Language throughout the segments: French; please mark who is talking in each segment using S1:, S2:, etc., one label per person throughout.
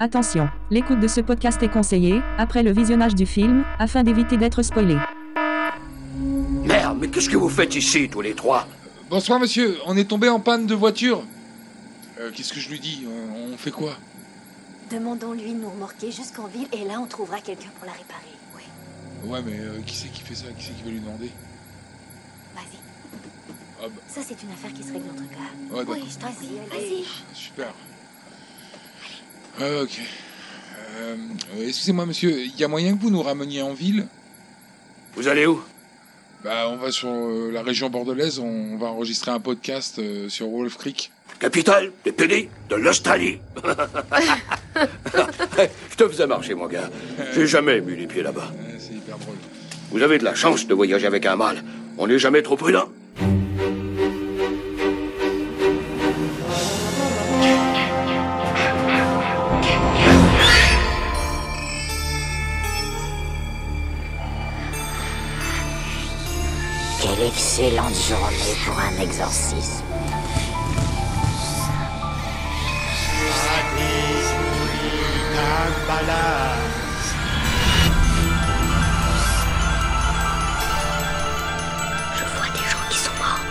S1: Attention, l'écoute de ce podcast est conseillée, après le visionnage du film, afin d'éviter d'être spoilé.
S2: Merde, mais qu'est-ce que vous faites ici, tous les trois
S3: Bonsoir monsieur, on est tombé en panne de voiture. Euh, Qu'est-ce que je lui dis on, on fait quoi
S4: Demandons-lui de nous remorquer jusqu'en ville et là on trouvera quelqu'un pour la réparer. Oui,
S3: Ouais mais euh, qui c'est qui fait ça Qui c'est qui va lui demander
S4: vas-y.
S3: Ah bah
S4: Ça c'est une affaire qui se règle entre gars.
S3: ouais d'accord.
S4: Oui, je t'en prie,
S3: Euh,
S4: vas-y.
S3: Super. Ah, ok. Euh, euh, Excusez-moi monsieur, il y a moyen que vous nous rameniez en ville
S2: Vous allez où
S3: Bah on va sur euh, la région bordelaise, on va enregistrer un podcast euh, sur Wolf Creek.
S2: Capitale des pays de l'Australie. Je te faisais marcher, mon gars. J'ai jamais mis les pieds là-bas.
S3: Euh, C'est hyper drôle.
S2: Vous avez de la chance de voyager avec un mâle. On n'est jamais trop prudent.
S5: Quelle excellente journée pour un exorcisme.
S4: Je vois des gens qui sont morts.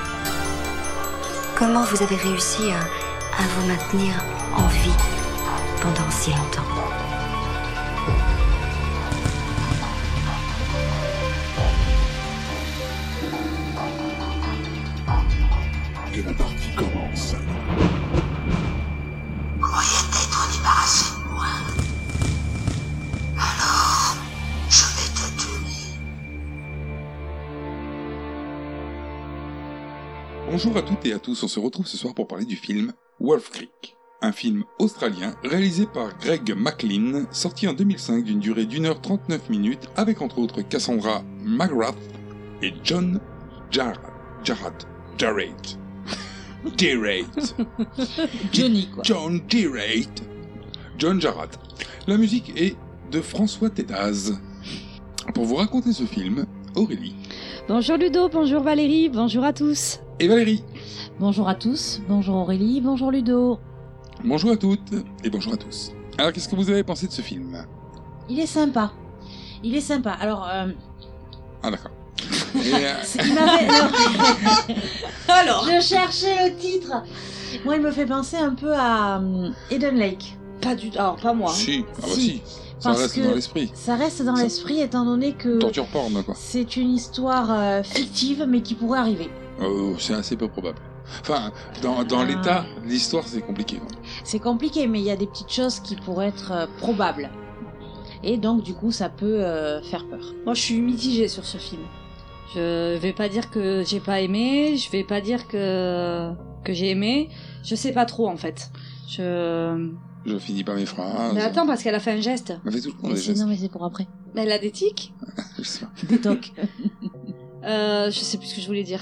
S4: Comment vous avez réussi à, à vous maintenir en vie pendant si longtemps
S6: Et la partie commence.
S3: Bonjour à toutes et à tous, on se retrouve ce soir pour parler du film Wolf Creek, un film australien réalisé par Greg McLean, sorti en 2005 d'une durée d'une heure 39 minutes avec entre autres Cassandra McGrath et John Jarrett. Jarrett. Jarrett. Jarrett.
S7: Johnny, quoi.
S3: John Jarrett. John Jarrett. La musique est de François Tédaz. Pour vous raconter ce film, Aurélie
S8: Bonjour Ludo, bonjour Valérie, bonjour à tous.
S3: et Valérie.
S7: Bonjour à tous, bonjour Aurélie, bonjour Ludo.
S3: Bonjour à toutes et bonjour à tous. Alors qu'est-ce que vous avez pensé de ce film
S7: Il est sympa. Il est sympa. Alors, euh,
S3: Ah d'accord. Et, euh,
S7: c'est qu'il m'avait- non.
S9: Alors
S7: je cherchais le titre. Moi, il me fait penser un peu à euh, Eden Lake.
S9: Pas du tout. Alors, pas moi.
S3: si, ah bah si,
S7: Si.
S3: ça
S7: Parce
S3: reste
S7: que-
S3: dans l'esprit.
S7: Ça reste dans
S3: Ça-
S7: l'esprit étant donné que
S3: Torture porn quoi.
S7: c'est une histoire euh, fictive mais qui pourrait arriver.
S3: Oh, c'est assez peu probable. Enfin, dans, dans
S7: Ah.
S3: l'état, l'histoire c'est compliqué. quoi.
S7: C'est compliqué, mais il y a des petites choses qui pourraient être euh, probables. Et donc, du coup, ça peut euh, faire peur.
S9: Moi, je suis mitigée sur ce film.
S10: Je vais pas dire que j'ai pas aimé, je vais pas dire que que j'ai aimé, je sais pas trop en fait. Je
S3: Je finis pas mes phrases.
S10: Mais attends parce qu'elle a fait un geste.
S3: On fait tout le temps
S7: Mais
S3: des
S7: sinon, mais c'est pour après.
S10: Mais elle a des tics.
S3: gestes.
S7: Des tocs.
S10: Euh, je sais plus ce que je voulais dire.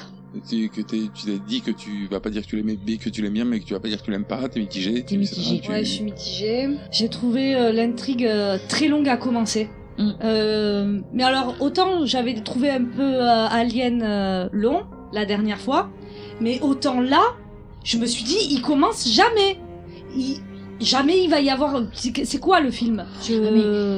S3: Tu, que t'es- tu t'es dit que tu vas pas dire que tu l'aimes, B, que tu l'aimes bien, mais que tu vas pas dire que tu l'aimes pas, t'es mitigé. tu-
S7: mitigé.
S3: tu-
S10: Ouais, je suis mitigée. J'ai trouvé euh, l'intrigue euh, très longue à commencer.
S7: Mm.
S10: Euh, mais alors autant j'avais trouvé un peu euh, Alien euh, long la dernière fois, mais autant là, je me suis dit il commence jamais. Il- Jamais il va y avoir. C'est c'est quoi le film Je-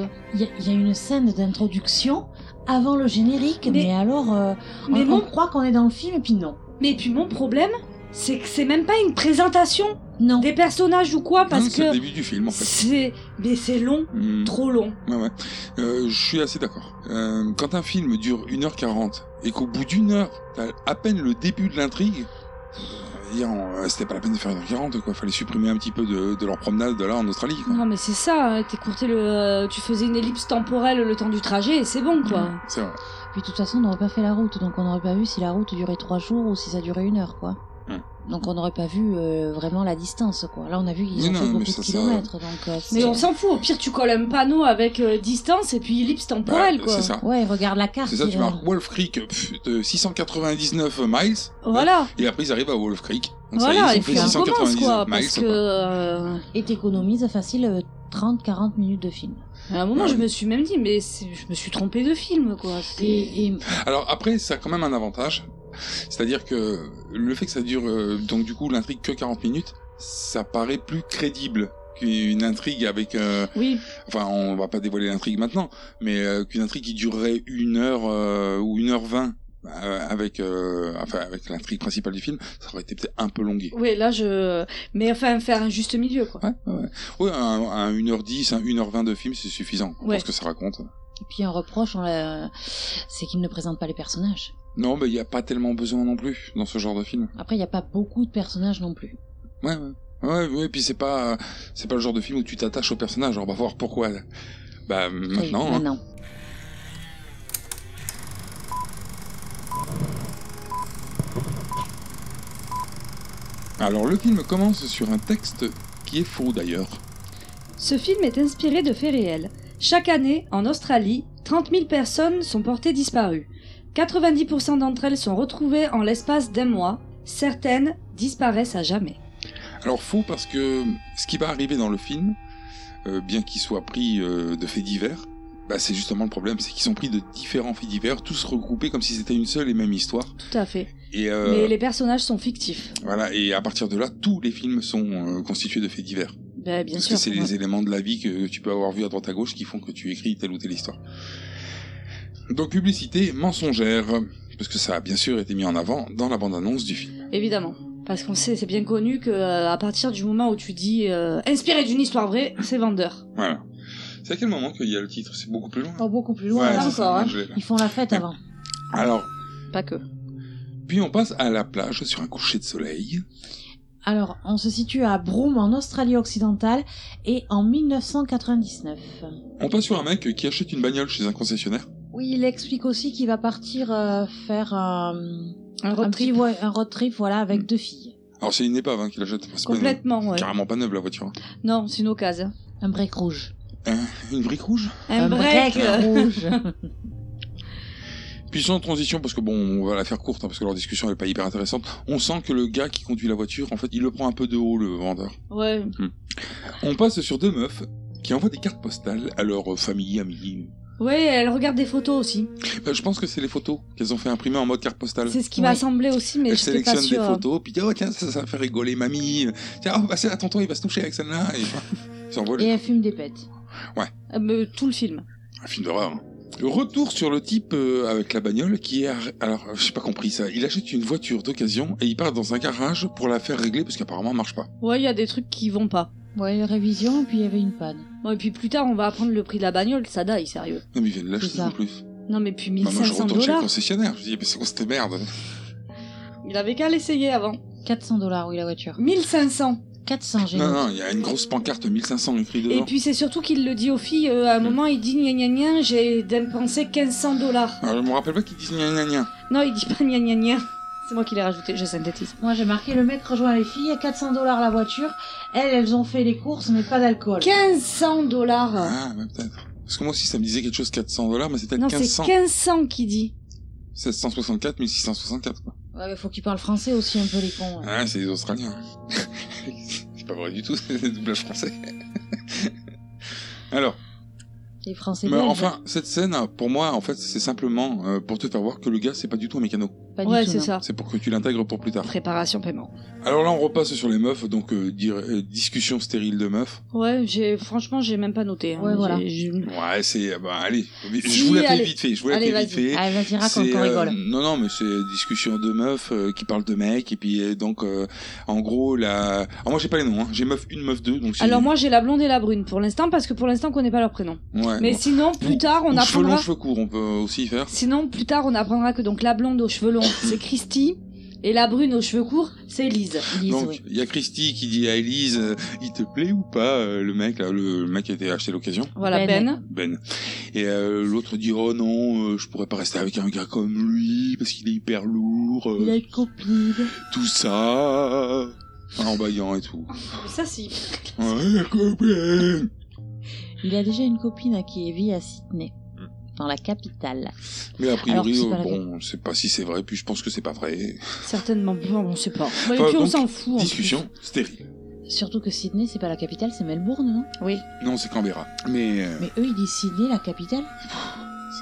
S7: Ah, Il y, a- il y a une scène d'introduction avant le générique, mais,
S10: Mais-
S7: alors euh, on,
S10: Mais
S7: on
S10: mon-
S7: croit qu'on est dans le film et puis non.
S10: Mais puis mon problème, c'est que c'est même pas une présentation
S7: Non.
S10: des personnages ou quoi,
S3: Non,
S10: parce
S3: c'est le
S10: que
S3: début du film en fait.
S10: c'est. Mais c'est long,
S3: Hmm.
S10: trop long.
S3: Ouais, ouais. Euh, je suis assez d'accord. Euh, quand un film dure 1h40 et qu'au bout d'une heure, t'as à peine le début de l'intrigue, euh, hier, on- euh, c'était pas la peine de faire 1h40, quoi. Fallait supprimer un petit peu de, de leur promenade là en Australie, quoi.
S10: Non mais c'est ça, hein, t'écourtais le. euh, Tu faisais une ellipse temporelle le temps du trajet et c'est bon quoi.
S3: C'est vrai.
S8: Puis de toute façon, on n'aurait pas fait la route, donc on n'aurait pas vu si la route durait trois jours ou si ça durait une heure, quoi.
S3: Hmm.
S8: Donc on n'aurait pas vu euh, vraiment la distance, quoi. Là, on a vu qu'ils
S3: Oui,
S8: ont
S3: non,
S8: fait
S3: mais
S8: beaucoup
S3: ça,
S8: de
S3: ça-
S8: kilomètres, donc. euh,
S10: Mais
S8: c'est-
S10: on s'en fout, au pire tu colles un panneau avec euh, distance et puis ellipse
S3: Bah,
S10: temporelle quoi.
S3: c'est ça.
S8: Ouais, regarde la carte. euh,
S3: C'est ça,
S8: il
S3: tu
S8: a-
S3: marques Wolf Creek pff, de 699 miles.
S10: Voilà,
S3: Et après, ils arrivent à Wolf Creek. Donc, ça y est,
S10: voilà,
S3: ils
S10: et
S3: ont fait
S10: puis on commence
S3: 699 miles,
S10: quoi, parce que.
S3: quoi.
S10: euh,
S8: Et t'économises facile euh, 30-40 minutes de film.
S10: À un moment
S3: Ouais.
S10: je me suis même dit, mais c'est- je me suis trompée de film quoi. C'est-
S8: Et, et-
S3: Alors après, ça a quand même un avantage. C'est-à-dire que le fait que ça dure, euh, donc du coup, l'intrigue que 40 minutes, ça paraît plus crédible. qu'une intrigue avec euh,
S7: Oui,
S3: enfin on va pas dévoiler l'intrigue maintenant mais euh, qu'une intrigue qui durerait une heure euh, ou une heure vingt euh, avec euh, enfin avec l'intrigue principale du film ça aurait été peut-être un peu longué
S9: Oui, là, je. Mais enfin, faire un juste milieu, quoi.
S3: ouais ouais ouais un, un 1h10 un 1h20 de film c'est suffisant
S9: Ouais.
S3: pour ce que ça raconte
S8: Et puis un reproche, on l'a- c'est qu'il ne présente pas les personnages.
S3: non mais il n'y a pas tellement besoin non plus dans ce genre de film
S8: Après, il n'y a pas beaucoup de personnages non plus.
S3: ouais ouais ouais, ouais, puis c'est pas c'est pas le genre de film où tu t'attaches au personnage on va voir pourquoi bah maintenant
S8: Oui,
S3: hein.
S8: maintenant.
S3: alors le film commence sur un texte qui est faux d'ailleurs
S10: Ce film est inspiré de faits réels. Chaque année, en Australie, 30 000 personnes sont portées disparues. 90% d'entre elles sont retrouvées en l'espace d'un mois. Certaines disparaissent à jamais.
S3: Alors faux parce que ce qui va arriver dans le film, euh, bien qu'il soit pris euh, de faits divers, bah, c'est justement le problème, c'est qu'ils sont pris de différents faits divers, tous regroupés comme si c'était une seule et même histoire.
S10: Tout à fait.
S3: Et euh,
S10: Mais les personnages sont fictifs.
S3: voilà, et à partir de là, tous les films sont euh, constitués de faits divers.
S7: ben, bien
S3: parce
S7: sûr.
S3: que c'est
S7: ouais.
S3: les éléments de la vie que tu peux avoir vu à droite à gauche qui font que tu écris telle ou telle histoire. Donc publicité mensongère, parce que ça a bien sûr été mis en avant dans la bande-annonce du film.
S10: Évidemment. Parce qu'on sait, c'est bien connu que euh, à partir du moment où tu dis euh, inspiré d'une histoire vraie, c'est vendeur.
S3: Voilà. C'est à quel moment qu'il y a le titre C'est beaucoup plus loin.
S7: Oh, beaucoup plus loin,
S3: Ouais,
S7: là
S3: c'est ça,
S7: encore. hein.
S3: je l'ai là.
S8: Ils font la fête avant.
S3: Alors,
S7: Pas que.
S3: Puis on passe à la plage sur un coucher de soleil.
S8: Alors, on se situe à Broome, en Australie-Occidentale, et en 1999.
S3: On passe sur un mec qui achète une bagnole chez un concessionnaire.
S8: Oui, il explique aussi qu'il va partir euh, faire euh,
S10: Un
S8: un,
S10: road
S8: petit
S10: trip. Mm.
S8: voy- un road trip, voilà, avec deux filles.
S3: Alors c'est une épave hein, qu'il achète. Enfin, c'est pas neuve.
S10: Complètement, ouais.
S3: Carrément pas neuve la voiture. hein.
S10: Non, c'est une occasion.
S8: Un break rouge.
S3: Une brique rouge.
S10: Un, break. euh,
S8: rouge.
S3: Puis sans transition, parce que bon, on va la faire courte, hein, parce que leur discussion n'est pas hyper intéressante. On sent que le gars qui conduit la voiture, en fait, il le prend un peu de haut, le vendeur.
S10: Ouais.
S3: On passe sur deux meufs qui envoient des cartes postales à leur euh, famille, amis.
S10: Ouais, elle regarde des photos aussi.
S3: Euh, je pense que c'est les photos qu'elles ont fait imprimer en mode carte postale.
S10: C'est ce qui m'a
S8: Ouais.
S10: semblé aussi, mais
S3: Elles
S10: j'étais pas
S3: sélectionnent des
S10: sûre.
S3: photos, puis disent, oh tiens, ça, ça va faire rigoler mamie. Tiens, oh, bah, c'est à tonton, il va se toucher avec celle-là. Et ils s'envolent.
S8: et elle fume des pètes.
S10: Euh, mais tout le film.
S3: Un film d'horreur. hein. Retour sur le type euh, avec la bagnole qui est... arr- Alors, euh, j'ai pas compris ça. Il achète une voiture d'occasion et il part dans un garage pour la faire régler parce qu'apparemment elle marche pas.
S10: Ouais, il y a des trucs qui vont pas.
S8: Ouais, révision, et puis il y avait une panne.
S10: Bon, et puis plus tard, on va apprendre le prix de la bagnole, ça daille, sérieux.
S3: Non mais il vient de
S8: C'est
S3: l'acheter
S8: ça.
S3: en plus.
S10: Non, mais puis
S3: Bah, moi je
S10: 1500
S3: retourne chez le
S10: dollars.
S3: concessionnaire. Je dis, mais c'est quoi cette merde
S10: Il avait qu'à l'essayer avant.
S8: 400 dollars, oui, la voiture.
S10: 1500.
S8: 400, j'ai
S3: Non,
S8: noté.
S3: non, il y a une grosse pancarte 1500 écrit
S10: Et
S3: dehors.
S10: puis c'est surtout qu'il le dit aux filles, euh, à un moment, il dit gna gna gna, j'ai dépensé 1500 dollars.
S3: Alors, je me rappelle pas qu'ils disent gna gna gna.
S10: Non, il dit pas gna gna gna. C'est moi qui l'ai rajouté, je synthétise.
S8: Moi, j'ai marqué le mec rejoint les filles à 400 dollars la voiture. Elles, elles ont fait les courses, mais pas d'alcool.
S10: 1500 dollars
S3: Ah, bah, peut-être. Parce que moi aussi ça me disait quelque chose 400 dollars, mais c'était
S10: Non,
S3: 1500.
S10: c'est 1500 qui dit.
S3: 1664, 1664 quoi.
S8: Ouais, mais faut qu'ils parlent français aussi un peu, les cons. ouais.
S3: Ah, c'est les Australiens. c'est pas vrai du tout, c'est des doublages français. Alors,
S8: Les français
S3: Mais
S8: belges,
S3: enfin, cette scène, pour moi, en fait, c'est simplement euh, pour te faire voir que le gars, c'est pas du tout un mécano.
S8: pas du
S10: ouais,
S8: tout,
S10: c'est
S8: non.
S10: ça.
S3: C'est pour que tu l'intègres pour plus tard.
S10: Préparation paiement.
S3: Alors là, on repasse sur les meufs, donc euh, dire- euh, discussion stérile de meufs.
S10: Ouais, j'ai franchement, j'ai même pas noté. hein.
S8: Ouais, voilà.
S10: J'ai- j'ai-
S3: Ouais, c'est... euh, Bah, allez, vi-
S10: Si,
S3: je vous la fais
S10: allez.
S3: vite fait, je vous la
S10: Allez,
S3: fais vite
S10: vas-y.
S3: fait.
S8: Allez, Ah, vas-y, raconte,
S3: C'est,
S8: qu'on
S3: euh,
S8: rigole.
S3: non, non, mais c'est discussion de meufs euh, qui parlent de mecs, et puis euh, donc, euh, en gros, la... Alors moi, j'ai pas les noms, hein. j'ai meuf 1, meuf 2, donc c'est...
S10: Alors moi, j'ai la blonde et la brune pour l'instant, parce que pour l'instant, on connaît pas leur prénom.
S3: Ouais,
S10: Mais
S3: bon.
S10: sinon, plus tard, on
S3: Ou cheveux longs,
S10: apprendra.
S3: cheveux courts, on peut aussi faire.
S10: Sinon, plus tard, on apprendra que donc la blonde aux cheveux longs, c'est Christy, et la brune aux cheveux courts, c'est Lise.
S8: Lise,
S3: Donc,
S8: oui.
S3: il y a Christy qui dit à Elise, euh, il te plaît ou pas, euh, le mec, là, le le mec qui a été acheté l'occasion,
S10: Voilà,
S8: Ben.
S10: Ben.
S3: Ben. Et euh, l'autre dit, oh non, euh, je pourrais pas rester avec un gars comme lui, parce qu'il est hyper lourd, euh,
S8: Il a une copine.
S3: tout ça, en baillant et tout.
S10: Ça, si.
S3: Ouais, copain.
S8: Il a déjà une copine à qui vit à Sydney,
S3: Hmm.
S8: dans la capitale.
S3: Mais a priori,
S8: Alors que c'est
S3: euh,
S8: pas la
S3: bon, je sais pas si c'est vrai, puis je pense que c'est pas vrai.
S10: Certainement pas, on sait pas. Bon, et
S3: Enfin,
S10: puis on
S3: donc,
S10: s'en fout. en
S3: Discussion stérile.
S8: Surtout que Sydney, c'est pas la capitale, c'est Melbourne, non
S3: Non, c'est Canberra. Mais euh,
S8: Mais eux, ils disent Sydney, la capitale.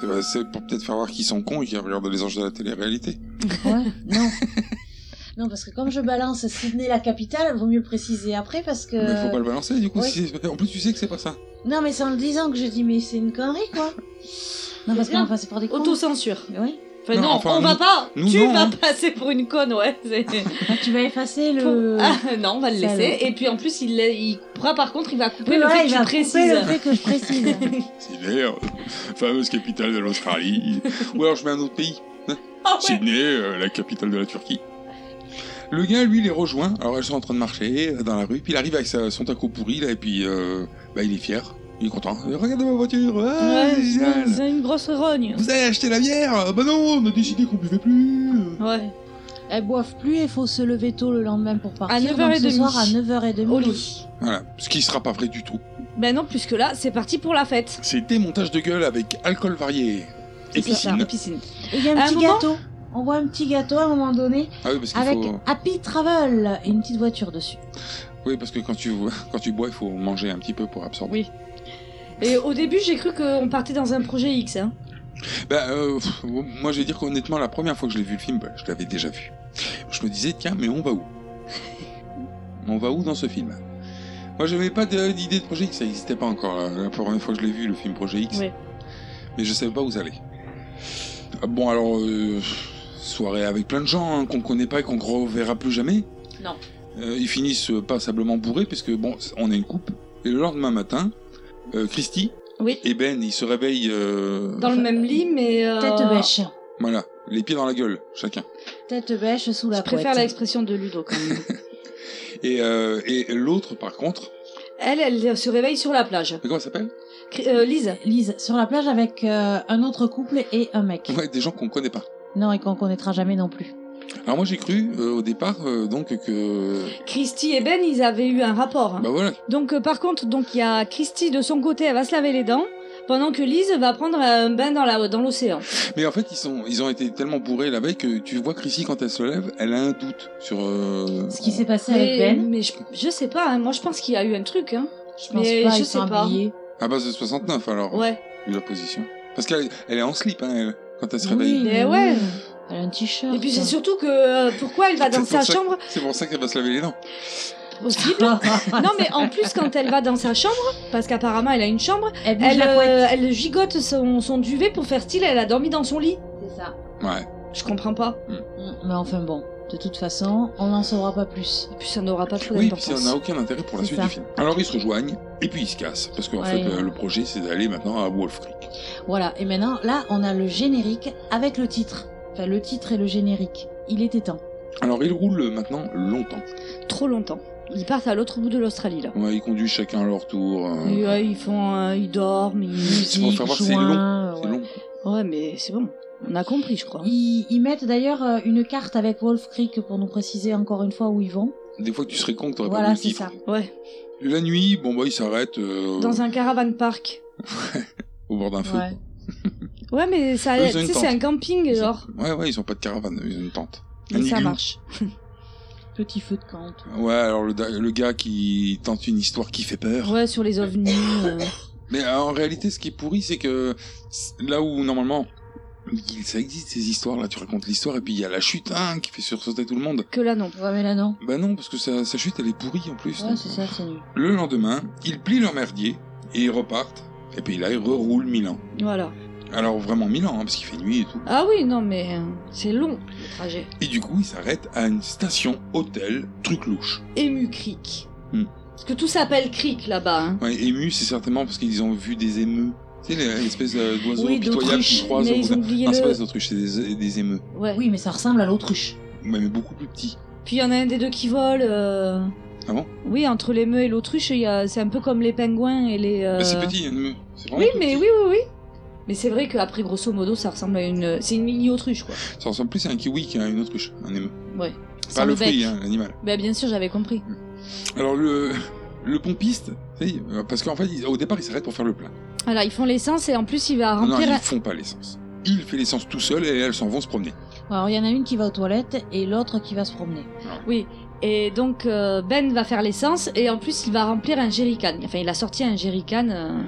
S3: c'est- c'est pour peut-être faire voir qu'ils sont cons et qu'ils regardent les anges de la télé-réalité.
S8: Ouais, non.
S7: Non, parce que comme je balance Sydney la capitale, vaut mieux le préciser après parce
S8: Euh,
S7: que.
S3: Mais faut pas le balancer, du coup.
S7: oui.
S3: si c'est- En plus, tu sais que c'est pas ça.
S7: Non, mais c'est en le disant que je dis, mais c'est une connerie quoi. Non, parce
S10: Non.
S7: qu'enfin, c'est pour des cons.
S10: Autocensure.
S7: Mais Oui.
S10: Enfin,
S3: Non,
S10: non,
S3: enfin,
S10: on va
S3: nous-
S10: pas.
S3: nous,
S10: tu
S3: non,
S10: vas
S3: hein.
S10: passer pour une conne, ouais. c'est-
S7: Ah, tu vas effacer le.
S10: Ah, non, on va le
S7: Salaud.
S10: laisser. Et puis en plus, il, l'a- il coupera, par contre, il va couper
S7: Oui,
S10: le
S7: voilà,
S10: fait
S7: il
S10: que
S7: va
S10: tu
S7: couper
S10: précises.
S7: le fait que je précise.
S3: C'est d'ailleurs la fameuse capitale de l'Australie. Ou alors, je mets un autre pays. hein.
S10: Ah ouais.
S3: Sydney, euh, la capitale de la Turquie. Le gars, lui, les rejoint. Alors, elles sont en train de marcher euh, dans la rue. Puis, il arrive avec sa- son taco pourri, là, et puis, euh, bah, il est fier. Il est content. Euh, Regardez ma voiture. Ah,
S10: Ouais,
S3: c'est génial.
S10: c'est une grosse rogne.
S3: Vous avez acheté la bière Bah non, on a décidé qu'on buvait plus. euh.
S10: Ouais.
S7: Elles boivent plus et faut se lever tôt le lendemain pour partir.
S10: À 9h30.
S7: donc ce soir à 9h30.
S10: Au lit.
S3: Voilà. Ce qui sera pas vrai du tout.
S10: Ben non, puisque là, c'est parti pour la fête.
S3: C'est démontage de gueule avec alcool varié et
S10: C'est ça,
S3: piscine.
S10: piscine.
S7: Et il y a
S10: À
S7: un
S10: un
S7: petit
S10: moment-
S7: gâteau. On voit un petit gâteau à un moment donné
S3: Ah oui, parce qu'il
S7: avec
S3: faut.
S7: Happy Travel et une petite voiture dessus.
S3: Oui, parce que quand tu quand tu bois, il faut manger un petit peu pour absorber.
S10: Et au début, j'ai cru qu'on partait dans un projet X. Hein.
S3: Bah, euh, pff, moi, je vais dire qu'honnêtement, la première fois que je l'ai vu le film, bah, je l'avais déjà vu. Je me disais, tiens, mais on va où On va où dans ce film Moi, j'avais pas de- d'idée de projet X, ça n'existait pas encore. hein. La, la première fois que je l'ai vu, le film Projet X.
S10: Ouais.
S3: Mais je savais pas où ça allait. Ah, Bon, alors, euh, soirée avec plein de gens hein, qu'on connaît pas et qu'on reverra plus jamais.
S10: Non.
S3: Euh, ils finissent euh, passablement bourrés, puisque bon, on est une coupe. Et le lendemain matin, euh, Christy
S10: Oui.
S3: et Ben, ils se réveillent. euh,
S10: Dans le même lit, mais. euh,
S7: Tête bêche.
S3: voilà, les pieds dans la gueule, chacun.
S7: Tête bêche sous la
S10: Je préfère
S7: couette.
S10: l'expression de Ludo quand même.
S3: Et, euh, et l'autre, par contre,
S10: elle, elle se réveille sur la plage.
S3: mais comment ça s'appelle
S10: Cri- euh, Lise,
S7: Lise, sur la plage avec euh, un autre couple et un mec.
S3: Ouais, des gens qu'on connaît pas.
S7: Non, et qu'on connaîtra jamais non plus.
S3: Alors moi j'ai cru euh, au départ euh, donc que
S10: Christy et Ben, ils avaient eu un rapport. hein.
S3: bah voilà
S10: Donc euh, par contre, donc il y a Christy de son côté, elle va se laver les dents, pendant que Lise va prendre un bain dans la dans l'océan.
S3: mais en fait ils sont ils ont été tellement bourrés la veille que tu vois Chrissy quand elle se lève elle a un doute sur euh,
S7: Ce qui s'est passé avec
S10: Mais,
S7: Ben,
S10: mais je, je sais pas, hein, moi je pense qu'il y a eu un truc. Hein.
S7: je pense
S10: mais
S7: pas,
S10: je
S7: ils
S10: sais
S7: sont
S10: pas.
S7: habillés.
S3: à base de 69 alors
S10: Ouais.
S3: vu la position parce qu'elle elle est en slip hein, elle, quand elle se
S7: Oui,
S3: réveille
S10: Mais ouais.
S7: oui. Elle a un t-shirt.
S10: Et puis c'est surtout que euh, pourquoi elle va dans
S3: C'est pour
S10: sa
S3: ça-
S10: chambre
S3: c'est pour ça qu'elle va se laver les dents
S10: aussi Non mais en plus quand elle va dans sa chambre, parce qu'apparemment elle a une chambre,
S7: elle bouge
S10: elle,
S7: la couette.
S10: euh, elle gigote son, son duvet pour faire style, elle a dormi dans son lit.
S7: C'est ça.
S3: ouais
S10: Je comprends pas.
S7: Mm, Mais enfin bon, de toute façon, on n'en saura pas plus.
S10: Et puis ça n'aura pas trop
S3: oui puis
S10: d'importance.
S3: ça n'a aucun intérêt pour la
S7: C'est
S3: suite
S7: ça.
S3: du film alors ils se rejoignent et puis ils se cassent parce qu'en
S7: Ouais.
S3: fait euh, le projet c'est d'aller maintenant à Wolf Creek
S7: Voilà, et maintenant, là, on a le générique avec le titre. Enfin, le titre et le générique. Il était temps.
S3: alors ils roulent euh, maintenant longtemps
S10: Trop longtemps. Ils partent à l'autre bout de l'australi là.
S3: ouais, ils conduisent chacun à leur tour euh,
S10: Et, euh, ils font, euh, ils dorment, ils...
S3: C'est pour faire voir que c'est long,
S7: euh,
S3: c'est
S7: ouais.
S3: long
S10: Ouais, mais c'est bon. On a compris, je crois.
S7: Ils, ils mettent d'ailleurs euh, une carte avec Wolf Creek pour nous préciser encore une fois où ils vont.
S3: Des fois que tu serais con que t'aurais pas
S7: Voilà,
S3: vu le
S7: c'est
S3: titre.
S7: ça.
S10: Ouais.
S3: La nuit, bon bah ils s'arrêtent euh,
S10: Dans un caravane park.
S3: au bord d'un feu.
S7: Ouais.
S10: Ouais, mais ça,
S3: Eux, ils ont
S10: tu
S3: une
S10: sais, c'est
S3: tente.
S10: un camping,
S3: Ils ont-
S10: genre.
S3: Ouais, ouais, ils ont pas de caravane, ils ont une tente. Un
S10: Mais ça
S3: igloo.
S10: marche.
S7: Petit feu de camp.
S3: Ouais, alors le, da- le gars qui tente une histoire qui fait peur.
S10: Ouais, sur les ovnis. euh.
S3: Mais euh, en réalité, ce qui est pourri, c'est que c- là où normalement il- ça existe ces histoires là, tu racontes l'histoire et puis il y a la chute hein, qui fait sursauter tout le monde.
S10: Que là, non.
S7: Ouais, mais là, non.
S3: Bah non, parce que sa, sa chute elle est pourrie en plus.
S7: Ouais,
S3: donc,
S7: c'est
S3: euh,
S7: ça, c'est nul.
S3: Le lendemain, ils plient leur merdier et ils repartent. Et puis là, ils reroulent Milan.
S10: Voilà.
S3: Alors vraiment Milan, hein, parce qu'il fait nuit et tout.
S10: Ah oui, non, mais euh, c'est long, le trajet.
S3: Et du coup, ils s'arrêtent à une station hôtel, truc louche.
S10: Ému Creek.
S3: Hmm.
S10: Parce que tout s'appelle Creek, là-bas. hein.
S3: Ouais, ému, c'est certainement parce qu'ils ont vu des émeux. Tu sais, l'espèce euh, d'oiseau
S10: Oui,
S3: pitoyable qui
S10: d'autruche.
S3: croise au
S10: Mais
S3: bout
S10: ils ont
S3: d'un.
S10: oublié
S3: Non, c'est pas
S10: le...
S3: des autruches, c'est des, des émeux.
S10: Ouais.
S7: Oui, mais ça ressemble à l'autruche.
S3: Mais, mais beaucoup plus petits.
S10: Puis il y en a un des deux qui vole. euh.
S3: Ah bon
S10: Oui, entre les meux et l'autruche, il y a... c'est un peu comme les pingouins et les... euh,
S3: Bah, c'est petit, un émeu. C'est vraiment
S10: Oui,
S3: tout
S10: mais
S3: petit.
S10: oui, oui, oui. Mais c'est vrai qu'après, grosso modo, ça ressemble à une. C'est une mini autruche, quoi.
S3: Ça ressemble plus à un kiwi qu'à une autruche, un émeu.
S10: Ouais.
S3: Pas
S10: Sans
S3: le
S10: bec.
S3: fruit, hein, l'animal.
S10: Bah, bien sûr, j'avais compris.
S3: Alors, le, le pompiste, tu sais, euh, parce qu'en fait, ils- au départ, ils s'arrêtent pour faire le plein.
S10: Alors, ils font l'essence et en plus, il va
S3: Non,
S10: remplir.
S3: ils font pas l'essence. Il fait l'essence tout seul et elles s'en vont se promener.
S7: Alors, il y en a une qui va aux toilettes et l'autre qui va se promener.
S10: Et donc, euh, Ben va faire l'essence et en plus, il va remplir un jerrycan. Enfin, il a sorti un jerrycan euh,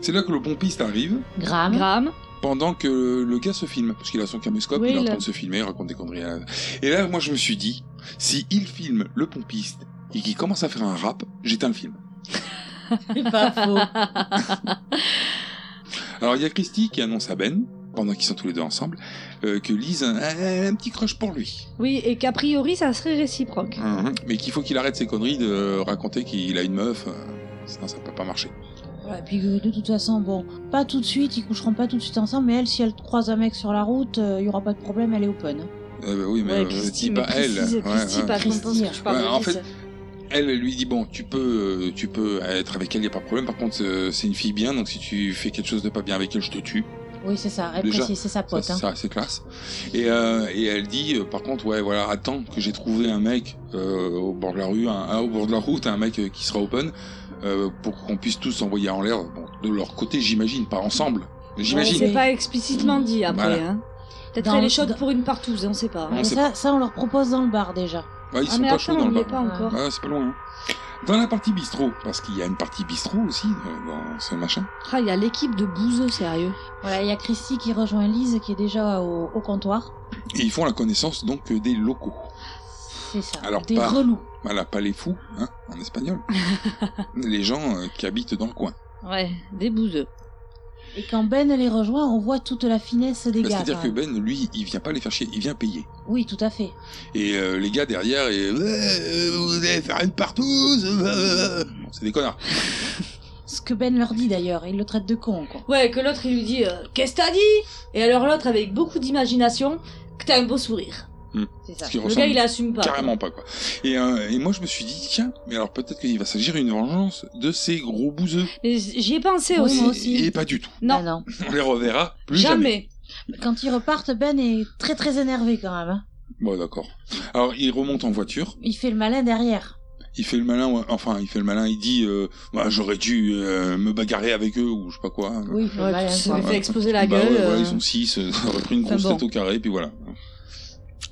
S3: C'est là que le pompiste arrive
S7: Graham.
S10: Graham.
S3: pendant que le gars se filme, parce qu'il a son caméscope,
S10: Oui,
S3: il est en
S10: il a-
S3: train de se filmer, il raconte des conneries. à- Et là, moi, je me suis dit, Si il filme le pompiste et qu'il commence à faire un rap, j'éteins le film.
S7: C'est pas faux.
S3: Alors il y a Christy qui annonce à Ben, pendant qu'ils sont tous les deux ensemble, euh, que Lise a un, un petit crush pour lui.
S1: Oui, et qu'a priori, ça serait réciproque.
S3: Mhm. Mais qu'il faut qu'il arrête ses conneries de raconter qu'il a une meuf, euh, sinon ça peut pas marcher.
S7: Voilà, et puis euh, de toute façon, bon, pas tout de suite, ils coucheront pas tout de suite ensemble, mais elle, si elle croise un mec sur la route, euh, il y aura pas de problème, elle est open.
S3: Euh, bah oui, mais
S1: Ouais,
S3: euh, dis pas
S1: mais
S3: elle.
S1: précise,
S3: Ouais,
S1: Christy,
S3: ouais.
S1: pas
S7: Christy,
S1: Constance, que je parle
S3: ouais,
S1: de
S3: en
S1: Lise.
S3: fait, Elle elle lui dit bon, tu peux, euh, tu peux être avec elle, y a pas de problème. Par contre, euh, c'est une fille bien, donc si tu fais quelque chose de pas bien avec elle, je te tue.
S7: Oui, c'est ça, elle
S3: Déjà,
S7: précise, c'est sa
S3: Ça,
S7: pote.
S3: c'est
S7: hein.
S3: ça, c'est classe. Et, euh, et elle dit, euh, par contre, ouais, voilà, attends que j'ai trouvé un mec euh, au bord de la rue, un, un au bord de la route, un mec euh, qui sera open, euh, pour qu'on puisse tous s'envoyer en l'air. Bon, de leur côté, j'imagine, pas ensemble. J'imagine.
S1: C'est pas explicitement dit après.
S3: Voilà.
S1: Hein. Peut-être
S7: Dans-
S1: elle est chaude pour une partouze, on sait pas.
S3: Non,
S7: Mais
S3: c'est-
S7: ça, ça, on leur propose dans le bar déjà.
S3: Ouais, ils
S1: Ah,
S3: sont
S1: mais
S3: pas
S1: attends,
S3: chauds dans
S1: on
S3: le
S1: n'y est
S3: bar.
S1: pas encore.
S3: Ouais, c'est pas loin. hein. Dans la partie bistrot, parce qu'il y a une partie bistrot aussi euh, dans ce machin.
S1: Ah, il y a l'équipe de bouseux, sérieux.
S7: Voilà, il y a Christy qui rejoint Lise qui est déjà au, au comptoir.
S3: Et ils font la connaissance donc euh, des locaux.
S7: C'est ça.
S3: Alors,
S7: Des
S3: pas-
S7: relous.
S3: Voilà, Bah, pas les fous, hein, en espagnol. les gens euh, qui habitent dans le coin.
S1: Ouais, des bouseux.
S7: Et quand Ben les rejoint, on voit toute la finesse des
S3: Bah,
S7: gars.
S3: C'est-à-dire
S7: quand
S3: que
S7: même.
S3: Ben, lui, il vient pas les faire chier, il vient payer.
S7: Oui, tout à fait.
S3: Et euh, les gars derrière, et, Ouais, euh, vous allez faire une partouze euh, euh, euh. Bon, C'est des connards.
S7: Ce que Ben leur dit d'ailleurs, il le traite de con, quoi.
S10: Ouais, que l'autre il lui dit euh, Qu'est-ce que t'as dit Et alors l'autre, avec beaucoup d'imagination, que t'as un beau sourire.
S3: Hmm.
S10: C'est ça.
S3: Ce qui
S10: Le
S3: ressemble
S10: gars il assume pas.
S3: Carrément pas, quoi. Et, euh, et moi, je me suis dit, tiens, mais alors peut-être qu'il va s'agir d'une vengeance de ces gros bouseux.
S1: Mais j'y ai pensé
S7: Oui,
S1: aussi. Ah
S7: moi aussi.
S3: Et pas du tout.
S1: Non.
S7: Ben non.
S3: On les reverra plus jamais.
S1: Jamais.
S7: Quand ils repartent, Ben est très très énervé quand même. hein.
S3: Bon, d'accord. Alors, il remonte en voiture.
S7: Il fait le malin derrière.
S3: Il fait le malin, ouais. enfin, il fait le malin, il dit, euh, bah, j'aurais dû euh, me bagarrer avec eux, ou je sais pas quoi. hein.
S7: Oui, il fait
S1: Ouais,
S7: le malin.
S1: puis ça
S7: quoi.
S1: lui fait exploser la
S3: Bah
S1: gueule.
S3: ouais, voilà,
S1: euh.
S3: ils sont six, euh, ça aurait pris une
S1: Enfin
S3: grosse
S1: bon.
S3: tête au carré, puis voilà.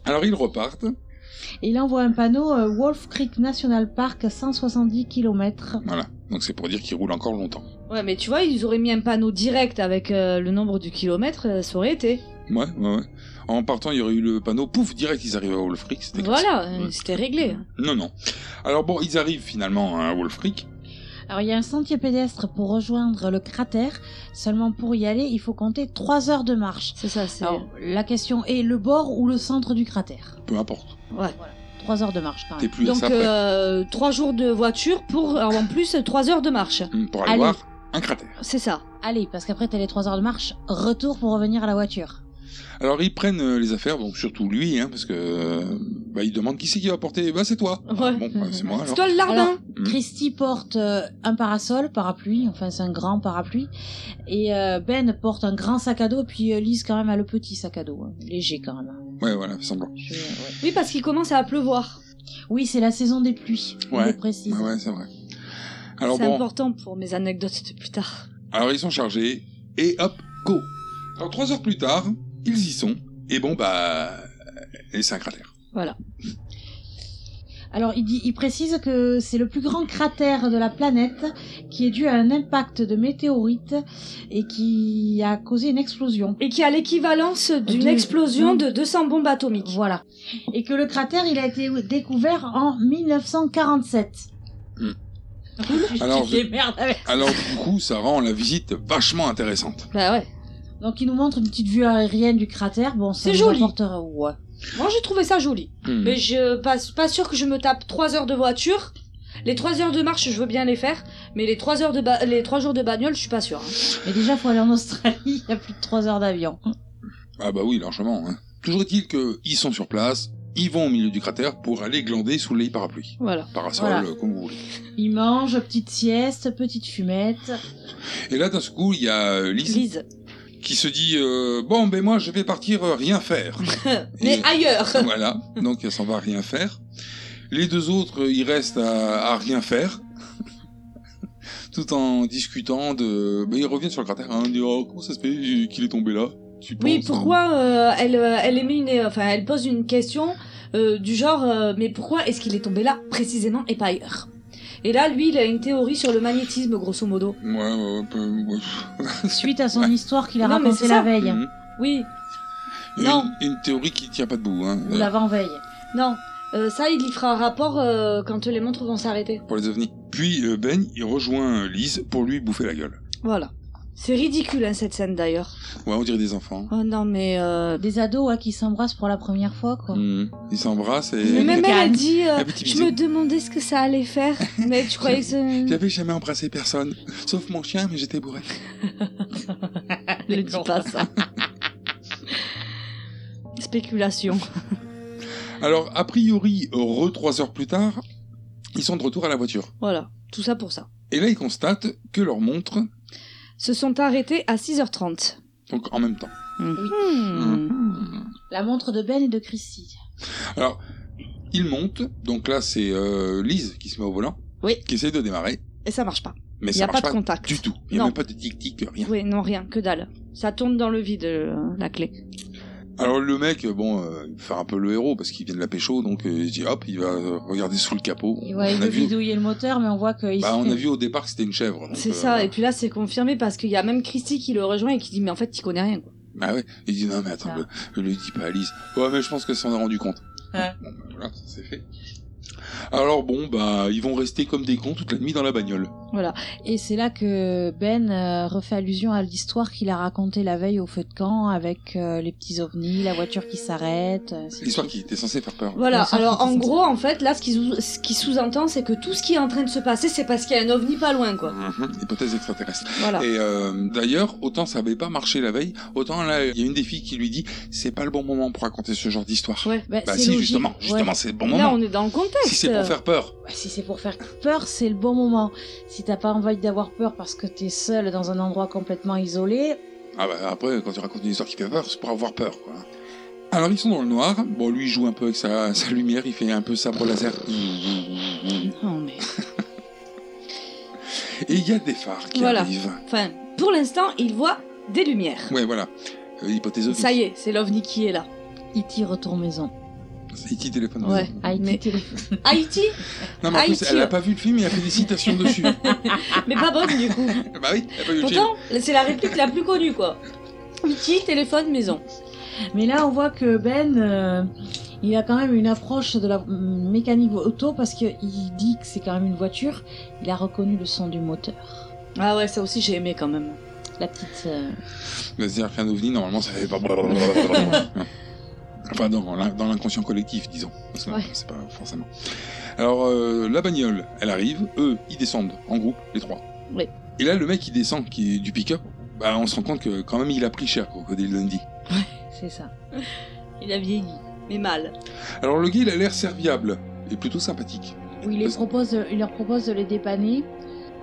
S3: Alors, ils repartent.
S7: Et il envoie un panneau euh, Wolf Creek National Park, 170 km.
S3: Voilà. Donc, c'est pour dire qu'ils roulent encore longtemps.
S1: Ouais, mais tu vois, ils auraient mis un panneau direct avec euh, le nombre du kilomètre, euh, ça aurait été.
S3: Ouais, ouais, ouais. En partant, il y aurait eu le panneau, pouf, direct, ils arrivent à Wolfric, c'était classe.
S1: Voilà, euh,
S3: Ouais.
S1: c'était réglé.
S3: Non, non. Alors bon, ils arrivent finalement à Wolfric.
S7: Alors il y a un sentier pédestre pour rejoindre le cratère. Seulement pour y aller, il faut compter 3 heures de marche.
S1: C'est ça, c'est.
S3: Oh.
S7: Alors la question est le bord ou le centre du cratère
S3: Peu importe.
S7: 3 heures de marche quand
S3: T'es
S7: même.
S3: plus à
S1: Donc,
S3: ça près.
S1: euh, trois jours de voiture
S10: euh,
S1: pour, alors, en plus, trois heures de marche.
S3: Hum, Pour aller
S7: allez.
S3: voir un cratère.
S1: C'est ça.
S7: Allez, parce qu'après t'as les 3 heures de marche, retour pour revenir à la voiture.
S3: Alors ils prennent euh, les affaires, donc surtout lui, hein, parce que euh, bah, il demande qui c'est qui va porter. Bah c'est toi. Ah,
S1: Ouais.
S3: bon, bah, c'est moi
S1: C'est
S3: alors.
S1: toi le
S7: Alors,
S1: lardin
S3: Mhm.
S7: Christy porte euh, un parasol, parapluie, enfin c'est un grand parapluie, et euh, Ben porte un grand sac à dos, puis euh, Lise quand même a le petit sac à dos, hein, léger quand même. hein.
S3: Ouais, voilà, semblant.
S7: Je- ouais.
S1: Oui, parce qu'il commence à pleuvoir.
S7: Oui, c'est la saison des pluies, on
S3: Ouais.
S7: le précise.
S3: Ouais, ouais, c'est vrai. Alors
S1: C'est
S3: bon,
S1: important pour mes anecdotes de plus tard.
S3: alors ils sont chargés et hop, go. Alors trois heures plus tard, ils y sont et bon bah et c'est un cratère.
S7: Alors il, dit, il précise que c'est le plus grand cratère de la planète qui est dû à un impact de météorite et qui a causé une explosion.
S10: Et qui a l'équivalence d'une
S7: De-
S10: explosion
S7: Mm.
S10: de 200 bombes atomiques.
S7: Voilà. Et que le cratère, il a été découvert en 1947.
S3: Hmm.
S7: Tu
S3: Alors,
S7: te démerdes avec
S3: Alors du coup, ça rend la visite vachement intéressante.
S1: Bah ouais.
S7: Donc il nous montre une petite vue aérienne du cratère. Bon, ça
S10: C'est
S7: nous
S10: joli.
S7: apportera- ouais.
S10: Moi j'ai trouvé ça joli.
S3: Hmm.
S10: Mais je pas, pas sûr que je me tape 3 heures de voiture. Les 3 heures de marche, je veux bien les faire. Mais les 3, heures de ba- les 3 jours de bagnole, je suis pas sûre. hein.
S7: Mais déjà, faut aller en Australie. Il y a plus de 3 heures d'avion.
S3: Ah bah oui, largement. Hein. Toujours est-il qu'ils sont sur place, ils vont au milieu du cratère pour aller glander sous les parapluies.
S1: Voilà.
S3: Parasol,
S7: Voilà.
S3: euh, comme vous voulez.
S7: Il mange, petite sieste, petite fumette.
S3: Et là, d'un seul coup, il y a euh, Lise
S1: Lise.
S3: qui se dit euh, Bon, ben moi, je vais partir euh, rien faire.
S10: Mais
S3: Et-
S10: ailleurs
S3: voilà, donc elle s'en va rien faire. Les deux autres, euh, ils restent à, à rien faire. Tout en discutant de... Ben, ils reviennent sur le cratère, hein, ils disent Oh, comment ça se fait qu'il est tombé là Tu
S10: Oui,
S3: penses, hein
S10: pourquoi euh, elle, euh, elle émet une, enfin, elle pose une question euh, du genre, euh, mais pourquoi est-ce qu'il est tombé là précisément et pas ailleurs Et là, lui, il a une théorie sur le magnétisme, grosso modo.
S3: Ouais, ouais, ouais, peu- ouais.
S7: Suite à son
S3: Ouais.
S7: histoire qu'il a
S10: Non, mais
S7: racontée
S10: c'est
S7: la
S10: ça.
S7: veille.
S3: Mhm.
S10: Oui,
S3: Une-
S10: Non.
S3: Une, théorie qui tient pas debout. Hein.
S7: Ou l'avant-veille.
S10: non. Euh, ça, il y fera un rapport euh, quand les montres vont s'arrêter.
S3: pour les ovnis. Puis euh, Ben, il rejoint euh, Lise pour lui bouffer la gueule.
S10: Voilà. C'est ridicule, hein, cette scène d'ailleurs.
S3: Ouais, on dirait des enfants.
S10: Oh non, mais. euh,
S7: Des ados ouais, qui s'embrassent pour la première fois, quoi.
S3: Mhm. Ils s'embrassent et...
S10: Mais même elle a dit euh,
S3: Un petit
S10: Je
S3: bisou.
S10: me demandais ce que ça allait faire, mais tu croyais que c'est.
S3: J'avais jamais embrassé personne, sauf mon chien, mais j'étais bourré.
S10: Ne dis pas ça. Spéculation.
S3: Alors, a priori, re trois heures plus tard, ils sont de retour à la voiture.
S10: Voilà, tout ça pour ça.
S3: Et là, ils constatent que leur montre,
S10: Se sont arrêtés à 6h30.
S3: donc en même temps.
S10: Hmm.
S7: La montre de Ben et de Chrissy.
S3: Alors, ils montent, donc là, c'est euh, Lise qui se met au volant,
S10: Oui.
S3: qui essaie de démarrer,
S10: Et ça marche pas.
S3: mais
S10: Il
S3: ça
S10: a pas
S3: marche
S10: de contact.
S3: du tout. Il n'y a
S10: Non.
S3: même pas de tic-tic, rien.
S10: Oui, non, rien, que dalle. Ça tourne dans le vide, euh, la clé.
S3: Alors le mec, bon, euh, il fait un peu le héros parce qu'il vient de la pécho, donc euh, il dit hop, il va euh, regarder sous le capot.
S7: Il va
S3: on, a vu,
S7: bidouiller le moteur, mais on voit qu'il
S3: bah, on a vu au départ que c'était une chèvre. donc,
S10: C'est
S3: euh,
S10: ça, et puis là, c'est confirmé parce qu'il y a même Christy qui le rejoint et qui dit Mais en fait, il connais rien, quoi.
S3: Bah ouais, il dit non mais attends,
S7: Ah.
S3: le, le dis pas à Alice. Ouais mais je pense que ça s'en est rendu compte.
S7: Ouais.
S3: Bon bah voilà, ça c'est fait. Alors bon bah ils vont rester comme des cons toute la nuit dans la bagnole.
S7: Et c'est là que Ben euh, refait allusion à l'histoire qu'il a racontée la veille au feu de camp avec euh, les petits ovnis, la voiture qui s'arrête. euh, c'est
S3: L'histoire
S7: tout.
S3: qui était censée faire peur.
S10: Voilà,
S7: Dans le sens
S10: alors
S7: où
S10: en
S7: c'est-
S10: gros, en fait, là, ce qui, sous- ce qui sous-entend, c'est que tout ce qui est en train de se passer, c'est parce qu'il y a un ovni pas loin, quoi.
S3: Mhm, Hypothèse extraterrestre.
S7: Ah.
S10: Voilà.
S3: Et euh, d'ailleurs, autant ça avait pas marché la veille, autant là il y a une des filles qui lui dit c'est pas le bon moment pour raconter ce genre d'histoire.
S10: Ouais.
S7: Bah,
S3: Bah
S7: c'est
S3: si
S7: logique.
S3: justement, justement
S7: Ouais.
S3: c'est le bon
S10: Là,
S3: moment.
S10: on est dans le contexte.
S3: Si c'est pour faire peur.
S7: Bah, si c'est pour faire peur, c'est le bon moment. Si t'as pas envie d'avoir peur parce que t'es seul dans un endroit complètement isolé,
S3: Ah bah après, quand tu racontes une histoire qui fait peur, c'est pour avoir peur, quoi. Alors ils sont dans le noir, bon lui il joue un peu avec sa, sa lumière, il fait un peu sabre laser.
S10: Non, mais.
S3: Et il y a des phares qui
S10: Voilà.
S3: arrivent.
S10: Enfin, pour l'instant, il voit des lumières.
S3: Ouais voilà, Euh, hypothèse
S10: Ça y est, c'est l'ovni qui est là.
S7: E.T. E retourne maison.
S3: C'est E.T. téléphone.
S10: Ouais. Ah,
S7: Haïti
S10: Mais-
S7: téléphone.
S10: Haïti
S3: Non mais en plus,
S10: Haïti.
S3: elle a pas vu le film et elle a fait des citations dessus.
S10: Mais pas bonne, du coup.
S3: bah oui, elle a pas vu le film.
S10: Pourtant, c'est la réplique la plus connue, quoi. Haïti, téléphone, maison.
S7: Mais là, on voit que Ben, euh, il a quand même une approche de la mm, mécanique auto parce qu'il dit que c'est quand même une voiture. Il a reconnu le son du moteur.
S10: Ah ouais, ça aussi, j'ai aimé quand même.
S7: La petite. euh,
S3: Bah, C'est-à-dire qu'un ovni, normalement, ça fait pas... Enfin, dans l'in- dans l'inconscient collectif, disons. Parce que
S10: Ouais.
S3: c'est pas forcément... Alors, euh, la bagnole, elle arrive. Eux, ils descendent, en groupe, les trois.
S10: Oui.
S3: Et là, le mec, qui descend, qui est du pick-up. Bah, on se rend compte que, quand même, il a pris cher, Crocodile Dundee.
S7: C'est ça.
S10: Il a vieilli, mais mal.
S3: Alors, le gars, il a l'air serviable. Et plutôt sympathique.
S7: Où il, les
S3: Parce-
S7: propose de- il leur propose de les dépanner.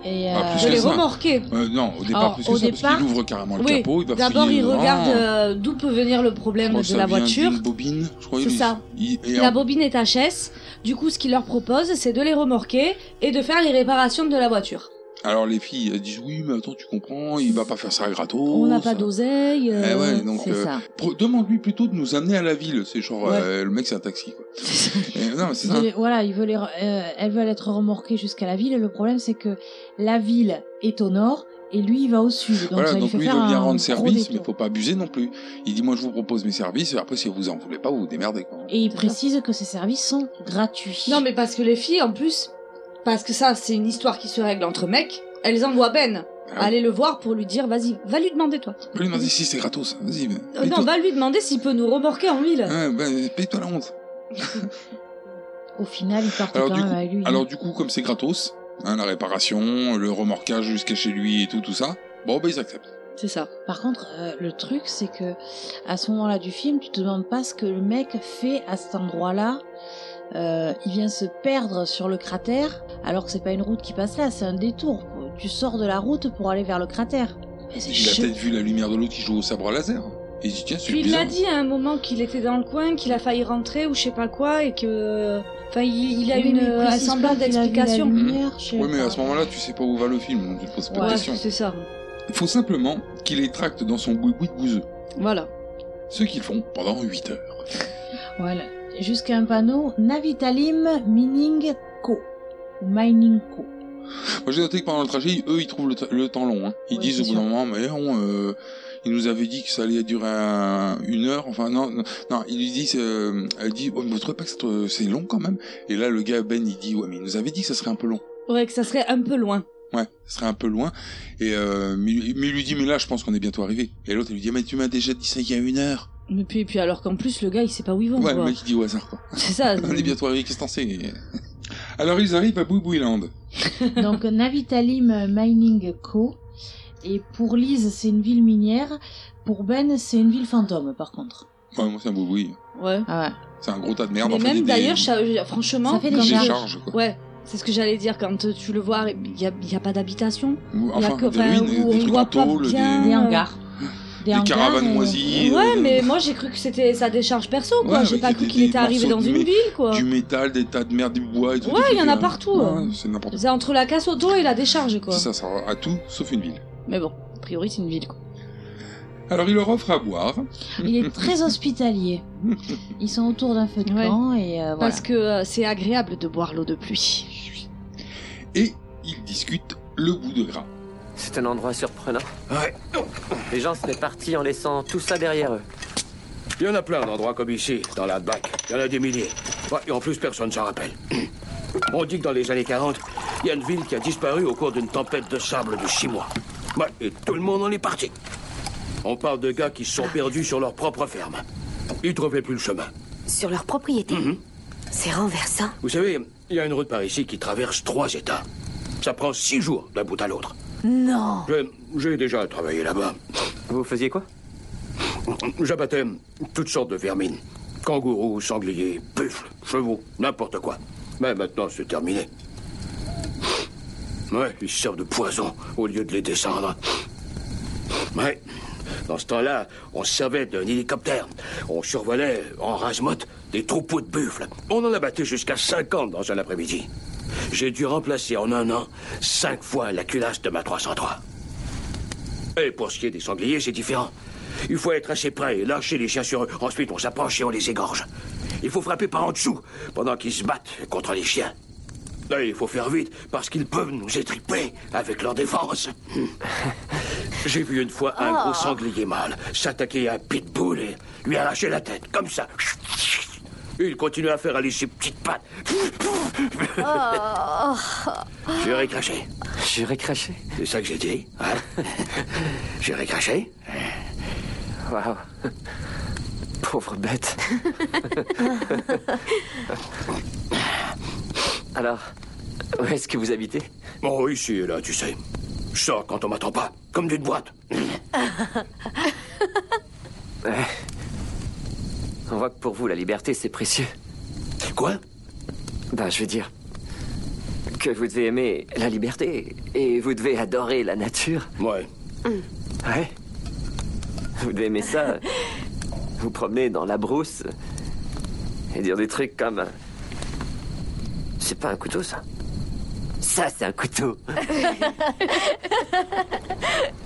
S7: Et,
S3: Ah, plus
S10: Je
S3: que
S10: l'ai
S3: ça.
S10: remorqué.
S3: Euh, non, au départ,
S7: Alors,
S3: plus que
S7: au
S3: ça, parce
S7: départ-
S3: qu'il ouvre carrément le
S10: Oui.
S3: capot, il va
S10: D'abord,
S3: fouiller
S10: il
S3: dedans.
S10: regarde euh, d'où peut venir le
S3: Je
S10: problème
S3: crois que
S10: de
S3: Oh, ça
S10: la
S3: vient
S10: voiture.
S3: d'une bobine, je crois.
S10: C'est
S3: il-
S10: ça.
S3: il- et
S10: La
S3: en-
S10: bobine est HS. Du coup, ce qu'il leur propose, c'est de les remorquer et de faire les réparations de la voiture.
S3: Alors, les filles, elles disent, oui, mais attends, tu comprends, il va pas faire ça gratos.
S10: On n'a pas
S3: ça-
S10: d'oseille. euh,
S3: Eh ouais, donc
S7: C'est
S3: euh,
S7: ça.
S3: pro- demande-lui plutôt de nous amener à la ville. C'est genre,
S10: Ouais.
S3: euh, le mec c'est un taxi. Quoi. Et non, mais c'est
S7: Il
S3: ça.
S7: veut les- voilà, il veut les, re- euh, elles veulent être remorquées jusqu'à la ville. Le problème, c'est que la ville est au nord et lui, il va au sud. Donc,
S3: voilà,
S7: ça
S3: donc
S7: lui
S3: lui
S7: fait
S3: il
S7: faire
S3: veut bien
S7: un
S3: rendre
S7: gros
S3: service,
S7: détour.
S3: mais faut pas abuser non plus. Il dit, moi je vous propose mes services, et après si vous en voulez pas, vous vous démerdez. Quoi.
S7: Et il précise que ces services sont gratuits.
S10: Non, mais parce que les filles, en plus, parce que ça, c'est une histoire qui se règle entre mecs, elles envoient Ben.
S3: Ah oui.
S10: Allez le voir pour lui dire, vas-y, va lui demander toi.
S3: Va lui demander si c'est gratos. Vas-y, mais-
S10: Euh, non,
S3: paye-toi.
S10: va lui demander s'il peut nous remorquer en ville.
S3: Ouais, bah, paye-toi la honte.
S7: Au final, il part
S3: Alors,
S7: quand
S3: du
S7: même
S3: coup-
S7: avec lui.
S3: Alors du coup, comme c'est gratos, hein, la réparation, le remorquage jusqu'à chez lui et tout, tout ça, bon bah ils acceptent.
S10: C'est ça.
S7: Par contre, euh, le truc, c'est que à ce moment-là du film, tu te demandes pas ce que le mec fait à cet endroit-là. Euh, il vient se perdre sur le cratère, alors que c'est pas une route qui passe là, c'est un détour. Tu sors de la route pour aller vers le cratère. Mais c'est
S3: Il a
S7: chelou.
S3: peut-être vu la lumière de l'autre qui joue au sabre laser. Et il dit, tiens, c'est
S10: Puis il
S3: bizarre.
S10: l'a dit à un moment qu'il était dans le coin, qu'il a failli rentrer ou je sais pas quoi et que. Enfin, il, il a
S7: Oui,
S10: une
S7: mais il
S10: un
S7: précise
S10: semblant
S7: pas qu'il a vu la
S10: d'explication.
S7: lumière, je sais
S3: Mmh. Oui, mais à
S7: pas.
S3: ce moment-là, tu sais pas où va le film, donc tu te poses pas de
S10: Ouais,
S3: questions.
S10: c'est ça.
S3: Il faut simplement qu'il les tracte dans son boui-boui de bouseux.
S10: Voilà.
S3: Ce qu'ils font pendant 8 heures.
S7: Voilà. Jusqu'à un panneau Navitalim Mining Co. Ou Mining Co.
S3: Moi, j'ai noté que pendant le trajet, eux, ils trouvent le, tra- le temps long. hein. Ils
S7: Ouais,
S3: disent
S7: c'est
S3: au bout d'un
S7: sûr.
S3: moment, mais on, euh, ils nous avaient dit que ça allait durer un- une heure. Enfin, non, non, non, ils lui disent, euh, elle dit, oh, mais vous trouvez pas que c'est, euh, c'est long quand même Et là, le gars, Ben, il dit, ouais, mais ils nous avaient dit que ça serait un peu long.
S10: Ouais, que ça serait un peu loin.
S3: Ouais, ça serait un peu loin. Et euh, mais, mais il lui dit, mais là, je pense qu'on est bientôt arrivé. Et l'autre, il lui dit, mais tu m'as déjà dit ça il y a une heure.
S8: Mais puis, et puis alors qu'en plus, le gars, il sait pas où ils
S7: Oh,
S8: vont,
S3: ouais, le
S7: bah.
S8: quoi.
S3: mec, il dit au hasard, quoi.
S8: C'est ça.
S3: On est bientôt arrivé, qu'est-ce que t'en sais Alors, ils arrivent à Boubouiland.
S7: Donc Navitalim Mining Co. Et pour Lise, c'est une ville minière. Pour Ben, c'est une ville fantôme, par contre.
S3: Ouais, moi, c'est un Bouboui.
S10: Ouais.
S7: Ah ouais.
S3: C'est un gros tas de merde.
S10: Mais
S3: en fait,
S10: même
S3: des-
S10: d'ailleurs, ça- euh, franchement,
S7: Ça fait des
S3: des
S10: quand-
S7: charges.
S3: décharges, quoi.
S10: Ouais, c'est ce que j'allais dire. Quand euh, tu le vois, il n'y a, il y a pas d'habitation.
S3: Ou-
S10: Il y a
S3: Enfin,
S10: que-
S3: des
S10: enfin,
S3: ruines, des
S10: où on
S3: trucs en
S10: voit pas
S3: tôle,
S10: bien.
S3: des...
S7: Des hangars.
S3: Euh, des
S7: hangars,
S3: caravanes
S7: euh,
S3: moisies, euh,
S10: Ouais,
S3: des-
S10: mais moi j'ai cru que c'était sa décharge perso, quoi.
S3: Ouais,
S10: J'ai
S3: mais
S10: pas
S3: des-
S10: cru
S3: des-
S10: qu'il
S3: des
S10: était arrivé
S3: morceaux
S10: dans
S3: de
S10: une
S3: mé-
S10: ville, quoi.
S3: du métal, des tas de merde, du bois et tout.
S10: Ouais,
S3: des
S10: il y
S3: trucs,
S10: en a
S3: euh,
S10: partout,
S3: ouais,
S10: hein.
S3: c'est n'importe
S10: C'est entre la casse au dos et la décharge,
S3: quoi.
S10: quoi.
S3: Ça sert à tout sauf une ville.
S8: Mais bon, a priori, c'est une ville, quoi.
S3: Alors, il leur offre à boire.
S7: Il est très hospitalier. Ils sont autour d'un feu de
S8: Ouais.
S7: camp et euh, voilà.
S8: Parce que euh, c'est agréable de boire l'eau de pluie.
S3: Et ils discutent le bout de gras.
S11: C'est un endroit surprenant. Les gens seraient partis en laissant tout ça derrière eux.
S2: Il y en a plein d'endroits comme ici, dans la BAC. Il y en a des milliers. Ouais, et en plus, personne s'en rappelle. On dit que dans les années 40, il y a une ville qui a disparu au cours d'une tempête de sable du Chinois. Ouais, et tout le monde en est parti. On parle de gars qui se sont perdus sur leur propre ferme. Ils trouvaient plus le chemin.
S4: Sur leur propriété. C'est renversant.
S2: Vous savez, il y a une route par ici qui traverse trois États. Ça prend six jours d'un bout à l'autre.
S4: Non.
S2: J'ai- J'ai déjà travaillé là-bas.
S11: Vous faisiez quoi
S2: J'abattais toutes sortes de vermines. Kangourous, sangliers, buffles, chevaux, n'importe quoi. Mais maintenant, c'est terminé. Ouais, ils servent de poison au lieu de les descendre. Ouais. Dans ce temps-là, on se servait d'un hélicoptère. On survolait, en rase-motte, des troupeaux de buffles. On en abattait jusqu'à 50 dans un après-midi. J'ai dû remplacer en un an cinq fois la culasse de ma 303. Et pour ce qui est des sangliers, c'est différent. Il faut être assez près et lâcher les chiens sur eux. Ensuite, on s'approche et on les égorge. Il faut frapper par en dessous pendant qu'ils se battent contre les chiens. Là, il faut faire vite parce qu'ils peuvent nous étriper avec leur défense. J'ai vu une fois un gros sanglier mâle s'attaquer à un pitbull et lui arracher la tête, comme ça. Il continue à faire aller ses petites pattes. Je vais craché.
S11: J'ai récraché.
S2: C'est ça que j'ai dit, hein J'ai récraché
S11: Waouh. Pauvre bête. Alors, où est-ce que vous habitez
S2: Oh, ici et là, tu sais. Je sors quand on m'attend pas, comme d'une boîte.
S11: On voit que pour vous, la liberté, c'est précieux.
S2: Quoi
S11: Bah, je veux dire que vous devez aimer la liberté et vous devez adorer la nature.
S2: Ouais.
S11: Ouais. Vous devez aimer ça. vous promener dans la brousse et dire des trucs comme. euh, C'est pas un couteau, ça Ça, c'est un couteau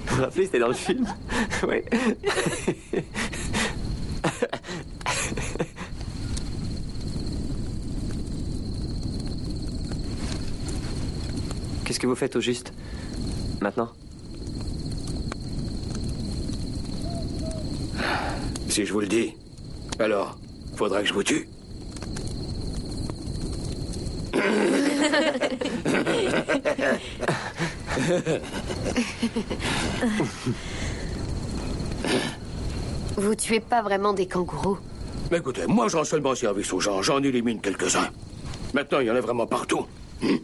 S11: Vous vous rappelez, c'était dans le film Oui. Qu'est-ce que vous faites au juste Maintenant
S2: Si je vous le dis, alors, faudra que je vous tue.
S4: Vous tuez pas vraiment des kangourous.
S2: Mais écoutez, moi, je rends seulement service aux gens, j'en élimine quelques-uns. Maintenant, il y en a vraiment partout. Hmm.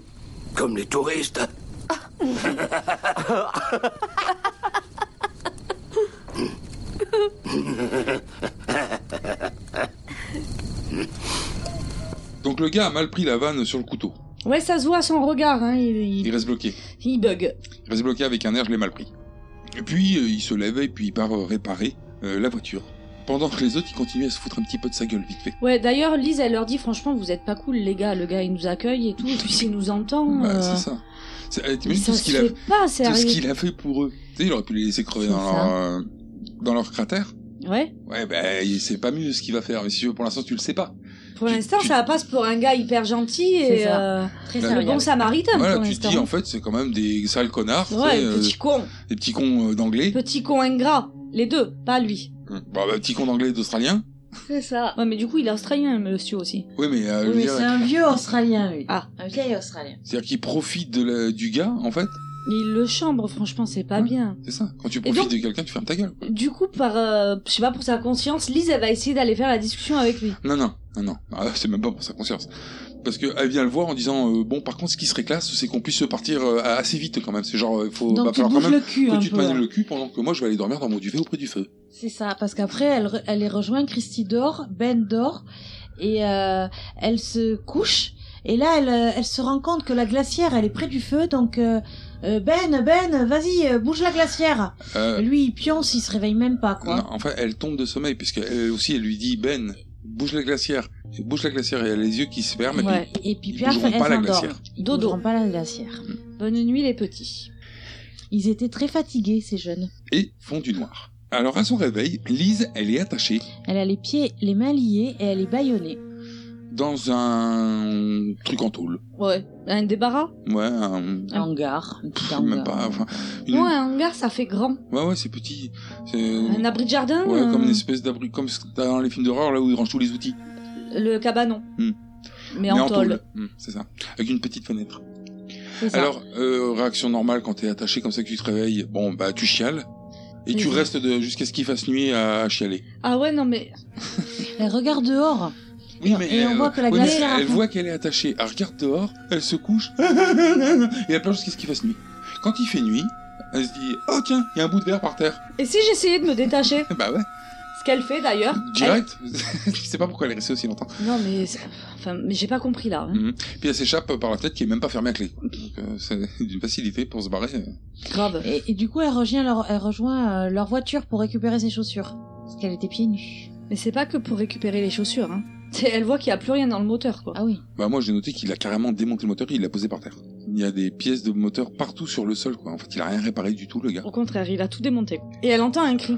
S2: Comme les touristes.
S3: Donc, le gars a mal pris la vanne sur le couteau.
S10: Ouais, ça se voit à son regard, hein. Il,
S3: Il
S10: il-
S3: reste bloqué.
S10: il bug.
S3: Il reste bloqué avec un air, je l'ai mal pris. Et puis, euh, il se lève et puis il part euh, réparer euh, la voiture. Pendant que les autres, ils continuent à se foutre un petit peu de sa gueule, vite fait.
S10: Ouais, d'ailleurs, Lise, elle leur dit franchement, vous êtes pas cool, les gars. Le gars, il nous accueille et tout. Et puis, s'il nous entend.
S3: Bah,
S10: euh,
S3: c'est ça. C'est- eh,
S10: mais
S3: T'imagines
S10: ça
S3: tout ce
S10: se
S3: qu'il a,
S10: fait pas,
S3: tout ce
S10: sérieux.
S3: qu'il a fait pour eux. Tu sais, il aurait pu les laisser crever
S10: C'est
S3: dans leur, euh, dans leur cratère. bah,
S10: Ouais.
S3: Ouais, ben, il sait pas mieux ce qu'il va faire. Mais si tu veux, pour l'instant, tu le sais pas.
S10: Pour l'instant, ça passe pour un gars hyper gentil
S3: C'est
S10: et
S3: ça.
S10: euh,
S3: Très
S10: le
S3: serviable.
S10: Ah, bon samaritain
S3: Voilà,
S10: pour
S3: tu te
S10: l'instant.
S3: dis en fait, c'est quand même des sales connards.
S10: Ouais,
S3: tu sais, euh,
S10: petits cons.
S3: Des petits cons euh, d'anglais.
S10: Petit con ingrat, les deux, pas lui.
S3: Bah, bah, petits cons d'anglais et d'australiens.
S10: C'est ça. Ouais, mais du coup, il est australien, le monsieur aussi.
S3: Oui, mais, euh, je veux
S7: Oui, mais
S3: dire,
S7: c'est un vieux Australien, lui.
S10: Ah.
S7: Un vieil Australien.
S3: c'est-à-dire qu'ils profitent de la- du gars, en fait.
S10: Il le chambre, franchement, c'est pas bien.
S3: C'est ça. Quand tu
S10: Et
S3: profites
S10: donc-
S3: de quelqu'un, tu fermes ta gueule.
S10: Du coup, par, euh, je sais pas, pour sa conscience, Lise, elle va essayer d'aller faire la discussion avec lui.
S3: Non, non, non, non. Ah, c'est même pas pour sa conscience. Parce qu'elle vient le voir en disant euh, Bon, par contre, ce qui serait classe, c'est qu'on puisse se partir euh, assez vite quand même. C'est genre, euh, il faut
S7: Donc
S3: va
S7: tu
S3: falloir
S7: bouges
S3: quand même
S7: le cul
S3: que
S7: un
S3: tu te
S7: peu,
S3: manges
S7: hein.
S3: le cul pendant que moi je vais aller dormir dans mon duvet auprès du feu.
S7: C'est ça, parce qu'après, elle, re- elle les rejoint, Christy dort, Ben dort, et euh, elle se couche, et là, elle, euh, elle se rend compte que la glacière, elle est près du feu, donc euh, euh, Ben, Ben, vas-y, euh, bouge la glacière
S3: Euh,
S7: Lui, il pionce, il se réveille même pas, quoi.
S3: Non, enfin, elle tombe de sommeil, puisque elle aussi, elle lui dit Ben, bouge la glacière. Elle bouge la glacière et elle a les yeux qui se ferment.
S7: Ouais.
S3: Et puis,
S7: Et puis,
S3: ils
S7: puis après,
S3: bougeront
S7: elle
S3: pas la
S7: s'endort.
S3: glacière.
S7: Ils bougeront pas la glacière.
S10: Bonne nuit, les petits.
S7: Ils étaient très fatigués, ces jeunes.
S3: et font du noir. Alors, à son réveil, Lise, elle est attachée
S7: Elle a les pieds, les mains liées, et elle est bâillonnée.
S3: dans un truc en tôle.
S10: Ouais. Un débarras
S3: Ouais, un.
S7: Un euh. hangar, un petit
S3: Pff,
S7: hangar.
S3: Même pas. Enfin,
S10: Ouais,
S3: une-
S10: un hangar, ça fait grand.
S3: Bah Ouais, ouais, c'est petit. C'est...
S10: Un abri de jardin
S3: Mm. Ouais,
S10: euh,
S3: comme une espèce d'abri, comme ce que t'as dans les films d'horreur, là où ils rangent tous les outils.
S10: Le cabanon.
S3: Hmm.
S10: Mais, en, tôle.
S3: Hmm, c'est ça. Avec une petite fenêtre.
S10: C'est ça.
S3: Alors, euh, réaction normale quand t'es attaché comme ça que tu te réveilles, bon, bah, tu chiales. Et tu
S10: Mhm.
S3: restes de- jusqu'à ce qu'il fasse nuit à, à chialer.
S10: Ah ouais, non, mais.
S7: Elle regarde dehors.
S3: Oui, mais,
S7: et on
S3: elle-
S7: voit que la
S3: oui, mais
S10: hein.
S7: glacière.
S3: elle voit qu'elle est attachée. Elle regarde dehors, elle se couche, et elle pleure jusqu'à ce qu'il fasse nuit. Quand il fait nuit, elle se dit, oh tiens, il y a un bout de verre par terre.
S10: Et si j'essayais de me détacher
S3: Bah ouais,
S10: Ce qu'elle fait d'ailleurs.
S3: direct. je sais pas pourquoi elle est restée aussi longtemps.
S10: elle- Non, mais. c'est- Enfin, mais j'ai pas compris là. hein.
S3: Mhm. Puis elle s'échappe par la fenêtre qui est même pas fermée à clé. Donc euh, c'est d'une facilité pour se barrer. Mm.
S10: Grave.
S7: Et, et du coup, elle rejoint, leur, elle rejoint euh, leur voiture pour récupérer ses chaussures. Parce qu'elle était pieds nus.
S10: Mais c'est pas que pour récupérer les chaussures. Hein. C'est- Elle voit qu'il y a plus rien dans le moteur, quoi.
S7: Ah oui.
S3: Bah moi j'ai noté qu'il a carrément démonté le moteur, il l'a posé par terre. Il y a des pièces de moteur partout sur le sol quoi. En fait il a rien réparé du tout le gars.
S10: Au contraire, il a tout démonté. Et elle entend un cri.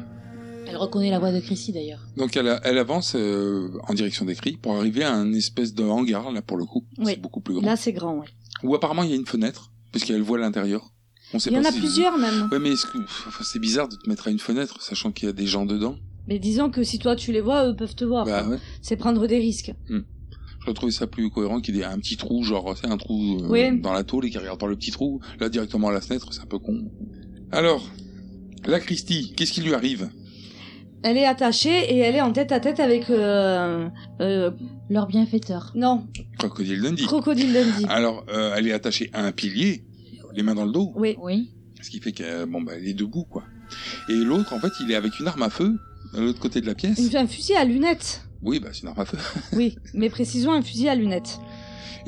S7: Elle reconnaît la voix de Chrissy d'ailleurs.
S3: Donc elle, a- elle avance euh, en direction des cris pour arriver à un espèce de hangar là pour le coup.
S10: Oui.
S3: C'est beaucoup plus grand.
S10: Là, c'est grand, ouais.
S3: Où apparemment il y a une fenêtre puisqu'elle voit l'intérieur. On sait
S10: Il y
S3: pas
S10: en a
S3: si-
S10: plusieurs même.
S3: Ouais mais est-ce que pff, enfin, c'est bizarre de te mettre à une fenêtre sachant qu'il y a des gens dedans.
S10: Mais disons que si toi tu les vois, eux peuvent te voir.
S3: Bah
S10: quoi.
S3: ouais.
S10: C'est prendre des risques.
S3: Je trouvais ça plus cohérent qu'il y ait un petit trou, genre, c'est un trou euh,
S10: Oui.
S3: dans la tôle et qu'il regarde par le petit trou. Là, directement à la fenêtre, c'est un peu con. Alors, la Christie, qu'est-ce qui lui arrive
S10: Elle est attachée et elle est en tête à tête avec. euh, euh,
S7: Leur bienfaiteur.
S10: non,
S3: Crocodile Dundee.
S10: Crocodile Dundee.
S3: Alors, euh, elle est attachée à un pilier, les mains dans le dos,
S10: Oui.
S7: Oui.
S3: ce qui fait qu'elle bon, bah, elle est debout, quoi. Et l'autre, en fait, il est avec une arme à feu, de l'autre côté de la pièce.
S10: Une- un fusil à lunettes.
S3: Oui, bah, c'est une arme à feu.
S10: Oui, mais précisons un fusil à lunettes.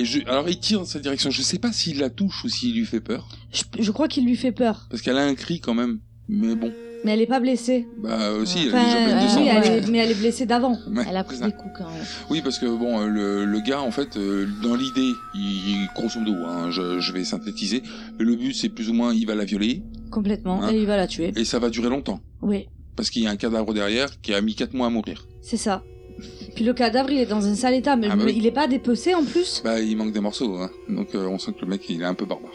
S3: Et je... Alors, il tire dans cette direction. Je sais pas s'il la touche ou s'il lui fait peur,
S10: Je, je crois qu'il lui fait peur.
S3: parce qu'elle a un cri quand même. Mais bon,
S10: Mais elle est pas blessée.
S3: bah, aussi, elle est
S10: Enfin, euh,
S3: déjà pleine de sang.
S10: oui, elle
S7: ouais.
S10: est- mais elle est blessée d'avant.
S3: Ouais,
S7: Elle a
S3: c'est
S7: pris
S3: ça.
S7: des coups quand même.
S3: Oui, parce que bon, euh, le, le gars, en fait, euh, dans l'idée, il, il- grosso modo, hein, je, je vais synthétiser, le but c'est plus ou moins, il va la violer,
S10: Complètement.
S3: Ouais.
S10: Et il va la tuer.
S3: et ça va durer longtemps,
S10: Oui,
S3: parce qu'il y a un cadavre derrière qui a mis 4 mois à mourir.
S10: c'est ça. Puis le cadavre, il est dans un sale état, mais
S3: Ah bah oui.
S10: il est pas dépecé en plus.
S3: Bah, il manque des morceaux, hein. donc euh, on sent que le mec, il est un peu barbare.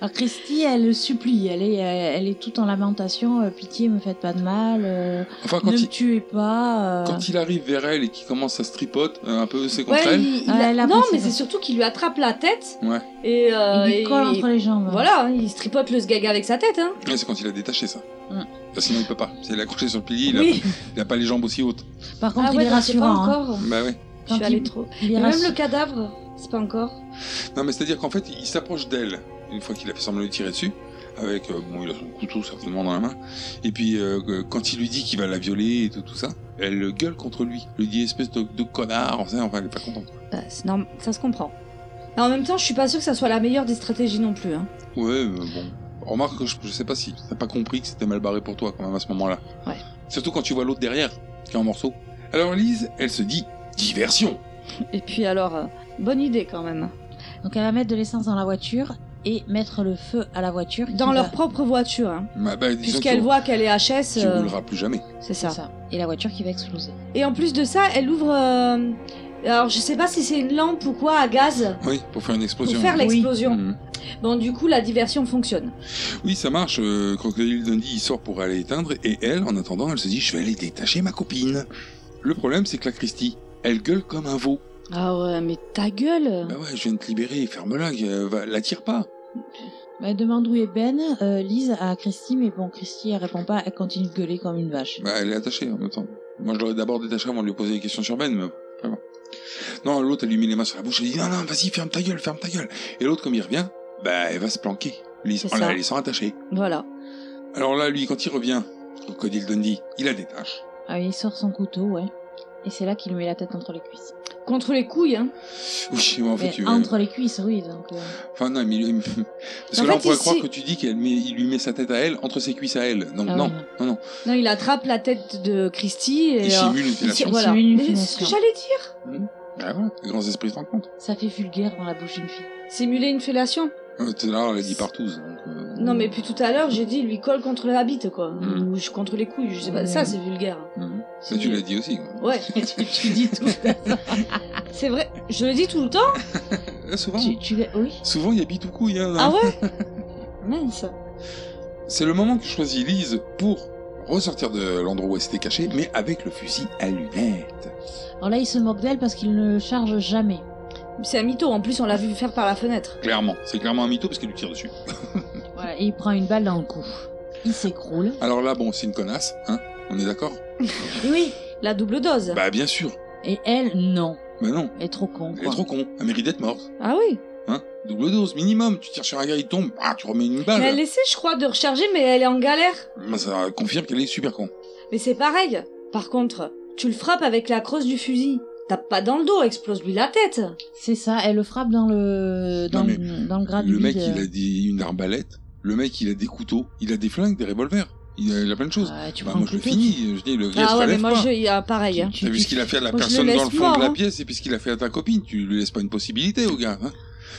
S7: Alors Christy, elle le supplie. Elle est, euh, elle est toute en lamentation. euh, Pitié, me faites pas de mal. euh,
S3: Enfin,
S7: ne
S3: quand, il,
S7: me tuez pas. euh.
S3: quand il arrive vers elle et qu'il commence à se tripote, euh, un peu, c'est contre
S10: Ouais,
S3: elle.
S10: il- il
S7: Ah,
S10: a-
S7: elle a
S10: Non,
S7: pris
S10: mais
S7: ses-
S10: c'est surtout qu'il lui attrape la tête
S3: Ouais,
S10: et. euh,
S7: il lui
S10: et-
S7: colle entre les jambes.
S10: Voilà, hein, il se tripote le sgag avec sa tête. Hein.
S3: Ouais, c'est quand il a détaché ça.
S7: Mm.
S3: Parce que Sinon, il peut pas. C'est accroché sur le pilier, il,
S10: Oui.
S3: a, il a pas les jambes aussi hautes.
S7: Par contre,
S10: ah
S7: il
S10: ouais,
S7: est
S10: non, c'est pas
S7: rassurant. hein.
S10: encore.
S3: Bah ouais.
S10: Je
S7: Quand
S10: suis allée
S7: il-
S10: trop.
S7: Il est
S10: Et même
S7: rassurant.
S10: le cadavre, c'est pas encore.
S3: Non, mais c'est-à-dire qu'en fait, il s'approche d'elle, une fois qu'il a fait semblant de lui tirer dessus, avec, euh, bon, il a son couteau certainement dans la main, et puis euh, euh, quand il lui dit qu'il va la violer et tout, tout ça, elle le gueule contre lui, lui dit espèce de, de connard, enfin, enfin, elle est pas contente.
S10: Bah, c'est norm- ça se comprend. Mais en même temps, je suis pas sûre que ça soit la meilleure des stratégies non plus. Hein.
S3: Ouais, mais bon. Remarque, je, je sais pas si t'as pas compris que c'était mal barré pour toi, quand même, à ce moment-là.
S10: Ouais.
S3: Surtout quand tu vois l'autre derrière, qui est en morceaux. Alors Lise, elle se dit, diversion
S10: Et puis alors, euh, bonne idée quand même.
S7: Donc elle va mettre de l'essence dans la voiture et mettre le feu à la voiture. qui
S10: Dans
S7: va-
S10: leur propre voiture, hein.
S3: bah, bah, disons
S10: puisqu'elle
S3: que-
S10: voit qu'elle est HS.
S3: Tu
S10: euh,
S3: rouleras plus jamais.
S10: c'est
S7: C'est
S10: ça.
S7: ça. Et la voiture qui va exploser.
S10: Et en plus de ça, elle ouvre euh, Alors, je sais pas si c'est une lampe ou quoi à gaz.
S3: Oui, pour faire une
S10: Pour
S3: explosion.
S10: faire l'explosion.
S3: Mhm.
S10: Bon, du coup, la diversion fonctionne.
S3: Oui, ça marche. euh, Crocodile Dundee il sort pour aller éteindre et elle, en attendant, elle se dit je vais aller détacher ma copine. Le problème, c'est que la Christie, elle gueule comme un veau.
S8: Ah ouais, mais ta gueule
S3: Bah ouais, je viens de te libérer, ferme-la, euh, va- la tire pas.
S7: Bah, Elle demande où est Ben, euh, Lise à Christy, mais bon, Christy, elle répond pas, elle continue de gueuler comme une vache.
S3: Bah, elle est attachée en même temps. Moi, je l'aurais d'abord détachée avant de lui poser des questions sur Ben, mais vraiment. Non, l'autre, elle lui met les mains sur la bouche, elle dit non, non, vas-y, ferme ta gueule, ferme ta gueule. Et l'autre, comme il revient, bah, elle va se planquer. Lise,
S8: C'est
S3: en
S8: ça.
S3: la laissant attachée.
S8: Voilà.
S3: Alors là, lui, quand il revient, Crocodile Dundee, il la détache.
S8: Ah, il sort son couteau, ouais. Et c'est là qu'il lui met la tête entre les cuisses.
S10: Contre les couilles, hein.
S3: Oui, mais en fait,
S7: Mais
S3: tu
S7: entre les cuisses, oui, donc. euh,
S3: Enfin, non, mais. il- Parce
S10: En
S3: que là, on
S10: fait,
S3: pourrait
S10: il
S3: croire
S10: s'est-
S3: que tu dis qu'il lui met sa tête à elle entre ses cuisses à elle. Donc,
S10: Ah
S3: non,
S10: oui.
S3: non, non.
S10: Non, il attrape la tête de Christy
S3: Il
S10: et. euh,
S3: simule une
S10: il
S3: fellation.
S10: si- Voilà.
S7: Il simule une
S10: Mais C'est ce
S7: fellation.
S10: que j'allais dire.
S3: Bah voilà, les grands esprits se rencontrent.
S7: Ça fait vulgaire dans la bouche d'une fille.
S10: Simuler une fellation.
S3: Euh, Tout à l'heure, on l'a dit partout. donc, euh,
S10: Non, mais puis tout à l'heure, j'ai dit, il lui colle contre la bite, quoi.
S3: Mhm.
S10: Ou je- contre les couilles, je sais pas. Ça, c'est vulgaire.
S3: mhm. Mais tu l'as dit aussi. quoi.
S10: Ouais. tu, dis tout le temps. c'est vrai, je le dis tout le temps.
S3: Là, Euh, souvent,
S7: oui.
S3: souvent, il y a bite ou couille. hein, dans-
S10: Ah ouais Mince.
S3: C'est le moment que choisit Lise pour ressortir de l'endroit où elle s'était cachée, mais avec le fusil à lunettes.
S7: Alors là, il se moque d'elle parce qu'il ne le charge jamais.
S10: C'est un mytho, en plus on l'a vu faire par la fenêtre.
S3: Clairement, c'est clairement un mytho parce qu'elle lui tire dessus.
S7: Voilà, et il prend une balle dans le cou. Il s'écroule.
S3: Alors là, bon, c'est une connasse, hein On est d'accord
S10: Et oui, la double dose.
S3: Bah bien sûr.
S7: Et elle, non.
S3: Bah non,
S7: Elle est trop con.
S3: elle
S7: quoi.
S3: est trop con. Elle mérite d'être morte.
S10: Ah oui.
S3: Hein Double dose, minimum. Tu tires sur un gars, il tombe, ah, tu remets une balle.
S10: Mais elle essaie, je crois, de recharger, mais elle est en galère.
S3: Bah, Ça confirme qu'elle est super con.
S10: Mais c'est pareil. Par contre, tu le frappes avec la crosse du fusil. Tape pas dans le dos, explose-lui la tête.
S7: C'est ça, elle le frappe dans le dans,
S3: Non, mais
S7: le- dans le gras
S3: le
S7: du
S3: mec,
S7: bide.
S3: il a des- une arbalète. Le mec, il a des couteaux. Il a des flingues, des revolvers. Il a, il a plein de choses.
S7: Ah, tu
S3: Bah,
S7: prends
S3: moi,
S7: le
S3: je le
S7: couteau,
S3: finis. Je dis, le gars, se
S10: ah ouais, mais
S3: relève
S10: moi,
S3: pas.
S10: je, il y a pareil. hein.
S3: T'as vu ce qu'il a fait à la
S10: Moi, je le
S3: personne dans le
S10: laisse
S3: fond
S10: mort,
S3: de la
S10: hein.
S3: pièce et puis ce qu'il a fait à ta copine, tu lui laisses pas une possibilité au gars. hein.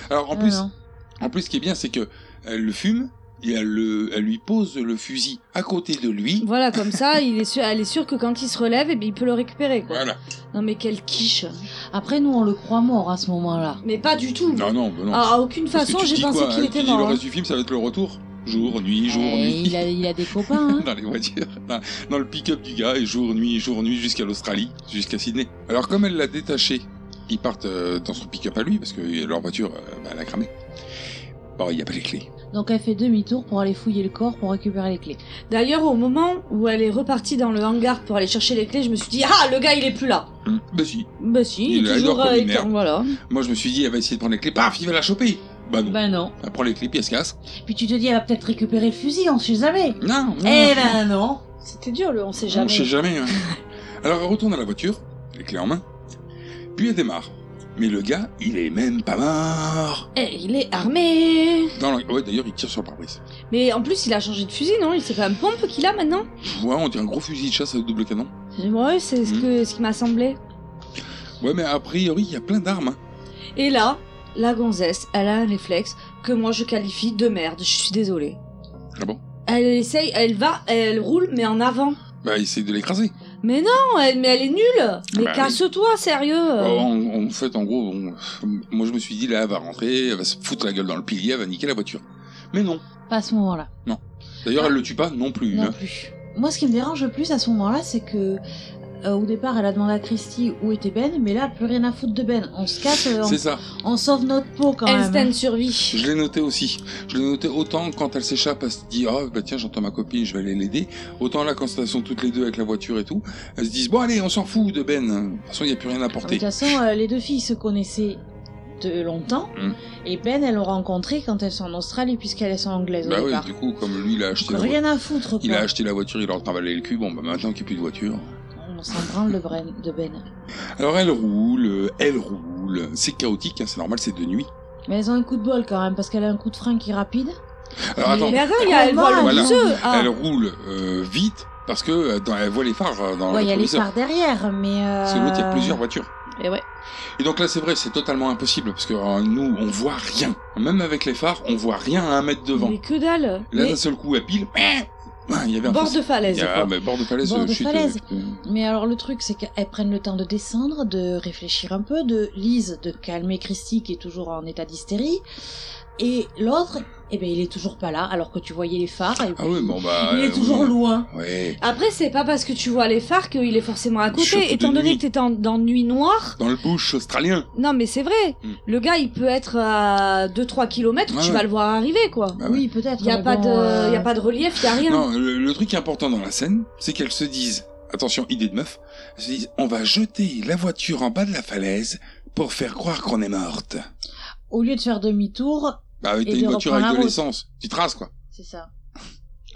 S3: Alors en
S7: Ah,
S3: plus,
S7: non.
S3: en plus, ce qui est bien, c'est que elle le fume et elle, le, elle lui pose le fusil à côté de lui.
S10: Voilà, comme ça, il est sûr, elle est sûre que quand il se relève, eh bien, il peut le récupérer. Quoi.
S3: Voilà.
S10: Non mais quelle quiche.
S7: Après, nous, on le croit mort à ce moment-là.
S10: Mais pas du tout.
S3: Non, non, bah non.
S10: À, à aucune
S3: Parce que
S10: façon,
S3: tu te
S10: j'ai
S3: dis
S10: pensé
S3: quoi,
S10: qu'il
S3: hein,
S10: était
S3: tu dis, Le
S10: mort.
S3: reste du film, ça va être le retour. Jour, nuit, jour,
S7: Eh,
S3: nuit.
S7: il, a, il a des copains. Hein.
S3: dans les voitures, dans, dans le pick-up du gars, et jour, nuit, jour, nuit, jusqu'à l'Australie, jusqu'à Sydney. Alors comme elle l'a détaché, ils partent euh, dans son pick-up à lui, parce que leur voiture, euh, bah, elle a cramé. Bon, il n'y a pas les clés.
S7: Donc, elle fait demi-tour pour aller fouiller le corps pour récupérer les clés.
S10: D'ailleurs, au moment où elle est repartie dans le hangar pour aller chercher les clés, je me suis dit ah le gars il est plus là.
S3: Hmm. Bah si.
S10: Bah si,
S3: Il
S10: il est
S3: est
S10: toujours
S3: d'accord
S10: euh,
S3: comme une
S10: il est-
S3: merde.
S10: voilà.
S3: Moi, je me suis dit, elle va essayer de prendre les clés. Paf, il va la choper. Bah non.
S7: Ben non.
S3: Elle prend les clés, puis elle se casse.
S7: Puis tu te dis, elle va peut-être récupérer le fusil, on sait jamais.
S3: Non, non.
S7: Eh ben non.
S10: C'était dur le on sait
S3: On
S10: jamais.
S3: sait jamais. hein. Alors, elle retourne à la voiture, les clés en main. Puis elle démarre. Mais le gars, il est même pas mort.
S10: Eh, il est armé.
S3: Dans la- Ouais, d'ailleurs, il tire sur le pare-brise.
S10: Mais en plus, il a changé de fusil, non Il c'est pas un pompe qu'il a maintenant
S3: Ouais, on dirait un gros fusil de chasse à double canon.
S10: Ouais, c'est ce,
S3: Mhm.
S10: que, ce qui m'a semblé.
S3: Ouais, mais a priori, il y a plein d'armes. hein.
S10: Et là, la gonzesse, elle a un réflexe que moi je qualifie de merde, je suis désolée.
S3: Ah bon
S10: Elle essaye, elle va, elle roule, mais en avant.
S3: Bah, essaye de l'écraser.
S10: Mais non, elle, mais elle est nulle Mais
S3: Bah oui.
S10: casse-toi, sérieux
S3: Oh, en, en fait, en gros, on- moi, je me suis dit, là, elle va rentrer, elle va se foutre la gueule dans le pilier, elle va niquer la voiture. Mais non.
S7: Pas à ce moment-là.
S3: D'ailleurs, elle le tue pas non plus.
S7: Non
S3: hein.
S7: plus. Moi, ce qui me dérange le plus à ce moment-là, c'est que. euh, au départ, elle a demandé à Christy où était Ben, mais là, plus rien à foutre de Ben. On se casse, euh, on,
S3: C'est ça.
S7: on sauve notre peau quand même.
S10: Einstein
S7: hein.
S10: survit.
S3: oh. Je l'ai noté aussi. Je l'ai noté autant quand elle s'échappe, elle se dit oh bah tiens j'entends ma copine, je vais aller l'aider. Autant là quand elles sont toutes les deux avec la voiture et tout, elles se disent bon allez on s'en fout de Ben. De toute façon il n'y a plus rien à
S7: De toute
S3: porter.
S7: façon, euh, les deux filles se connaissaient de longtemps,
S3: Mm.
S7: et Ben, elle l'a rencontré quand elles sont en Australie, puisqu'elles sont anglaises
S3: Bah oui
S7: au départ.
S3: du coup comme lui il a acheté la voiture,
S7: Rien à foutre, quoi.
S3: il a acheté la voiture, il leur travaillait le cul. Bon bah maintenant qu'il n'y a plus de voiture.
S7: On s'en branle de, Bren- de Ben.
S3: Alors elle roule, euh, elle roule. C'est chaotique, hein, c'est normal, c'est de nuit.
S7: Mais elles ont un coup de bol quand même, parce qu'elle a un coup de frein qui est rapide.
S3: Alors attends,
S10: Mais attends, il y a, elle
S7: Comment
S10: voit le
S3: Voilà.
S10: bouseux. Ah.
S3: elle roule euh, vite parce que euh, dans- elle voit les phares euh, dans
S7: ouais, il
S3: le
S7: y a les
S3: rétroviseur.
S7: phares derrière, mais. euh, Eh
S3: Parce que l'autre, il y a plusieurs voitures.
S10: Et ouais.
S3: Et donc là, c'est vrai, c'est totalement impossible, parce que euh, nous, on voit rien. Même avec les phares, on voit rien à un mètre devant.
S10: Mais que dalle
S3: Là,
S10: Mais-
S3: d'un seul coup, elle pile, Il y avait un
S9: Bord
S3: fossé.
S9: de falaise,
S3: Il y a-
S9: quoi.
S3: mais bord de falaise,
S9: Bord de
S3: chute,
S9: falaise.
S3: euh,
S7: Mais alors le truc, c'est qu'elles prennent le temps de descendre, de réfléchir un peu, de Lise, de calmer Christy qui est toujours en état d'hystérie, et l'autre, eh ben il est toujours pas là, alors que tu voyais les phares. Et
S3: Ah oui, bon bah.
S7: Il est
S3: euh,
S7: toujours
S3: oui.
S7: loin.
S3: Ouais.
S10: Après, c'est pas parce que tu vois les phares qu'il est forcément à côté,
S3: Surtout de
S10: étant donné
S3: nuit.
S10: que t'es en, dans nuit noire.
S3: Dans le bush australien.
S10: Non, mais c'est vrai.
S3: Mm.
S10: Le gars, il peut être à 2-3 km,
S3: Ouais,
S10: tu
S3: ouais.
S10: vas le voir arriver, quoi.
S3: Bah ouais.
S7: Oui, peut-être.
S10: Il n'y a,
S7: mais
S10: pas
S7: bon,
S10: de-
S7: euh,
S10: y a pas de relief, il n'y a rien.
S3: Non, le, le truc important dans la scène, c'est qu'elles se disent, attention, idée de meuf, elles se disent, on va jeter la voiture en bas de la falaise pour faire croire qu'on est morte.
S7: Au lieu de faire demi-tour,
S3: Bah,
S7: Et
S3: t'as
S7: de
S3: une voiture
S7: reprendre
S3: avec
S7: la
S3: de
S7: route.
S3: l'essence, tu traces quoi.
S7: c'est ça.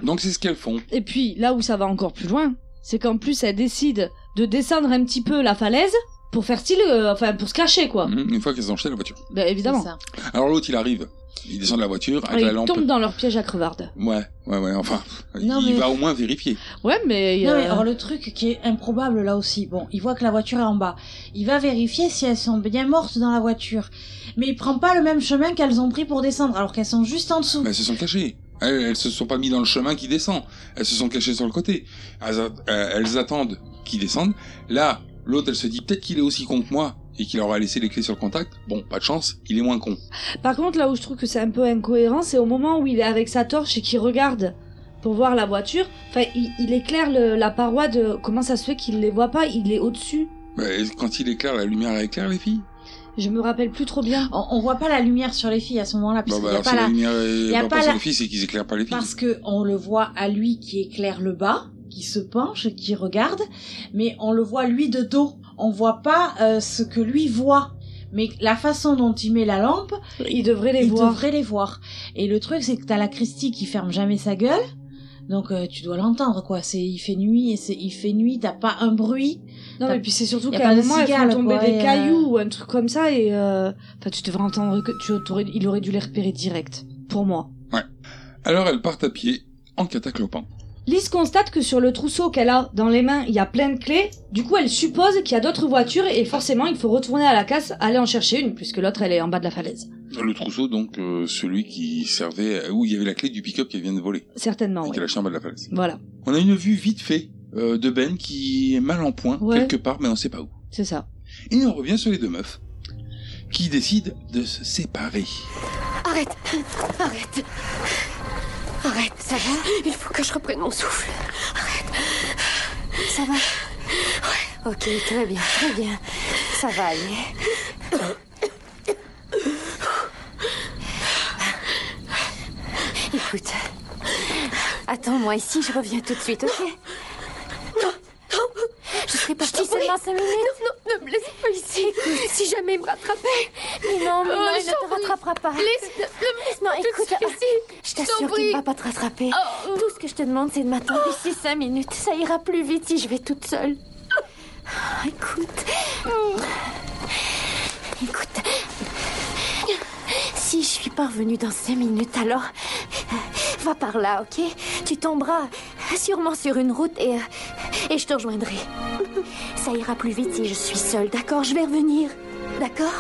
S3: Donc c'est ce qu'elles font.
S10: Et puis, là où ça va encore plus loin, c'est qu'en plus, elle décide de descendre un petit peu la falaise pour faire style, euh, enfin, pour se cacher,
S7: Ah.
S10: quoi.
S3: Mhm, Une fois qu'elles ont jeté la voiture.
S10: Bah, évidemment.
S7: Mm. C'est ça.
S3: Alors l'autre, il arrive, il descend de la voiture
S7: Ah,
S3: avec
S10: Ouais,
S3: la
S10: il
S3: lampe.
S10: tombe dans leur piège à crevarde.
S3: Ouais, ouais, ouais, enfin,
S7: Non,
S3: il
S7: mais-
S3: va au moins vérifier.
S10: Ouais, mais.
S7: Non, mais
S10: euh,
S7: alors le truc qui est improbable là aussi, bon, il voit que la voiture est en bas. Il va vérifier si elles sont bien mortes dans la voiture. Mais il prend pas le même chemin qu'elles ont pris pour descendre, alors qu'elles sont juste en dessous.
S3: Mais elles se sont cachées. Elles, elles se sont pas mis dans le chemin qui descend. Elles se sont cachées sur le côté. Elles, a- euh, elles attendent qu'ils descendent. Là, l'autre, elle se dit peut-être qu'il est aussi con que moi et qu'il aura laissé les clés sur le contact. Bon, pas de chance, il est moins con.
S10: Par contre, là où je trouve que c'est un peu incohérent, c'est au moment où il est avec sa torche et qu'il regarde pour voir la voiture. Enfin, il, il éclaire le- la paroi de. Comment ça se fait qu'il les voit pas Il est au-dessus.
S3: Mais Bah, quand il éclaire, la lumière éclaire les filles.
S10: Je me rappelle plus trop bien.
S7: On, on voit pas la lumière sur les filles à ce moment-là,
S3: Bon,
S7: puisqu'il
S3: bah,
S7: y a
S3: alors
S7: pas
S3: si la
S7: la-
S3: lumière est-
S7: y a
S3: va
S7: pas
S3: pas sur
S7: la-
S3: les filles, c'est qu'ils éclairent pas les filles.
S7: Parce que on le voit à lui qui éclaire le bas, qui se penche, et qui regarde, mais on le voit lui de dos. On voit pas euh, ce que lui voit. Mais la façon dont il met la lampe,
S10: Il devrait les
S7: Oh. il
S10: voir.
S7: devrait les voir. Et le truc, c'est que t'as la Christie qui ferme jamais sa gueule. Donc euh, tu dois l'entendre quoi. C'est il fait nuit et c'est il fait nuit. T'as pas un bruit.
S10: Non,
S7: T'as-
S10: mais puis c'est surtout
S7: y a
S10: qu'à
S7: pas
S10: un
S7: de
S10: moment, elles font
S7: cigales,
S10: tomber
S7: quoi,
S10: des
S7: et, euh,
S10: cailloux ou un truc comme ça et. euh, Enfin, tu devrais entendre que. Tu t'aurais- il aurait dû les repérer direct. Pour moi.
S3: Alors elles partent à pied en cataclopant.
S10: Lise constate que sur le trousseau qu'elle a dans les mains, il y a plein de clés. Du coup, elle suppose qu'il y a d'autres voitures et forcément, il faut retourner à la casse, aller en chercher une, puisque l'autre, elle est en bas de la falaise.
S3: Le trousseau, donc, euh, celui qui servait, euh, où il y avait la clé du pick-up qu'elle vient de voler,
S10: Certainement,
S7: Ah
S3: et
S10: oui.
S3: qu'elle a lâché en bas de la falaise.
S10: Voilà,
S3: On a une vue vite fait euh, de Ben qui est mal en point,
S10: Ouais.
S3: quelque part, mais on sait pas où.
S10: c'est ça.
S3: Et on revient sur les deux meufs qui décident de se séparer.
S4: Arrête Arrête Arrête, ça va Il faut que je reprenne mon souffle. Arrête Ça va Ouais, ok, très bien, très bien. Ça va aller. Écoute, attends-moi ici, je reviens tout de suite, ok Je serai partie seulement cinq minutes.
S12: Non, ne me laisse pas ici. Si jamais il me rattrapait.
S4: Mais non, mais
S12: Oh,
S4: non, il
S12: je
S4: ne
S12: t'en
S4: te
S12: prie.
S4: rattrapera pas.
S12: Laisse-
S4: Non,
S12: tout de
S4: écoute, oh,
S12: suite ici.
S4: je
S12: Je t'en
S4: t'assure qu'il
S12: prie.
S4: ne va pas te rattraper.
S12: Oh.
S4: Tout ce que je te demande, c'est de m'attendre ici cinq minutes. Ça ira plus vite si je vais toute seule. Oh, écoute.
S12: Oh.
S4: Écoute. Si je suis parvenue dans cinq minutes, alors euh, va par là, ok Tu tomberas sûrement sur une route et, euh, et je te rejoindrai. Ça ira plus vite si je suis seule, d'accord Je vais revenir, d'accord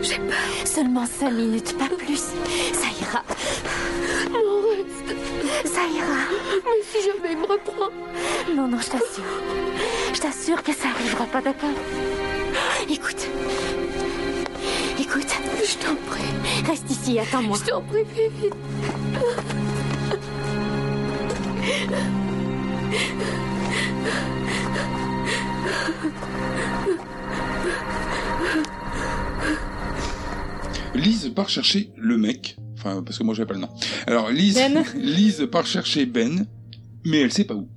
S4: J'ai peur. Seulement cinq minutes, pas plus. Ça ira.
S12: Non, reste.
S4: Ça ira.
S12: Mais si jamais il me reprend.
S4: Non, non, je t'assure. Je t'assure que ça arrivera pas, d'accord Écoute. Écoute. Je t'en prie. Reste ici, attends-moi.
S12: Je t'en prie, fais vite.
S3: Lise part chercher le mec, enfin parce que moi j'avais pas le nom. Alors Lise,
S10: Ben.
S3: Lise part chercher Ben, mais elle sait pas où.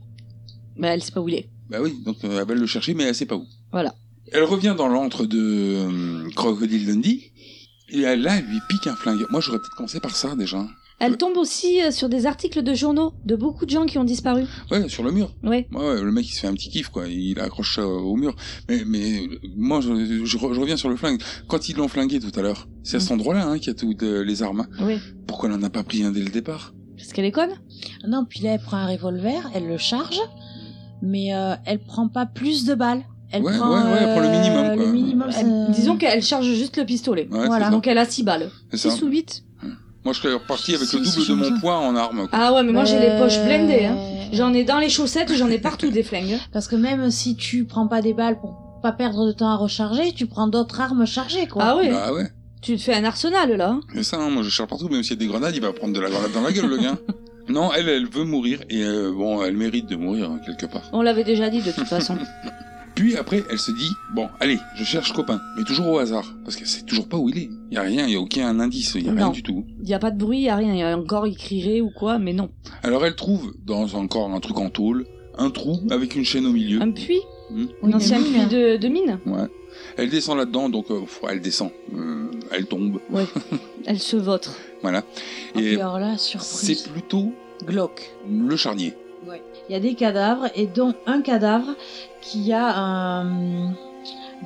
S10: Mais elle sait pas où il est.
S3: Bah oui, donc euh, elle va le chercher, mais elle sait pas où.
S10: Voilà.
S3: Elle revient dans l'antre de euh, Crocodile Dundee, et elle, là elle lui pique un flingue. Moi j'aurais peut-être commencé par ça déjà.
S10: Elle tombe aussi euh, sur des articles de journaux de beaucoup de gens qui ont disparu.
S3: Ouais, sur le mur.
S10: Ouais.
S3: Ouais, ouais, le mec il se fait un petit kiff quoi, il accroche ça au mur. Mais, mais euh, moi je, je- je reviens sur le flingue. Quand ils l'ont flingué tout à l'heure, c'est à cet endroit-là hein, qu'il y a toutes euh, les armes.
S10: Oui.
S3: Pourquoi elle en a pas pris un dès le départ
S10: Parce qu'elle est conne.
S7: Non, puis là elle prend un revolver, elle le charge, mais euh, elle prend pas plus de balles. Elle
S3: Ouais,
S7: prend,
S3: ouais, ouais, elle prend le minimum,
S7: euh,
S3: quoi.
S7: Le minimum,
S10: Elle-
S7: c'est-
S10: Disons qu'elle charge juste le pistolet.
S3: Ouais,
S7: Voilà.
S3: c'est ça.
S10: Donc elle a 6 balles.
S3: C'est ça.
S10: 6 ou 8.
S3: Moi, je serais reparti avec
S10: Si,
S3: le
S10: si,
S3: double
S10: je
S3: de
S10: change
S3: mon
S10: ça.
S3: poing en arme. quoi.
S10: Ah ouais, mais moi j'ai les poches
S7: Euh,
S10: blindées. hein. J'en ai dans les chaussettes, j'en ai partout des flingues.
S7: Parce que même si tu prends pas des balles pour pas perdre de temps à recharger, tu prends d'autres armes chargées, quoi.
S10: Ah ouais.
S9: hein.
S3: Bah ouais.
S10: Tu te fais un arsenal là.
S3: C'est ça, hein, moi je cherche partout, même s'il y a des grenades, il va prendre de la grenade dans la gueule, le gars. Non, elle, elle veut mourir, et euh, bon, elle mérite de mourir, hein, quelque part.
S9: On l'avait déjà dit de toute façon.
S3: Puis après, elle se dit, bon, allez, je cherche copain, mais toujours au hasard, parce qu'elle sait toujours pas où il est. Il y a rien, il y a aucun indice, il y a rien
S9: Non.
S3: du tout.
S9: Il y a pas de bruit, il y a rien. Il y a encore, il crierait ou quoi, mais non.
S3: Alors elle trouve, dans encore un truc en tôle, un trou avec une chaîne au milieu.
S10: Un puits,
S3: Hmm.
S10: un ancien puits de, de mine.
S3: Ouais. Elle descend là-dedans, donc euh, pff, elle descend, Euh, elle tombe,
S9: Ouais. Elle se vautre.
S3: voilà.
S7: Et
S3: Et
S7: alors là,
S3: c'est
S7: surprise.
S3: plutôt
S7: Glauque.
S3: le charnier.
S7: Il y a des cadavres, et dont un cadavre qui a un...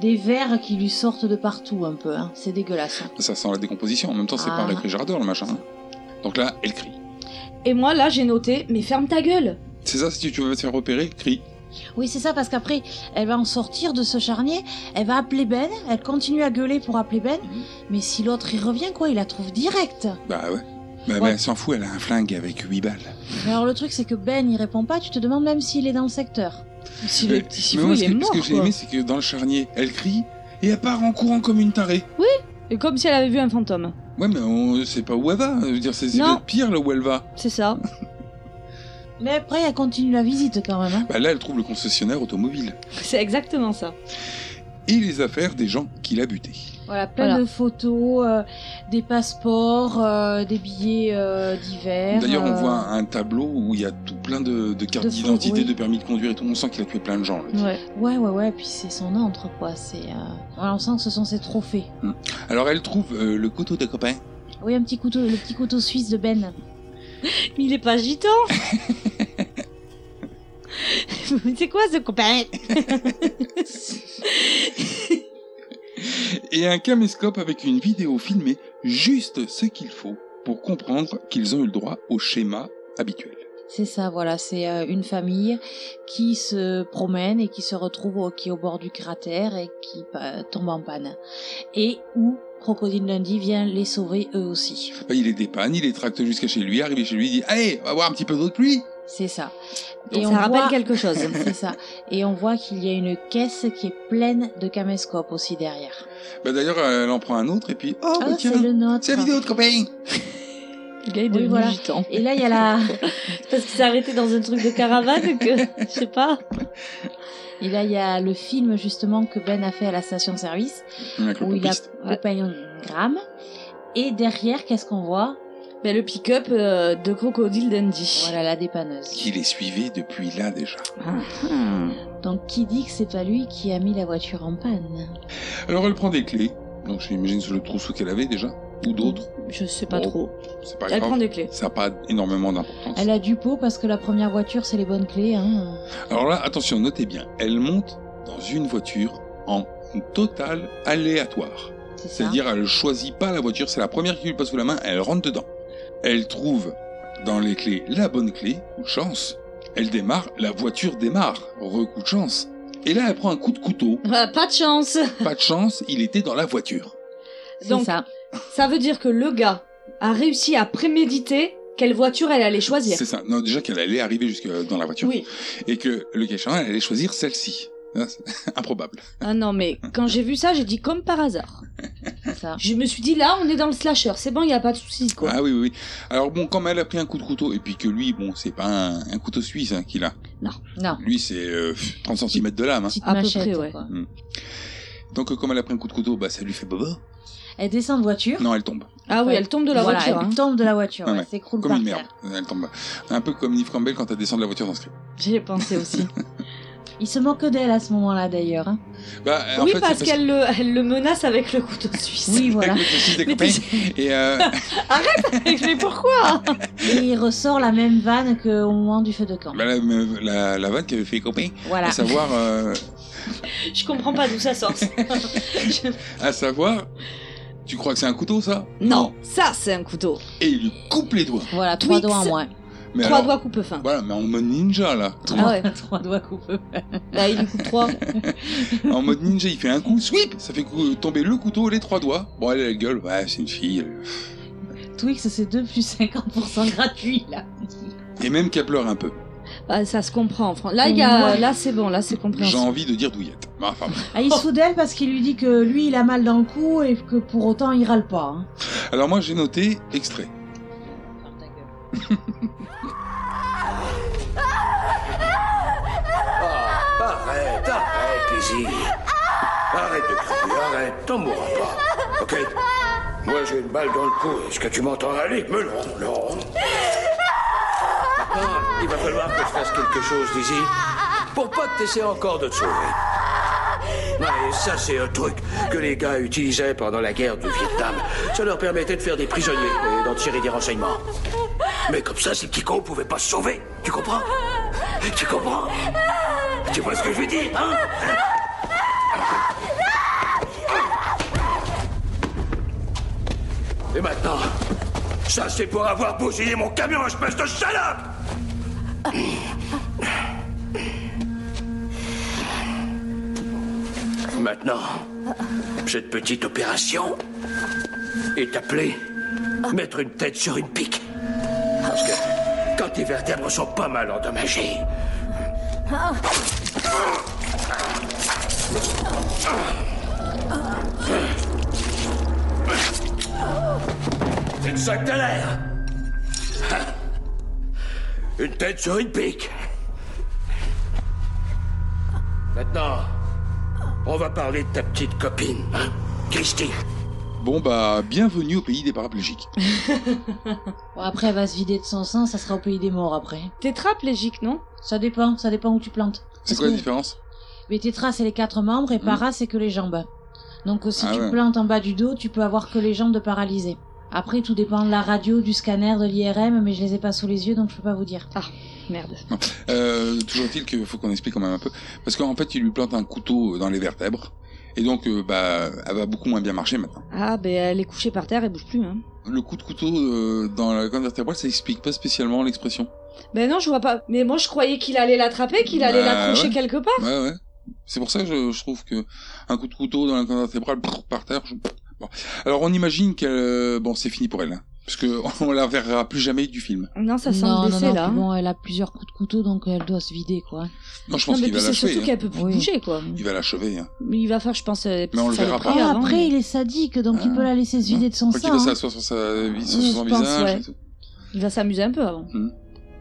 S7: des vers qui lui sortent de partout, un peu. hein. C'est dégueulasse. hein.
S3: Ça sent la décomposition, en même temps c'est pas un
S7: Ah.
S3: réfrigérateur le machin. hein. Donc là, elle crie.
S10: Et moi là j'ai noté, mais ferme ta gueule.
S3: C'est ça, si tu veux te faire repérer, crie.
S7: Oui, c'est ça, parce qu'après, elle va en sortir de ce charnier, elle va appeler Ben, elle continue à gueuler pour appeler Ben, mais si l'autre il revient, quoi, il la trouve direct.
S3: Bah ouais. Bah, bah, elle s'en fout, elle a un flingue avec 8 balles.
S7: Mais alors le truc, c'est que Ben, il répond pas, tu te demandes même s'il est dans le secteur.
S9: Si
S3: Mais- mais moi, ce que, ce que j'ai aimé, c'est que dans le charnier, elle crie et elle part en courant comme une tarée.
S9: Oui, et comme si elle avait vu un fantôme.
S3: Ouais, mais on sait pas où elle va. Je veux dire, c'est c'est
S9: Non.
S3: peut-être pire là où elle va.
S9: C'est ça.
S7: Mais après, elle continue la visite quand même. hein.
S3: Bah là, elle trouve le concessionnaire automobile
S9: C'est exactement ça.
S3: et les affaires des gens qui l'a buté.
S7: Voilà, plein
S9: Voilà.
S7: de photos, euh, des passeports, euh, des billets euh, divers.
S3: D'ailleurs, on
S7: euh,
S3: voit un tableau où il y a tout plein de, de cartes
S7: De faux,
S3: d'identité,
S7: oui. Mm.
S3: de permis de conduire et tout. On sent qu'il a tué plein de gens. là.
S9: Ouais.
S7: Ouais, ouais, ouais, puis c'est son entre, quoi. C'est, euh, voilà, on sent que ce sont ses trophées.
S3: Alors, elle trouve euh, le couteau d'un copain.
S7: Oui, un petit couteau, le petit couteau suisse de Ben.
S9: Mais il est pas gitan C'est quoi ce copain
S3: et un caméscope avec une vidéo filmée juste ce qu'il faut pour comprendre qu'ils ont eu le droit au schéma habituel.
S7: C'est ça, voilà, c'est euh, une famille qui se promène et qui se retrouve au, qui est au bord du cratère et qui pa- tombe en panne. Et où Crocodile Dundee vient les sauver eux aussi.
S3: Bah, il les dépanne, il les tracte jusqu'à chez lui, arrivé chez lui, il dit Allez, on va voir un petit peu d'eau de pluie
S7: C'est ça.
S9: Ça rappelle quelque chose.
S7: c'est ça. Et on voit qu'il y a une caisse qui est pleine de caméscopes aussi derrière.
S3: bah, D'ailleurs, elle en prend un autre et puis Oh, bah,
S7: Ah,
S3: tiens,
S7: c'est le nôtre.
S3: c'est la vidéo de copain
S9: Le gars est
S7: Oui,
S9: devenu
S7: voilà.
S9: gitan.
S7: Et là, il y a la,
S9: C'est parce qu'il s'est arrêté dans un truc de caravane que. Je sais pas.
S7: et là, il y a le film justement que Ben a fait à la station-service
S3: Avec le
S7: où il a
S3: pompiste.
S7: coupé un gramme. Et derrière, qu'est-ce qu'on voit
S9: Mais le pick-up euh, de Crocodile Dundee.
S7: Voilà la dépanneuse.
S3: Qui les suivait depuis là déjà.
S7: Donc qui dit que c'est pas lui qui a mis la voiture en panne
S3: Alors, elle prend des clés, donc j'imagine sous le trousseau qu'elle avait déjà, ou d'autres,
S9: Je sais pas
S3: Bon.
S9: trop.
S3: c'est pas
S9: Elle
S3: grave.
S9: prend des clés.
S3: Ça n'a pas énormément d'importance.
S7: Elle a du pot parce que la première voiture c'est les bonnes clés. Hein.
S3: Alors là, attention, notez bien, elle monte dans une voiture en total aléatoire.
S7: C'est ça.
S9: Ah.
S3: C'est-à-dire, elle choisit pas la voiture, c'est la première qui lui passe sous la main, elle rentre dedans. Elle trouve dans les clés la bonne clé, coup de chance. Elle démarre, la voiture démarre, recoup de chance. Et là, elle prend un coup de couteau,
S10: Ah, pas de chance.
S3: pas de chance, il était dans la voiture.
S7: C'est
S10: Donc-
S7: ça.
S10: Ça veut dire que le gars a réussi à préméditer quelle voiture elle allait choisir.
S3: C'est ça, non, déjà qu'elle allait arriver jusque dans la voiture.
S10: Oui.
S3: Et que le cachin, elle allait choisir celle-ci. Hein, c'est Improbable.
S10: Ah non mais quand j'ai vu ça, j'ai dit comme par hasard.
S7: C'est ça.
S10: Je me suis dit là, on est dans le slasher, c'est bon, il y a pas de souci quoi.
S3: Ah oui, oui, oui. Alors bon, comme elle a pris un coup de couteau, et puis que lui, bon, c'est pas un, un couteau suisse hein, qu'il a.
S7: Non.
S3: Lui, c'est euh, pff, 30 cm de lame. hein.
S7: Petite
S9: À peu
S7: machette.
S9: près, ouais.
S7: quoi.
S3: Donc euh, comme elle a pris un coup de couteau, bah ça lui fait bobo.
S7: Elle descend de voiture.
S3: Non, elle tombe.
S10: Ah oui,
S7: Ouais.
S10: elle tombe de la
S7: Voilà,
S10: voiture.
S7: Elle
S10: hein.
S7: tombe de la voiture.
S3: Ouais,
S7: ouais,
S3: ouais.
S7: S'écroule
S3: Comme
S7: par
S3: une merde.
S7: terre.
S3: Elle tombe. Un peu comme Neve Campbell quand elle descend de la voiture dans Scream.
S9: J'y ai pensé aussi.
S7: Il se moque d'elle à ce moment-là d'ailleurs. hein.
S3: Bah, euh, en
S10: oui
S3: fait,
S10: parce
S3: c'est
S10: qu'elle le, elle le menace avec le couteau suisse.
S7: Oui voilà.
S3: Avec le fils des
S10: Mais
S3: copains.
S10: t'es-
S3: Et euh,
S10: mais pourquoi
S7: Et il ressort la même vanne qu'au moment du feu de camp.
S3: bah, la, me- la, la vanne qui avait fait les copains,
S7: Voilà.
S3: à savoir, euh,
S10: Je comprends pas d'où ça sort.
S3: à savoir, tu crois que c'est un couteau ça
S9: non, ça c'est un couteau.
S3: Et il lui coupe les doigts.
S7: Voilà, trois
S9: Twix.
S7: doigts en moins.
S3: Mais
S9: trois
S3: alors, Bah,
S9: doigts coupe fin.
S3: Voilà, mais en mode ninja là.
S9: Ah ouais,
S7: trois doigts coupeux.
S10: Bah,
S9: là il lui coupe trois.
S3: En mode ninja, il fait un coup, sweep, ça fait cou- tomber le couteau, les trois doigts. Bon, elle, elle gueule, ouais, c'est une fille. elle-
S7: Twix, c'est 2 plus 50% gratuit, là.
S3: Et même qu'elle pleure un peu.
S10: Bah, ça se comprend en France. Là, il y a-
S7: Ouais.
S10: là c'est bon, là c'est
S3: J'ai
S10: compréhensible.
S3: envie de dire douillette. Bah, Enfin, bon.
S7: Ah, il se fout d'elle parce qu'il lui dit que lui, il a mal dans le cou et que pour autant, il râle pas. hein.
S3: Alors moi j'ai noté extrait.
S2: Ah, arrête, arrête, Lizzie. Arrête de crier, arrête, t'en mourras pas. Ok Moi, j'ai une balle dans le cou. Est-ce que tu m'entends aller Me non, non. Maintenant, il va falloir que je fasse quelque chose, Lizzie, pour pas que t'essaies encore de te sauver. Ouais, et ça, c'est un truc que les gars utilisaient pendant la guerre du Vietnam. Ça leur permettait de faire des prisonniers et d'en tirer des renseignements. Mais comme ça, ces petits cons pouvaient pas se sauver. Tu comprends Tu comprends Tu vois ce que je veux dire, hein Et maintenant, ça c'est pour avoir bousillé mon camion, espèce de salope Maintenant, cette petite opération est appelée mettre une tête sur une pique. Parce que quand tes vertèbres sont pas mal endommagées, c'est une sac de l'air. Hein? Une tête sur une pique. Maintenant, on va parler de ta petite copine, hein, Christine.
S3: Bon bah bienvenue au pays des paraplégiques.
S7: Bon, après, elle va se vider de son sang, ça sera au pays des morts après.
S10: Tétraplégique, non
S7: Ça dépend, ça dépend où tu plantes.
S3: C'est quoi la différence
S7: Mais tétra, c'est les quatre membres et para, c'est que les jambes. Donc euh, si
S3: Ah
S7: tu
S3: ouais.
S7: plantes en bas du dos, tu peux avoir que les jambes de paralysé. Après, tout dépend de la radio, du scanner, de l'IRM, mais je les ai pas sous les yeux, donc je peux pas vous dire.
S10: Ah, merde.
S3: Euh, toujours est-il qu'il faut qu'on explique quand même un peu. Parce qu'en fait il lui plante un couteau euh, dans les vertèbres. Et donc euh, bah elle va beaucoup moins bien marcher maintenant.
S10: Ah, ben elle est couchée par terre, elle bouge plus. Hein.
S3: Le coup de couteau euh, dans la colonne vertébrale ça explique pas spécialement l'expression.
S10: Ben non, je vois pas. Mais moi, je croyais qu'il allait l'attraper, qu'il allait
S3: Bah,
S10: l'accrocher
S3: ouais.
S10: quelque part.
S3: Ouais ouais. C'est pour ça que je, je trouve que un coup de couteau dans la colonne vertébrale brrr, par terre. je- Bon. Alors on imagine qu'elle euh, bon c'est fini pour elle. hein. Parce que on la verra plus jamais du film.
S10: Non, ça
S7: non,
S10: semble
S7: non,
S10: baisser
S7: non,
S10: là.
S7: puis
S10: hein.
S7: Bon, elle a plusieurs coups de couteau, donc elle doit se vider, quoi.
S3: Non, je pense
S10: Non, mais
S3: qu'il va
S10: puis c'est
S3: l'achever.
S10: surtout
S3: hein.
S10: qu'elle peut plus bouger, quoi.
S3: Il va l'achever. Hein.
S10: Mais il va faire, je pense, euh, des
S3: Mais on le
S10: petites
S3: verra pas.
S10: saloperies
S7: Ah,
S10: avant,
S7: après,
S10: mais-
S7: il est sadique, donc il peut la laisser se vider de son
S3: Faut qu'il
S7: sang.
S3: laisse
S7: hein.
S3: asseoir sur, sa, vis- sur
S10: Oui,
S3: son
S10: je pense,
S3: visage.
S10: ouais.
S3: et tout.
S10: Il va s'amuser un peu avant.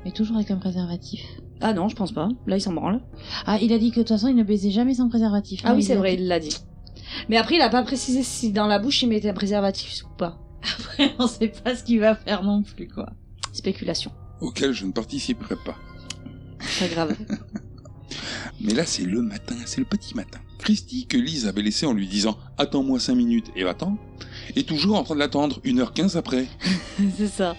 S7: Mais toujours avec un préservatif.
S10: Ah non, je pense pas. Là, il s'en branle.
S7: Ah, il a dit que de toute façon, il ne baisait jamais sans préservatif.
S10: Ah
S7: hein,
S10: oui,
S7: il
S10: c'est
S7: a
S10: vrai,
S7: dit.
S10: il l'a dit. Mais après, il a pas précisé si dans la bouche il mettait un préservatif ou pas.
S7: on sait pas ce qu'il va faire non plus, quoi.
S10: Spéculation.
S3: Auquel je ne participerai pas.
S10: Très grave.
S3: Mais là, c'est le matin, c'est le petit matin. Christy, que Lise avait laissé en lui disant Attends-moi 5 minutes et va-t'en, est toujours en train de l'attendre 1h15 après.
S10: c'est ça.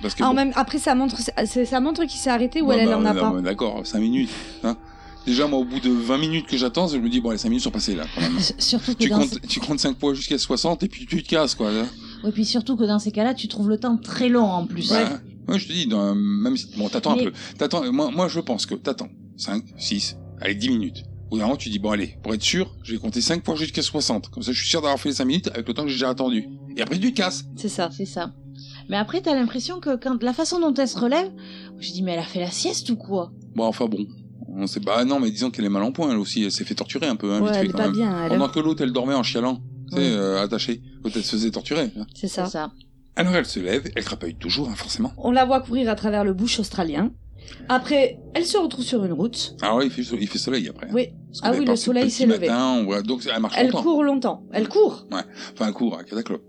S3: Parce que
S10: Ah, en
S3: bon,
S10: même, après, ça montre, c'est- ça montre qu'il s'est arrêté ou
S3: bah,
S10: elle, elle
S3: bah,
S10: en a
S3: non,
S10: pas.
S3: mais D'accord, 5 minutes. hein. Déjà, moi, au bout de 20 minutes que j'attends, je me dis Bon, les 5 minutes sont passées là. quand même.
S7: Surtout que
S3: Tu
S7: dans
S3: comptes, tu comptes 5 fois jusqu'à 60 et puis tu te casses quoi. là.
S7: ces- Ouais, puis surtout que dans ces cas-là, tu trouves le temps très long en plus.
S3: Ouais. Ouais, Bah, je te dis, dans- même si. Bon, t'attends
S7: Mais-
S3: un peu. T'attends, moi, moi, je pense que t'attends. 5, 6, allez, 10 minutes. Au bout d'un moment, tu dis, bon, allez, pour être sûr, je vais compter 5 fois jusqu'à 60. Comme ça, je suis sûr d'avoir fait les 5 minutes avec le temps que j'ai déjà attendu. Et après, tu te casses.
S10: C'est ça.
S7: C'est ça. Mais après, t'as l'impression que quand la façon dont elle se relève, je dis mais elle a fait la sieste ou quoi
S3: Bon, enfin, bon. On sait, bah non, mais disons qu'elle est mal en point, elle aussi. Elle s'est fait torturer un peu, hein,
S10: Ouais,
S3: vite fait,
S10: elle est
S3: quand
S10: pas
S3: même.
S10: bien, elle.
S3: Pendant que l'autre, elle dormait en chialant. Tu sais,
S10: Ouais.
S3: euh, attachée. L'autre, elle se faisait torturer. hein.
S10: C'est ça.
S3: Alors, elle se lève, elle crapaille toujours, hein, forcément.
S10: On la voit courir à travers le bush australien. Après, elle se retrouve sur une route.
S3: Alors, là, Ah il fait, il fait soleil après. hein.
S10: Oui.
S3: Parce qu'au
S10: Ah oui,
S3: départ,
S10: le
S3: c'est
S10: soleil
S3: petit
S10: s'est levé.
S3: matin, on voit- donc, elle marche
S10: Elle
S3: longtemps.
S10: court longtemps. Elle court.
S3: Ouais. Enfin, elle court, hein, cataclope.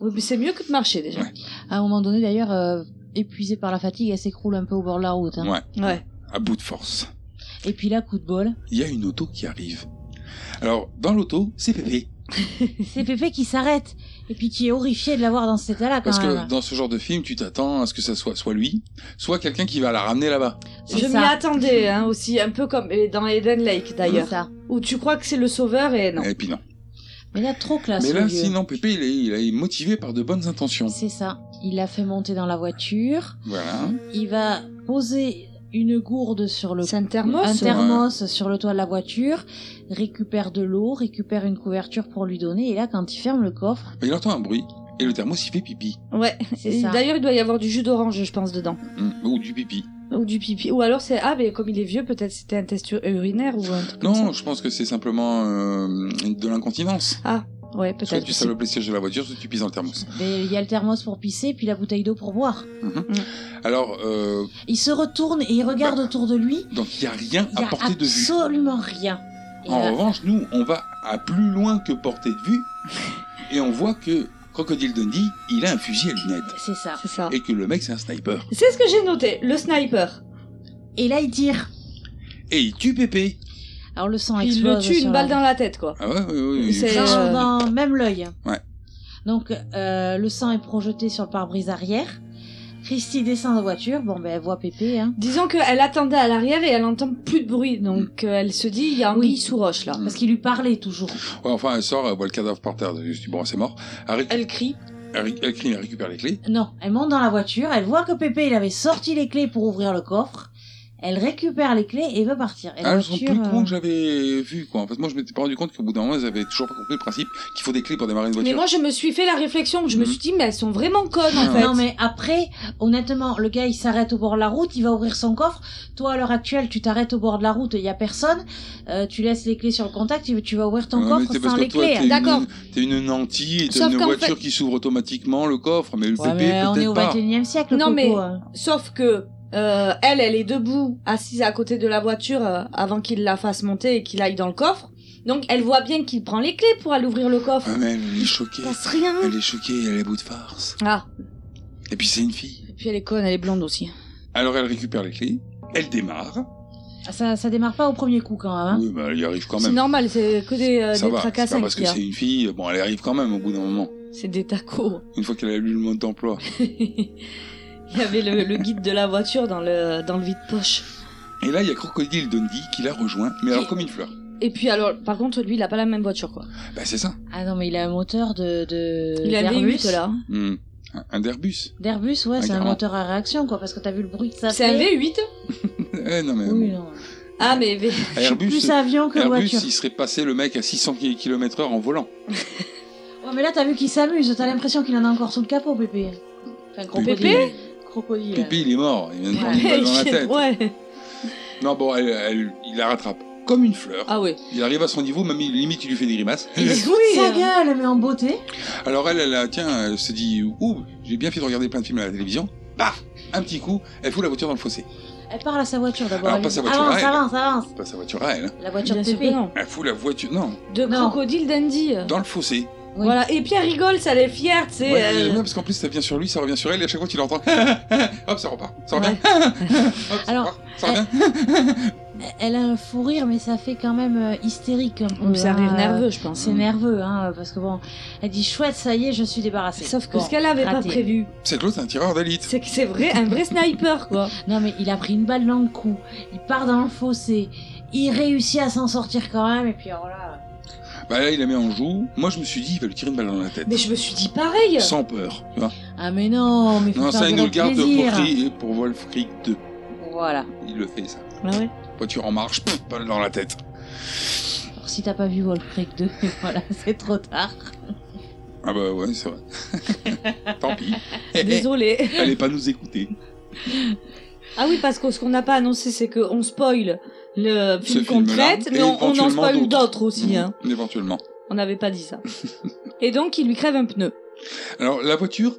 S10: Oui, mais c'est mieux que de marcher déjà.
S7: À un moment donné, d'ailleurs, euh, épuisée par la fatigue, elle s'écroule un peu au bord de la route. hein.
S3: Ouais. À bout de force.
S7: Et puis là, coup de bol,
S3: Il y a une auto qui arrive. Alors, dans l'auto, c'est Pépé.
S7: c'est Pépé qui s'arrête et puis qui est horrifié de la voir dans cet état-là quand
S3: Parce que
S10: Ah.
S7: même.
S3: dans ce genre de film, tu t'attends à ce que ça soit soit lui, soit quelqu'un qui va la ramener là-bas.
S10: Je m'y attendais hein, aussi, un peu comme dans Eden Lake d'ailleurs. Où tu crois que c'est le sauveur et non. Ah,
S3: Et puis non.
S7: Mais là, trop classe.
S3: Mais là,
S7: le vieux.
S3: sinon, Pépé, il est, il est motivé par de bonnes intentions.
S7: C'est ça. Il l'a fait monter dans la voiture.
S3: Voilà.
S7: Il va poser une gourde sur le
S10: un thermos,
S7: un
S10: ouais.
S7: thermos sur le toit de la voiture, récupère de l'eau, récupère une couverture pour lui donner et là quand il ferme le coffre,
S3: Mais il entend un bruit. Et le thermos, il fait pipi.
S10: Ouais.
S7: C'est
S10: Et
S7: ça.
S10: D'ailleurs, il doit y avoir du jus d'orange, je pense, dedans.
S3: Hmm, Ou du pipi.
S10: Ou du pipi. Ou alors c'est. Ah, mais comme il est vieux, peut-être c'était un test urinaire ou un truc comme
S3: Non, je pense que c'est simplement euh, de l'incontinence.
S10: Ah,
S7: ça. Ouais,
S3: Soit tu salopes les sièges de la voiture, soit tu pisses dans le thermos.
S7: Mais il y a le thermos pour pisser, puis la bouteille d'eau pour boire.
S3: Mhm. Alors, euh,
S7: Il se retourne et il regarde
S10: Bah,
S7: autour de lui.
S3: donc il n'y a rien
S7: Il
S3: à
S7: y a
S3: portée de vue.
S7: absolument rien. Et
S10: Ah
S3: En
S7: là,
S3: revanche, nous, on va à plus loin que portée de vue et on voit que Crocodile Dundee, il a un fusil à lunettes.
S7: C'est ça.
S10: C'est ça.
S3: Et que le mec, c'est un sniper.
S10: C'est ce que j'ai noté, le sniper.
S7: Et là, il tire.
S3: Et il tue Pépé.
S7: Alors le sang
S10: Il le
S7: explose
S10: tue
S7: sur
S10: une
S7: la-
S10: balle dans la tête, quoi.
S3: Ah ouais, ouais, ouais. il-
S10: C'est-
S7: Dans-
S10: euh,
S7: dans même l'œil.
S3: Ouais.
S7: Donc euh, le sang est projeté sur le pare-brise arrière. Christy descend de la voiture. Bon ben elle voit Pépé. Hein.
S10: Disons qu'elle attendait à l'arrière et elle entend plus de bruit,
S3: Mm.
S10: donc euh, elle se dit, il y a un
S7: Oui.
S10: oui. sous roche là.
S7: Parce qu'il lui parlait toujours.
S3: Ouais, enfin, elle sort, elle voit le cadavre par terre. Je dis, bon, c'est mort. Elle, récu-
S10: Elle crie.
S3: elle ré- elle crie, elle récupère les clés.
S7: Non, elle monte dans la voiture. Elle voit que Pépé il avait sorti les clés pour ouvrir le coffre. Elle récupère les clés et veut partir. Et la
S3: Ah, elles sont
S7: voiture,
S3: plus cons
S7: euh,
S3: que j'avais vu, quoi. En fait, moi, je m'étais pas rendu compte qu'au bout d'un moment, ils avaient toujours pas compris le principe qu'il faut des clés pour démarrer une voiture.
S10: Mais moi, je me suis fait la réflexion,
S3: Mm.
S10: je me suis dit, mais elles sont vraiment connes en
S3: Ah.
S10: fait.
S7: euh, Non mais après, honnêtement, le gars il s'arrête au bord de la route, il va ouvrir son coffre. Toi à l'heure actuelle, tu t'arrêtes au bord de la route, il y a personne. Euh, tu laisses les clés sur le contact, tu tu vas ouvrir ton
S3: Ouais, mais
S7: coffre
S3: c'est parce
S7: sans
S3: que
S7: les
S3: toi,
S7: clés. hein.
S3: t'es une-
S7: D'accord.
S3: T'es une nantie et t'as
S10: Sauf
S3: une
S10: qu'en
S3: voiture
S10: fait-
S3: qui s'ouvre automatiquement le coffre, mais le
S7: Ouais,
S3: bébé,
S7: mais on est
S3: peut-être
S7: au
S3: pas.
S7: 21 e siècle,
S10: Non,
S7: Coco,
S10: mais-
S7: hein.
S10: Sauf que euh, elle, elle est debout, assise à côté de la voiture euh, avant qu'il la fasse monter et qu'il aille dans le coffre. Donc elle voit bien qu'il prend les clés pour aller ouvrir le coffre.
S3: Ah, mais elle est choquée.
S10: Il se passe rien.
S3: Elle est choquée, elle est à bout de farce.
S10: Ah,
S3: Et puis, c'est une fille.
S10: et puis elle est conne, elle est blonde aussi.
S3: Alors, elle récupère les clés, elle démarre.
S7: Hein Ah, Ça, ça démarre pas au premier coup quand même. hein.
S3: Oui, bah, elle y arrive quand
S10: C'est
S3: même.
S10: normal, c'est que des, euh,
S3: Ça
S10: des
S3: va, c'est pas
S10: tracassins
S3: parce
S10: qu'il
S3: que
S10: y a.
S3: c'est une fille, bon, elle arrive quand même au bout d'un moment.
S10: C'est des tacos.
S3: Une fois qu'elle a lu le mode d'emploi.
S10: Il y avait le, le guide de la voiture dans le, dans le vide-poche.
S3: Et là, il y a Crocodile Dundee qui la rejoint, mais alors comme une fleur.
S10: Et puis alors, par contre, lui, il a pas la même voiture, quoi.
S3: Bah, c'est ça.
S7: Ah non mais il a un moteur de... de
S10: Il a un
S7: d'Airbus.
S10: V8, Euh, là.
S3: Hmm. Un- Un Derbus.
S7: D'Airbus, ouais,
S3: Ah,
S7: c'est un
S3: carrément.
S7: moteur à réaction quoi, parce que t'as vu le bruit que ça fait.
S10: C'est un V8
S3: eh, non, mais.
S7: Oui,
S3: bon.
S7: non.
S10: Ah, mais V...
S3: Airbus, euh,
S7: Plus avion que
S3: Airbus,
S7: voiture.
S3: il serait passé le mec à 600 km/h en volant.
S7: Ouais, mais là t'as vu qu'il s'amuse, t'as l'impression qu'il en a encore sous le capot, Pépé. Enfin, crocodile.
S10: Pépé
S7: Crocodile.
S3: Pépé, il est mort. Il vient de prendre une balle dans la tête.
S10: Ouais.
S3: Non, bon, elle, elle- il la rattrape comme une fleur.
S10: Ah ouais.
S3: Il arrive à son niveau, même il- limite, il lui fait des grimaces.
S10: Oui.
S7: Sa gueule, mais en beauté.
S3: Alors elle, elle, a- tiens, elle se dit, ouh, j'ai bien fait de regarder plein de films à la télévision. Paf Un petit coup, elle fout la voiture dans le fossé.
S7: Elle parle à sa voiture d'abord.
S3: Alors,
S7: Elle
S3: Ah, pas
S7: dit,
S3: sa voiture,
S7: avance,
S3: elle.
S7: avance, avance.
S3: Pas sa voiture à elle. hein.
S7: La voiture
S10: Bien
S7: de
S10: sûr que
S7: Pépé.
S10: non.
S3: Elle fout la voiture, non,
S10: De
S7: Non.
S10: crocodile dandy.
S3: dans le fossé.
S7: Oui.
S10: Voilà, et puis elle rigole, ça l'est fière, tu sais.
S3: Ouais,
S10: elle-
S3: ouais, parce qu'en plus, ça vient sur lui, ça revient sur elle, et à chaque fois, tu l'entends. Hop, ça repart. Ça revient. Hop, ça
S7: Alors,
S3: repart. Ça revient.
S7: Elle a un fou rire, mais ça fait quand même euh, hystérique un peu.
S10: Ou c'est un
S7: hein,
S10: rire
S7: euh,
S10: nerveux, je pense.
S7: C'est nerveux, hein, parce que bon, elle dit chouette, ça y est, je suis débarrassée.
S10: Sauf que
S7: Bon,
S10: ce qu'elle avait pas
S7: raté.
S10: prévu,
S3: C'est que l'autre, c'est un tireur d'élite.
S10: c'est que c'est vrai, un vrai sniper, quoi.
S7: Non, mais il a pris une balle dans le cou, il part dans le fossé, il réussit à s'en sortir quand même, et puis alors là.
S3: Bah là, il la met en joue. Moi, je me suis dit, il va lui tirer une balle dans la tête.
S10: Mais je me suis euh, dit pareil.
S3: Sans peur. tu vois.
S7: Ah, mais non, mais faut
S3: Non,
S7: faire
S3: ça,
S7: du
S3: il nous le
S7: vrai
S3: garde pour,
S7: plaisir.
S3: Free- pour Wolf Creek 2.
S7: Voilà.
S3: Il le fait, ça.
S10: Ah ouais.
S3: Voiture en marche, pff, balle dans la tête.
S7: Alors, si t'as pas vu Wolf Creek 2, voilà, c'est trop tard.
S3: Ah bah ouais, c'est vrai. Tant pis.
S10: Désolé.
S3: Allez pas nous écouter.
S10: Ah oui, parce que ce qu'on n'a pas annoncé, c'est qu'on spoil le film
S3: Ce
S10: qu'on
S3: film-là,
S10: traite,
S3: et
S10: mais on, on en
S3: éventuellement
S10: spoil
S3: d'autres.
S10: d'autres aussi. Hein.
S3: Mmh, Éventuellement.
S10: On n'avait pas dit ça. Et donc, il lui crève un pneu.
S3: Alors, la voiture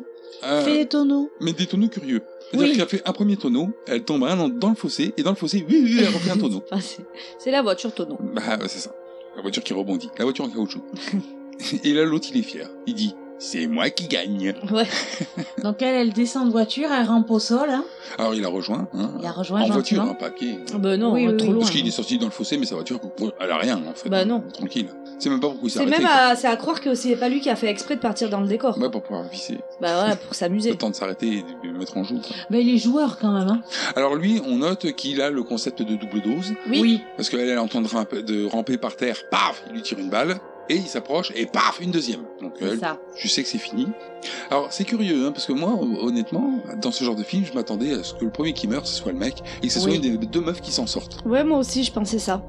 S3: euh,
S7: Fais les tonneaux.
S3: met des tonneaux curieux. C'est-à-dire
S7: Oui.
S3: qu'elle fait un premier tonneau, elle tombe un dans- dans le fossé, et dans le fossé, oui, oui, elle refait un tonneau.
S10: Enfin, c'est- c'est la voiture tonneau.
S3: Bah, c'est ça. La voiture qui rebondit. La voiture en caoutchouc. et là, l'autre, il est fier. Il dit, c'est moi qui gagne.
S10: Ouais.
S7: Donc elle, elle descend de voiture, elle rampe au sol, hein.
S3: Alors, il la rejoint. Hein,
S7: Il la rejoint
S3: En voiture,
S7: gentiment.
S3: hein, pas à pied.
S10: Ben non,
S7: Oui,
S10: on est
S7: oui,
S10: trop
S7: oui.
S10: loin.
S3: Parce qu'il est sorti dans le fossé, mais sa voiture, elle a rien, en fait.
S10: Bah non.
S3: Tranquille. C'est même pas pourquoi il s'est
S10: C'est
S3: arrêté.
S10: même
S3: quoi.
S10: à, c'est à croire que c'est pas lui qui a fait exprès de partir dans le décor.
S3: Ouais, pour pouvoir visser.
S10: Bah voilà, pour
S3: Le
S10: s'amuser.
S3: temps de s'arrêter et de le mettre en joue. quoi.
S7: Mais il est joueur quand même, hein.
S3: Alors lui, on note qu'il a le concept de double dose.
S10: Oui.
S3: Parce qu'elle, elle est en train de ramper, de ramper par terre. Paf Il lui tire une balle. Et il s'approche. Et paf Une deuxième. Donc
S7: C'est
S3: elle,
S7: ça.
S3: tu sais que c'est fini. Alors c'est curieux, hein, parce que moi, hon- honnêtement, dans ce genre de film, je m'attendais à ce que le premier qui meurt, ce soit le mec. Et que ce soit
S7: Oui.
S3: une des deux meufs qui s'en sortent.
S10: Ouais, moi aussi, je pensais ça.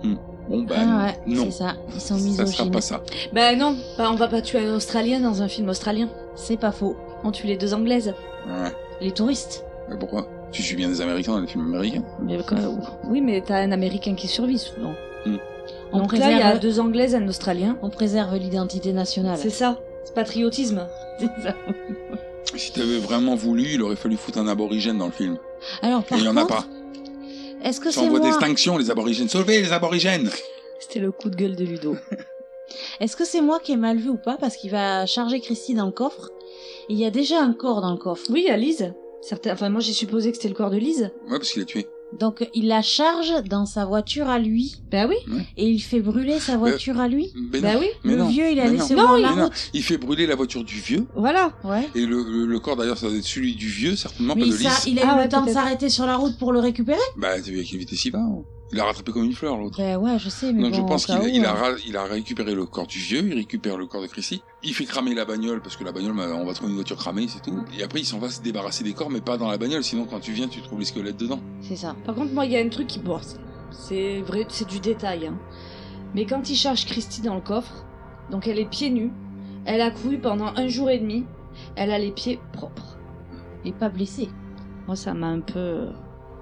S3: Bon, bah,
S10: Ah ouais,
S3: non.
S10: c'est ça. Ils sont
S3: Ça sera
S10: misogynes.
S3: pas ça.
S10: Ben non, bah on va pas tuer un Australien dans un film australien.
S7: C'est pas faux.
S10: On tue les deux Anglaises,
S3: Ouais.
S10: les touristes.
S3: Mais pourquoi Tu suis bien des Américains dans les films américains.
S10: Mais Euh, Oui, mais t'as un Américain qui survit souvent.
S3: Hmm.
S7: On
S10: Donc là, il y a
S7: préserve-
S10: deux Anglaises, un Australien.
S7: On préserve l'identité nationale.
S10: C'est ça, c'est patriotisme.
S3: Si t'avais vraiment voulu, il aurait fallu foutre un aborigène dans le film.
S7: Alors, par
S3: Et il y en a
S7: contre,
S3: pas.
S7: Est-ce que
S3: Ça
S7: c'est
S3: envoie
S7: moi
S3: d'extinction, les aborigènes. Sauvez les aborigènes
S7: C'était le coup de gueule de Ludo. Est-ce que c'est moi qui ai mal vu ou pas Parce qu'il va charger Christy dans le coffre. Il y a déjà un corps dans le coffre.
S10: Oui, à Lise. Certains... Enfin, moi, j'ai supposé que c'était le corps de Lise.
S3: Ouais, parce qu'il a tué.
S7: Donc il la charge dans sa voiture à lui.
S10: Bah oui. ben
S3: Ouais.
S7: Et il fait brûler sa voiture à lui.
S3: Mais
S7: Bah
S3: non,
S7: oui.
S3: Euh, mais
S7: Le
S3: non,
S7: vieux, il
S3: mais
S7: allait
S3: non,
S7: se voir
S3: mais
S7: la
S3: non.
S7: route.
S3: Il fait brûler la voiture du vieux.
S10: Voilà.
S7: Ouais.
S3: Et le, le- le corps, d'ailleurs, ça doit être celui du vieux, certainement
S13: Mais
S3: pas de
S13: ça,
S3: lisse.
S13: il a eu
S7: Ah
S13: le
S7: ouais,
S13: temps de
S7: peut-être.
S13: s'arrêter sur la route pour le récupérer
S3: Bah, t'as vu avec quelle vitesse il va hein Il l'a rattrapé comme une fleur, l'autre.
S7: Ben ouais, je sais, mais
S3: Donc je
S7: bon,
S3: pense
S7: au
S3: qu'il
S7: cas
S3: a,
S7: où,
S3: il
S7: euh,
S3: a, ra- il a récupéré le corps du vieux, il récupère le corps de Chrissy, il fait cramer la bagnole parce que la bagnole, bah, on va trouver une voiture cramée, c'est tout. Et après, il s'en va se débarrasser des corps, mais pas dans la bagnole, sinon quand tu viens, tu trouves les squelettes dedans.
S7: C'est ça.
S10: Par contre, moi, il y a un truc qui bon, c'est- C'est vrai, c'est du détail. hein. Mais quand il charge Christy dans le coffre, donc elle est pieds nus, elle a couru pendant un jour et demi, elle a les pieds propres.
S7: Et pas blessée.
S10: Moi, ça m'a un peu.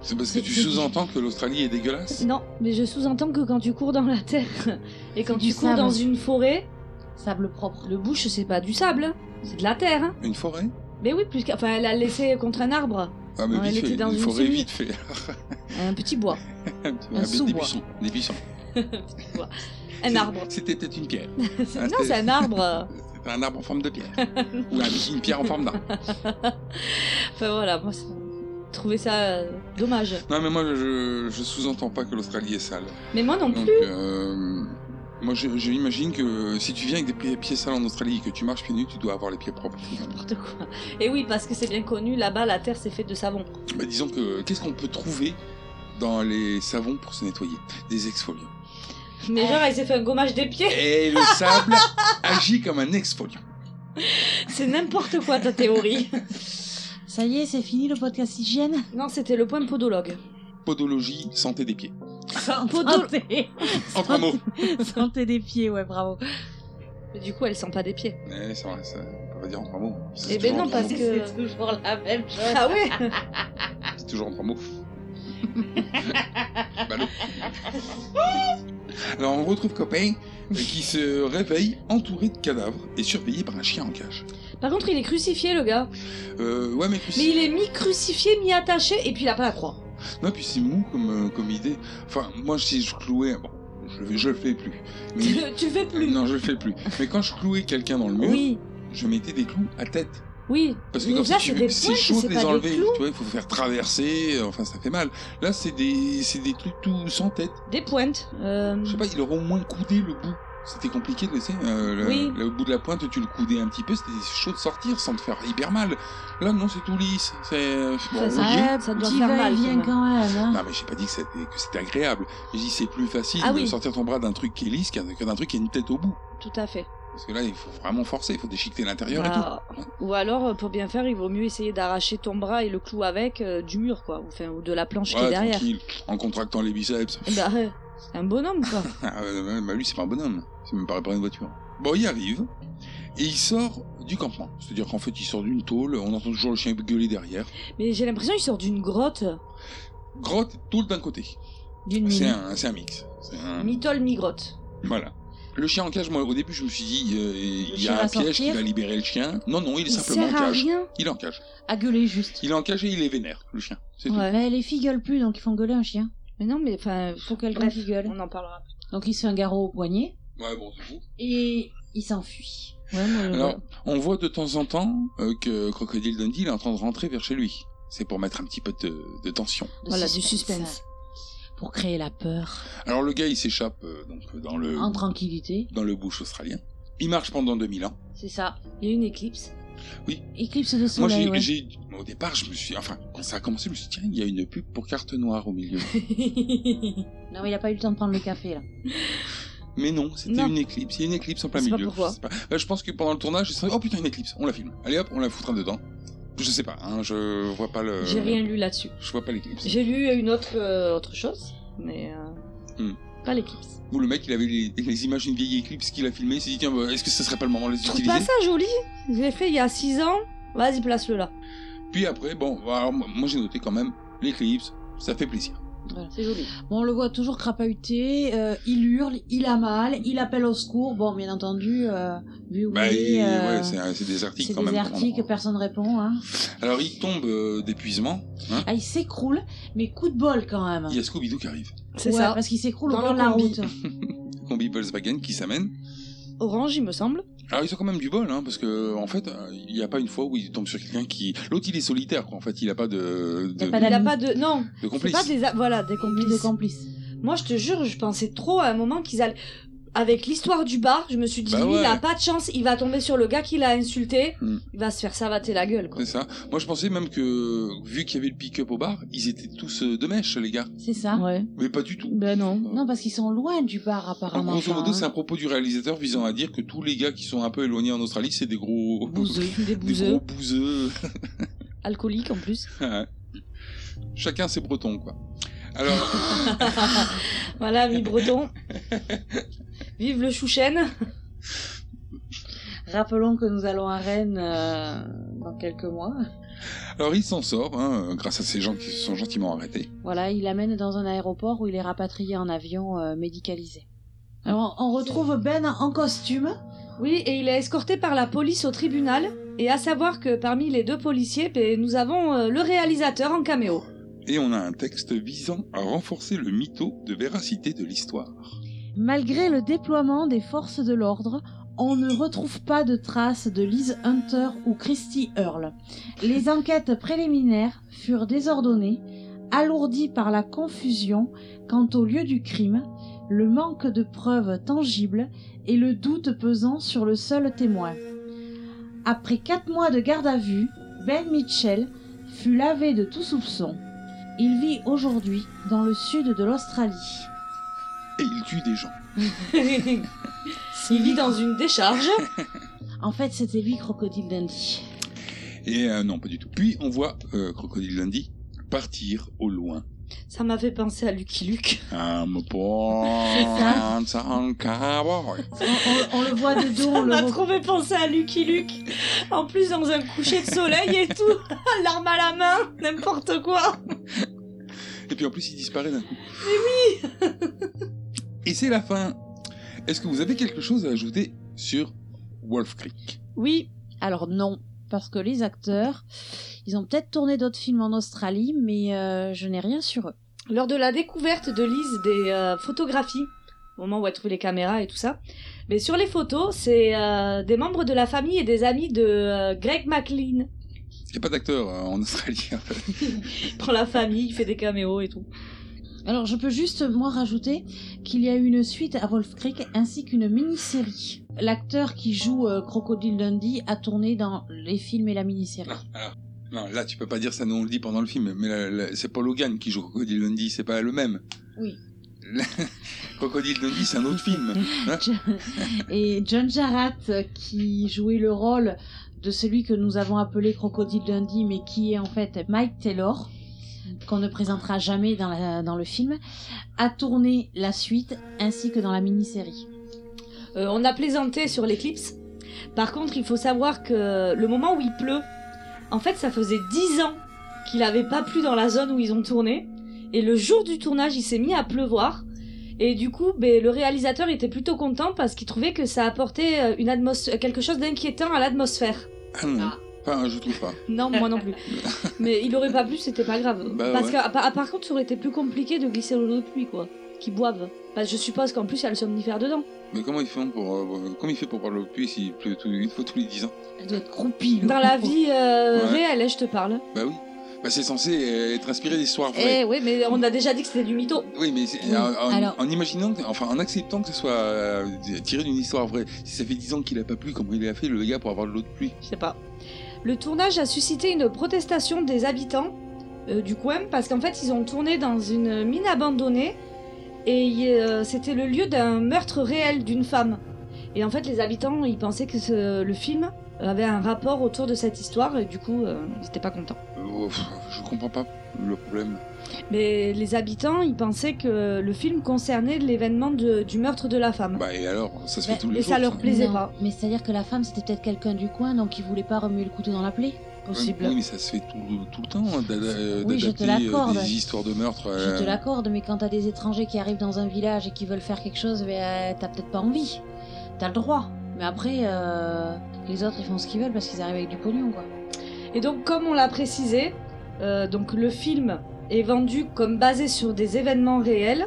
S3: C'est parce que
S10: C'est-
S3: tu
S10: c'est-
S3: sous-entends que l'Australie est dégueulasse
S10: Non, mais je sous-entends que quand tu cours dans la terre et quand
S7: C'est
S10: tu
S7: du
S10: cours
S7: sable.
S10: dans une forêt,
S7: sable propre.
S10: Le bouche, c'est pas du sable, hein, c'est de la terre. hein.
S3: Une forêt
S10: Mais oui, puisque enfin, elle l'a laissé contre un arbre,
S3: Ah, mais
S10: Non, elle
S3: vite fait,
S10: était dans
S3: une
S10: une
S3: forêt,
S10: semi.
S3: vite fait.
S10: un petit bois,
S3: Un petit- des
S10: sous-bois.
S3: buissons, des buissons.
S10: un arbre.
S3: C'était peut-être une pierre.
S10: C'est-
S3: Ah,
S10: non, c'est un arbre.
S3: C'était un arbre en forme de pierre. Ou un- une pierre en forme d'arbre.
S10: Enfin voilà, moi, ça- je trouvais ça euh, dommage.
S3: Non, mais moi, je, je sous-entends pas que l'Australie est sale.
S10: Mais moi non
S3: Donc,
S10: plus.
S3: euh, moi, je, je l'imagine que si tu viens avec des pieds- pieds sales en Australie et que tu marches pieds nus, tu dois avoir les pieds propres.
S10: N'importe quoi. Et oui, parce que c'est bien connu, là-bas, la terre, c'est faite de savon.
S3: Bah, disons que qu'est-ce qu'on peut trouver dans les savons pour se nettoyer Des exfoliants.
S10: Mais genre, elle s'est fait un gommage des pieds.
S3: Et le sable agit comme un exfoliant.
S10: C'est n'importe quoi ta théorie.
S7: Ça y est, c'est fini le podcast hygiène
S10: Non, c'était le point podologue.
S3: Podologie, santé des pieds.
S10: Podol-
S7: Santé
S3: En trois mots.
S7: Santé des pieds, ouais, bravo.
S10: Mais du coup, elle sent pas des pieds.
S3: Eh, ça, va, ça, on va dire en trois mots. Ça,
S10: Eh
S3: c'est
S10: ben
S3: toujours en
S10: non,
S3: trois
S10: parce
S3: mots.
S10: que.
S7: toujours la même chose.
S10: Ah ouais
S3: C'est toujours en trois mots. Ballot. Alors on retrouve Copain euh, qui se réveille entouré de cadavres et surveillé par un chien en cage.
S10: Par contre, il est crucifié, le gars.
S3: Euh, ouais mais puis
S10: Mais il est mi-crucifié, mi-attaché, et puis il a pas la croix.
S3: non puis c'est mou comme, euh, comme idée. Enfin moi si je clouais bon je vais- je le fais plus. Mais-
S10: tu fais plus.
S3: non je le fais plus. Mais quand je clouais quelqu'un dans le mur,
S10: Oui,
S3: je mettais des clous à tête.
S10: oui.
S3: Parce que
S10: Mais
S3: comme
S10: là,
S3: si
S10: c'est
S3: tu-
S10: des
S3: c'est
S10: pointes,
S3: chaud de
S10: c'est
S3: les
S10: pas des
S3: enlever,
S10: clous.
S3: tu vois, il faut faire traverser, euh, enfin ça fait mal. Là c'est des c'est des clous tout sans tête.
S10: Des pointes. Euh,
S3: Je sais pas, il aurait au moins coudé le bout. C'était compliqué de laisser euh, le,
S10: Oui.
S3: le bout de la pointe, tu le coudais un petit peu, c'était chaud de sortir sans te faire hyper mal. Là, non, c'est tout lisse. C'est.
S10: Ça, ça
S3: oui.
S10: aide, ça doit
S7: Petit
S10: faire mal.
S7: va-et-vient
S10: quand même.
S7: quand même. hein.
S3: Non, mais j'ai pas dit que c'était que c'était agréable. J'ai dit c'est plus facile
S10: Ah
S3: de
S10: oui.
S3: sortir ton bras d'un truc qui est lisse qu'un- que d'un truc qui a une tête au bout.
S10: Tout à fait.
S3: Parce que là, il faut vraiment forcer, il faut déchiqueter l'intérieur et tout.
S10: Bah, Ou alors, euh, pour bien faire, il vaut mieux essayer d'arracher ton bras et le clou avec euh, du mur, quoi. Ou, enfin, ou de la planche qui est
S3: Ouais,
S10: derrière.
S3: tranquille, en contractant les biceps.
S10: Eh ben, euh, c'est un bonhomme, quoi.
S3: Ah, euh, bah, lui, c'est pas un bonhomme. C'est même pas réparer une voiture. Bon, il arrive. Et il sort du campement. C'est-à-dire qu'en fait, il sort d'une tôle. On entend toujours le chien gueuler derrière.
S10: Mais j'ai l'impression qu'il sort d'une grotte.
S3: Grotte et tôle d'un côté.
S10: D'une
S3: C'est
S10: mine.
S3: un, c'est un mix. C'est un-
S10: Mi-tôle, mi-grotte.
S3: Voilà. Le chien en cage, moi, au début, je me suis dit, euh, il y
S7: chien
S3: a
S7: va
S3: un piège qui
S7: sortir.
S3: va libérer le chien. Non, non, il est
S10: Il
S3: simplement en
S10: sert à
S3: cage.
S10: rien.
S3: Il est en cage.
S7: À gueuler juste.
S3: Il est en cage et il est vénère, le chien. C'est tout.
S10: Ouais.
S7: Ouais, les filles gueulent plus, donc ils font gueuler un chien. Euh,
S10: Mais non, mais enfin,
S7: Faut quelqu'un
S10: Bref.
S7: qui gueule.
S10: on en parlera plus.
S7: Donc il se fait un garrot au poignet
S3: Ouais, bon, c'est fou.
S7: et il s'enfuit. Ouais, moi, je-
S3: Alors, on voit de temps en temps euh, que Crocodile Dundee il est en train de rentrer vers chez lui. C'est pour mettre un petit peu de- de tension.
S7: de
S10: Voilà, du suspense.
S7: Pour créer la peur.
S3: Alors le gars il s'échappe euh, donc dans le
S7: En tranquillité.
S3: dans le bush australien. Il marche pendant 2000 ans.
S7: C'est ça.
S10: Il y a une éclipse.
S7: Éclipse de
S3: Moi
S7: soleil.
S3: j'ai
S7: ouais.
S3: j'ai- au départ je me suis enfin quand ça a commencé je me suis dit tiens il y a une pub pour carte noire au milieu.
S7: Non, mais il a pas eu le temps de prendre le café là.
S3: Mais non c'était
S10: Non.
S3: une éclipse. Il y a une éclipse en plein
S10: Je sais pas
S3: milieu.
S10: pourquoi.
S3: Je, sais pas. Bah, je pense que pendant le tournage ils se sont dit, oh putain une éclipse on la filme. Allez hop on la foutra dedans. Je sais pas hein, je vois pas le.
S10: J'ai rien lu là-dessus.
S3: Je vois pas l'éclipse.
S10: J'ai lu une autre, euh, autre chose, mais... euh,
S3: Hmm.
S10: Pas l'éclipse.
S3: Ou le mec, il avait les, les images d'une vieille éclipse qu'il a filmée, il s'est dit, tiens, bah, est-ce que ce serait pas le moment de les
S10: Je trouve
S3: utiliser
S10: pas ça joli. Je l'ai fait il y a 6 ans. Vas-y, place-le là.
S3: Puis après, bon, bah, alors, moi moi, j'ai noté quand même, l'éclipse, ça fait plaisir.
S7: Voilà.
S10: C'est joli.
S7: Bon, on le voit toujours crapahuté, euh, il hurle, il a mal, il appelle au secours. Bon, bien entendu, euh, vu où
S3: Bah,
S7: il est,
S3: il-
S7: euh,
S3: ouais, c'est c'est des articles
S7: c'est
S3: quand
S7: des
S3: même.
S7: articles, personne répond. Hein.
S3: Alors, il tombe euh, d'épuisement. hein.
S7: Ah, il s'écroule, mais coup de bol quand même.
S3: Il y a Scooby-Doo qui arrive.
S7: Ouais, Parce qu'il s'écroule au
S10: Dans
S7: bord
S10: le
S7: de la
S10: combi.
S7: route.
S3: Combi Volkswagen qui s'amène.
S10: Orange, il me semble.
S3: Alors, ils ont quand même du bol, hein, parce que, en fait, euh, il n'y a pas une fois où il tombe sur quelqu'un qui. L'autre, il est solitaire, quoi. En fait, il n'a pas de. de-
S10: il a pas de. Non.
S3: De complice.
S10: C'est Pas des... a- Voilà, des complices.
S7: de complices.
S10: Moi, je te jure, je pensais trop à un moment qu'ils allaient. Avec l'histoire du bar, je me suis dit,
S3: Bah
S10: lui,
S3: ouais.
S10: il a pas de chance, il va tomber sur le gars qui l'a insulté,
S3: Hmm.
S10: il va se faire savater la gueule, quoi.
S3: C'est ça. Moi, je pensais même que, vu qu'il y avait le pick-up au bar, ils étaient tous euh, de mèche, les gars.
S7: C'est ça.
S3: Mais pas du tout.
S10: Ben non.
S7: Non, parce qu'ils sont loin du bar
S3: En
S7: apparemment.
S3: grosso
S7: enfin,
S3: modo,
S7: hein.
S3: c'est un propos du réalisateur visant à dire que tous les gars qui sont un peu éloignés en Australie, c'est des gros.
S10: Bouseux, des
S3: des
S10: bouseux.
S3: gros bouseux.
S10: Alcoolique en plus.
S3: Ouais. Chacun ses bretons, quoi. Alors,
S10: Voilà, mi-breton. Vive le chouchen.
S7: hein. Rappelons que nous allons à Rennes euh, dans quelques mois.
S3: alors il s'en sort, hein, grâce à ces gens qui se sont gentiment arrêtés.
S7: Voilà, il l'amène dans un aéroport où il est rapatrié en avion euh, médicalisé. Alors, on retrouve Ben en costume.
S10: Oui, et il est escorté par la police au tribunal. Et à savoir que parmi les deux policiers, ben, nous avons euh, le réalisateur en caméo.
S3: Et on a un texte visant à renforcer le mytho de véracité de l'histoire.
S7: Malgré le déploiement des forces de l'ordre, on ne retrouve pas de traces de Liz Hunter ou Christy Earle. Les enquêtes préliminaires furent désordonnées, alourdies par la confusion quant au lieu du crime, le manque de preuves tangibles et le doute pesant sur le seul témoin. Après quatre mois de garde à vue, Ben Mitchell fut lavé de tout soupçon. Il vit aujourd'hui dans le sud de l'Australie.
S3: Et il tue des gens.
S10: Il vit dans une décharge.
S7: En fait, c'était lui, Crocodile Dundee.
S3: Et euh, non, pas du tout. Puis on voit euh, Crocodile Dundee partir au loin.
S10: Ça m'a fait penser à Lucky Luke.
S3: I'm a
S10: ça.
S3: born some cowboy.
S7: On, on le voit de dos,
S10: on
S7: on le
S10: m'a
S7: voit.
S10: trouvé penser à Lucky Luke. En plus, dans un coucher de soleil et tout. L'arme à la main, n'importe quoi.
S3: Et puis en plus, il disparaît d'un coup. Mais oui Et c'est la fin. Est-ce que vous avez quelque chose à ajouter sur Wolf Creek
S7: Oui. Alors non, parce que les acteurs, ils ont peut-être tourné d'autres films en Australie, mais euh, je n'ai rien sur eux.
S10: Lors de la découverte de Lise des euh, photographies, au moment où elle trouve les caméras et tout ça, mais sur les photos, c'est euh, des membres de la famille et des amis de euh, Greg McLean.
S3: Il n'y a pas d'acteur euh, en Australie. en fait.
S10: Il prend la famille, il fait des caméos et tout.
S7: Alors je peux juste moi rajouter qu'il y a eu une suite à Wolf Creek ainsi qu'une mini-série. L'acteur qui joue euh, Crocodile Dundee a tourné dans les films et la mini-série.
S3: Alors, non, là, tu peux pas dire ça, nous on le dit pendant le film, mais la- la- c'est Paul Hogan qui joue Crocodile Dundee, c'est pas le même.
S7: Oui.
S3: Crocodile Dundee, c'est un autre film. hein.
S7: Et John Jarrat euh, qui jouait le rôle de celui que nous avons appelé Crocodile Dundee mais qui est en fait Mike Taylor qu'on ne présentera jamais dans, la- dans le film, a tourné la suite ainsi que dans la mini-série.
S10: Euh, on a plaisanté sur l'éclipse. Par contre, il faut savoir que le moment où il pleut, en fait, ça faisait 10 ans qu'il n'avait pas plu dans la zone où ils ont tourné. Et le jour du tournage, il s'est mis à pleuvoir. Et du coup, ben, le réalisateur était plutôt content parce qu'il trouvait que ça apportait euh, une atmos- quelque chose d'inquiétant à l'atmosphère.
S3: Ah non. Enfin, je trouve pas.
S10: Non, moi non plus. Mais il aurait pas plu, c'était pas grave.
S3: Bah
S10: parce
S3: ouais.
S10: que ah, par- ah, par contre, ça aurait été plus compliqué de glisser l'eau de pluie, quoi. Qu'ils boivent. Parce que je suppose qu'en plus, il y a le somnifère dedans.
S3: Mais comment ils font pour, euh, comment il fait pour boire l'eau de pluie s'il pleut tout- une fois tous les 10 ans
S7: Elle doit être croupie.
S10: Dans la vie euh,
S3: Ouais.
S10: réelle, hein, je te parle.
S3: Bah oui. Bah c'est censé euh, être inspiré d'histoires vraies.
S10: Eh oui, mais on a déjà dit que c'était du mytho.
S3: Oui, mais c'est-
S10: Oui,
S3: en, en-
S10: alors-
S3: en imaginant, que- enfin en acceptant que ce soit euh, tiré d'une histoire vraie, si ça fait 10 ans qu'il a pas plu, comment il a fait le gars pour avoir de l'eau de pluie
S10: Je sais pas. Le tournage a suscité une protestation des habitants euh, du coin parce qu'en fait, ils ont tourné dans une mine abandonnée et euh, c'était le lieu d'un meurtre réel d'une femme. Et en fait, les habitants, ils pensaient que ce- le film avait un rapport autour de cette histoire et du coup, euh, ils étaient pas contents.
S3: Euh, pff, Je comprends pas le problème.
S10: Mais les habitants, ils pensaient que le film concernait l'événement de- du meurtre de la femme.
S3: Bah et alors, ça se fait
S10: Bah,
S3: tous les
S10: et
S3: jours.
S10: ça leur plaisait
S7: Non,
S10: pas.
S7: Mais c'est-à-dire que la femme, c'était peut-être quelqu'un du coin, donc il voulait pas remuer le couteau dans la plaie Possible.
S3: Oui, mais ça se fait tout, tout le temps, hein, d'ada- euh,
S7: Oui, je te
S3: d'adapter euh,
S7: l'accorde.
S3: des histoires de meurtre.
S7: Je te
S3: euh,
S7: l'accorde, mais quand t'as des étrangers qui arrivent dans un village et qui veulent faire quelque chose, ben, euh, t'as peut-être pas envie. T'as le droit. Mais après, euh, les autres, ils font ce qu'ils veulent parce qu'ils arrivent avec du pognon, quoi.
S10: Et donc, comme on l'a précisé, euh, donc le film est vendu comme basé sur des événements réels,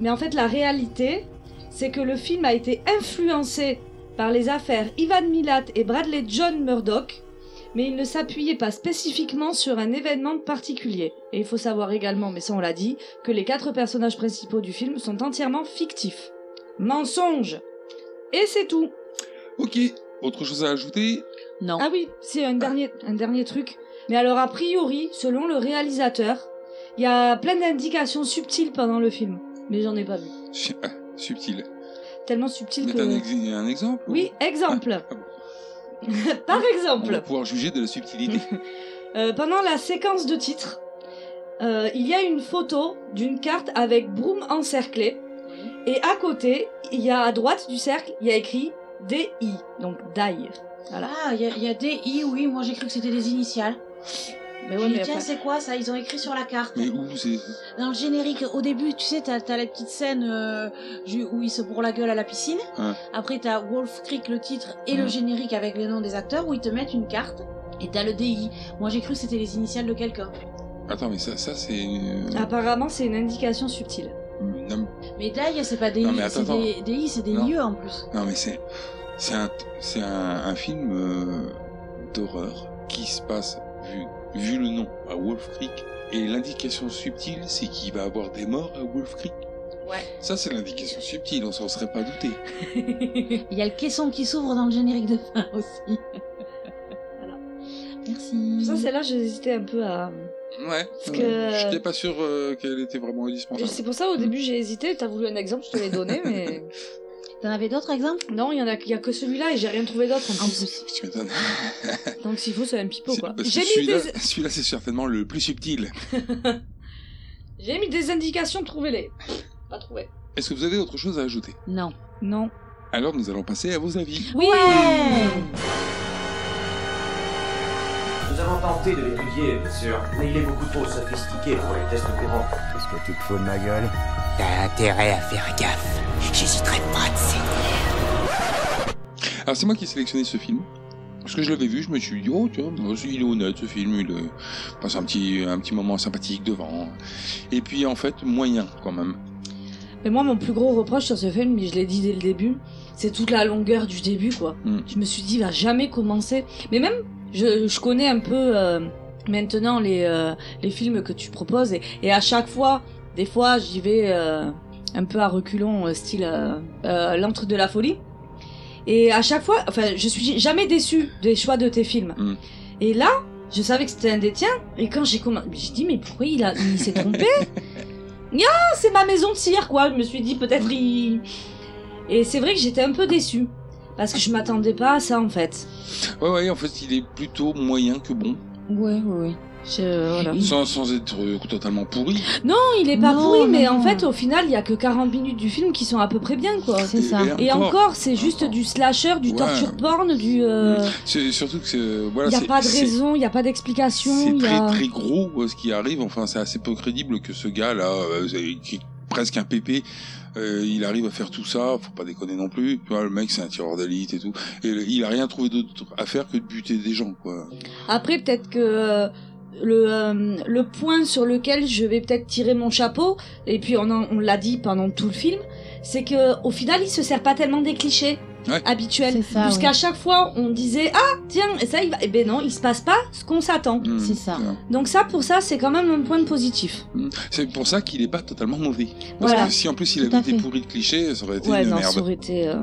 S10: mais en fait, la réalité, c'est que le film a été influencé par les affaires Ivan Milat et Bradley John Murdoch, mais il ne s'appuyait pas spécifiquement sur un événement particulier. Et il faut savoir également, mais ça on l'a dit, que les quatre personnages principaux du film sont entièrement fictifs. Mensonge Et c'est tout
S3: Ok, autre chose à ajouter
S7: Non.
S10: Ah oui, c'est un dernier, un dernier truc. Mais alors, a priori, selon le réalisateur, il y a plein d'indications subtiles pendant le film. Mais j'en ai pas vu.
S3: Su- ah, Subtil.
S10: Tellement subtiles
S3: Mais
S10: que.
S3: t'as un, ex- un exemple
S10: Oui, exemple Par
S3: On va
S10: exemple,
S3: pouvoir juger de la subtilité.
S10: euh, pendant la séquence de titre, euh, il y a une photo d'une carte avec Broom encerclé. Et à côté, il y a à droite du cercle, il y a écrit DI, donc DI. Voilà.
S7: Ah, il y, a- il y a des i, oui, moi j'ai cru que c'était des initiales.
S10: Mais
S7: Je
S10: ouais,
S7: dis,
S10: mais
S7: tiens,
S10: après-
S7: c'est quoi ça Ils ont écrit sur la carte.
S3: mais où c'est
S7: Dans le générique, au début, tu sais, t'as, t'as la petite scène euh, ju- où il se bourre la gueule à la piscine.
S3: Ouais.
S7: Après, t'as Wolf Creek, le titre, et le
S3: Mhm.
S7: générique avec les noms des acteurs où ils te mettent une carte et t'as le DI. Moi, j'ai cru que c'était les initiales de quelqu'un.
S3: Attends, mais ça, ça c'est.
S7: Ah.
S10: Apparemment, c'est une indication subtile.
S3: Non,
S7: Mais DI, c'est pas DI,
S3: Non, mais attends,
S7: c'est des,
S3: attends.
S7: DI, c'est des
S3: Non.
S7: lieux en plus.
S3: non, mais c'est. C'est un, c'est un, un film euh, d'horreur qui se passe, vu, vu le nom, à Wolf Creek. Et l'indication subtile, c'est qu'il va avoir des morts à Wolf Creek.
S7: Ouais.
S3: Ça, c'est l'indication subtile, on s'en serait pas douté.
S7: Il y a le caisson qui s'ouvre dans le générique de fin aussi. Merci.
S10: Ça, c'est là j'ai hésité un peu à.
S3: Ouais.
S10: Parce que-
S3: J'étais pas sûr euh, qu'elle était vraiment
S10: Et
S3: indispensable.
S10: C'est pour ça au début j'ai hésité, t'as voulu un exemple, je te l'ai donné, mais.
S7: T'en avais d'autres exemples
S10: Non, il y en a, il y a que celui-là et j'ai rien trouvé d'autre en plus.
S3: Tu m'étonnes.
S10: Donc s'il faut, c'est un pipeau quoi.
S3: Parce que
S10: J'ai mis,
S3: celui-là,
S10: des...
S3: celui-là, c'est certainement le plus subtil.
S10: j'ai mis des indications, trouvez-les. Pas trouvé.
S3: Est-ce que vous avez autre chose à ajouter
S7: Non.
S10: Non.
S3: Alors nous allons passer à vos avis.
S10: Oui
S14: Nous avons tenté de l'étudier, bien sûr, mais il est beaucoup trop sophistiqué pour les tests courants. Qu'est-ce que tu te fous de ma gueule
S2: T'as intérêt à faire gaffe. J'hésiterai pas de
S3: Alors c'est moi qui ai sélectionné ce film. Parce que je l'avais vu, je me suis dit, oh tiens, bon, il est honnête ce film, il euh, passe un petit, un petit moment sympathique devant. Et puis en fait, moyen quand même.
S10: Mais moi, mon plus gros reproche sur ce film, mais je l'ai dit dès le début, c'est toute la longueur du début quoi.
S3: Mm.
S10: Je me suis dit, il va jamais commencer. Mais même, je, je connais un peu euh, maintenant les, euh, les films que tu proposes et, et à chaque fois, des fois, j'y vais euh, un peu à reculons, euh, style euh, euh, L'Antre de la folie. Et à chaque fois, enfin, je suis jamais déçue des choix de tes films.
S3: Mm.
S10: Et là, je savais que c'était un des tiens, et quand j'ai commencé, j'ai dit, mais pourquoi il, a- il s'est trompé Ah, c'est ma maison de cire, quoi. Je me suis dit, peut-être il. Et c'est vrai que j'étais un peu déçue. Parce que je m'attendais pas à ça, en fait.
S3: Ouais, ouais, en fait, il est plutôt moyen que bon.
S10: Ouais, ouais, ouais.
S3: Sans, sans être euh, totalement pourri.
S10: Non, il est pas
S7: Non,
S10: pourri,
S7: non,
S10: mais en
S7: non.
S10: fait, au final, il y a que 40 minutes du film qui sont à peu près bien, quoi.
S7: C'est ça.
S10: Et,
S3: Et encore.
S10: encore, c'est juste du slasher, du
S3: Ouais.
S10: torture porn, du. euh,
S3: C'est surtout que c'est-
S10: Il
S3: voilà,
S10: y a
S3: c'est-
S10: pas de
S3: c'est-
S10: raison, il y a pas d'explication.
S3: C'est
S10: il y
S3: très
S10: a...
S3: très gros euh, ce qui arrive. Enfin, c'est assez peu crédible que ce gars-là, euh, qui est presque un pépé, euh, il arrive à faire tout ça. Faut pas déconner non plus. Tu vois, le mec, c'est un tireur d'élite et tout. Et le- il a rien trouvé d'autre à faire que de buter des gens, quoi.
S10: Après, peut-être que euh, le, euh, le point sur lequel je vais peut-être tirer mon chapeau, et puis on, en- on l'a dit pendant tout le film, c'est que au final, il se sert pas tellement des clichés
S3: Ouais.
S10: habituels.
S7: ça,
S10: Jusqu'à
S7: ouais.
S10: chaque fois, on disait ah tiens, et ça, il va... eh ben non, il se passe pas ce qu'on s'attend.
S3: Hmm.
S7: C'est ça.
S10: Donc ça, pour ça, c'est quand même un point positif.
S3: Mm. C'est pour ça qu'il est pas totalement mauvais. Parce
S10: Voilà.
S3: que si en plus il
S10: Tout
S3: avait
S10: à
S3: été
S10: fait.
S3: pourri de clichés, ça aurait été
S10: ouais,
S3: une
S10: non, ça
S3: merde.
S10: aurait été. euh,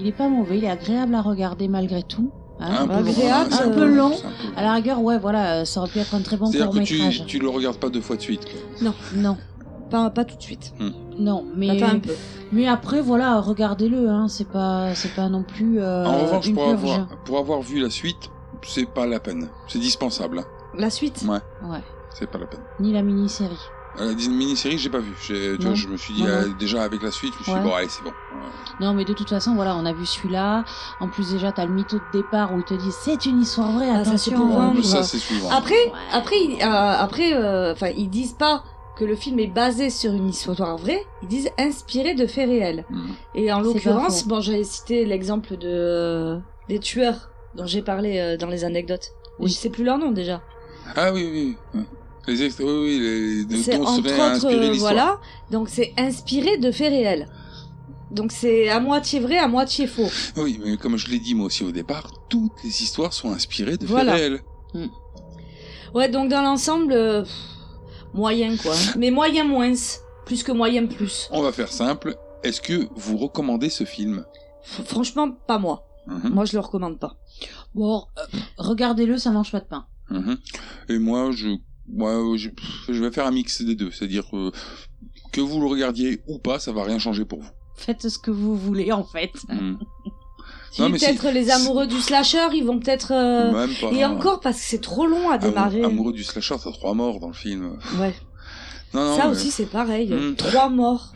S7: Il est pas mauvais, il est agréable à regarder malgré tout.
S3: Un peu long,
S7: Agréable,
S3: hein, c'est
S7: un
S3: un
S7: peu
S3: peu
S7: long.
S3: long, c'est un peu long.
S7: À la rigueur, ouais, voilà, euh, ça aurait pu être un très bon
S3: C'est-à-dire
S7: court
S3: que
S7: métrage.
S3: tu, tu le regardes pas deux fois de suite. quoi.
S10: Non,
S7: non,
S10: pas, pas tout de suite.
S3: Mm.
S7: non, mais
S10: Attends un peu.
S7: mais après, voilà, regardez-le, hein, c'est pas c'est pas non plus euh,
S3: en revanche,
S7: une
S3: pour
S7: purge.
S3: avoir, pour avoir vu la suite, c'est pas la peine. C'est dispensable. hein.
S10: La suite.
S3: Ouais.
S7: Ouais.
S3: c'est pas la peine.
S7: Ni la mini-série.
S3: Euh, la mini-série, j'ai pas vu. J'ai- Tu vois,
S7: Non.
S3: je me suis dit,
S7: Non, non.
S3: euh, déjà avec la suite, je me suis
S7: Ouais.
S3: dit, bon, allez, c'est bon. Euh,
S7: Non, mais de toute façon, voilà, on a vu celui-là. En plus, déjà, t'as le mytho de départ où ils te disent c'est une histoire vraie,
S10: Ah, ça, c'est pour
S7: attention. Euh,
S10: vendre.
S3: Ça, c'est souvent.
S10: Après, après, ils- euh, après, euh, enfin, ils disent pas que le film est basé sur une histoire vraie. Ils disent inspiré de faits réels.
S3: Mm.
S10: Et en
S15: C'est
S10: l'occurrence,
S15: pas faux.
S10: bon, j'avais cité l'exemple de euh, des tueurs dont j'ai parlé euh, dans les anecdotes. Je sais plus leur nom déjà.
S3: Ah oui, oui, oui. Les extra- oui, oui, les... de-
S10: C'est
S3: dont
S10: entre
S3: serait
S10: autres,
S3: inspirée
S10: euh,
S3: l'histoire.
S10: voilà. Donc c'est inspiré de faits réels. Donc c'est à moitié vrai, à moitié faux.
S3: Oui, mais comme je l'ai dit moi aussi au départ, toutes les histoires sont inspirées de
S10: Voilà.
S3: faits réels.
S10: Ouais, donc dans l'ensemble, euh, pff, moyen quoi. Mais moyen moins, plus que moyen plus.
S3: On va faire simple. Est-ce que vous recommandez ce film
S10: F- Franchement, pas moi.
S3: Mhm.
S10: Moi, je le recommande pas.
S7: Bon, euh, regardez-le, ça mange pas de pain.
S3: Mhm. Et moi, je, moi, je, pff, je vais faire un mix des deux, c'est-à-dire euh, que vous le regardiez ou pas, ça va rien changer pour vous.
S7: Faites ce que vous voulez, en fait.
S10: Euh,
S3: Mhm.
S10: Si
S3: Non, mais
S10: peut-être
S3: c'est-
S10: les amoureux du slasher, ils vont peut-être. euh,
S3: Même pas,
S10: Et
S3: hein.
S10: encore parce que c'est trop long à
S3: Amou-
S10: démarrer.
S3: amoureux du slasher, t'as trois morts dans le film.
S10: Ouais.
S3: Non, non,
S10: Ça
S3: mais-
S10: aussi, c'est pareil.
S3: Mhm.
S10: Trois morts.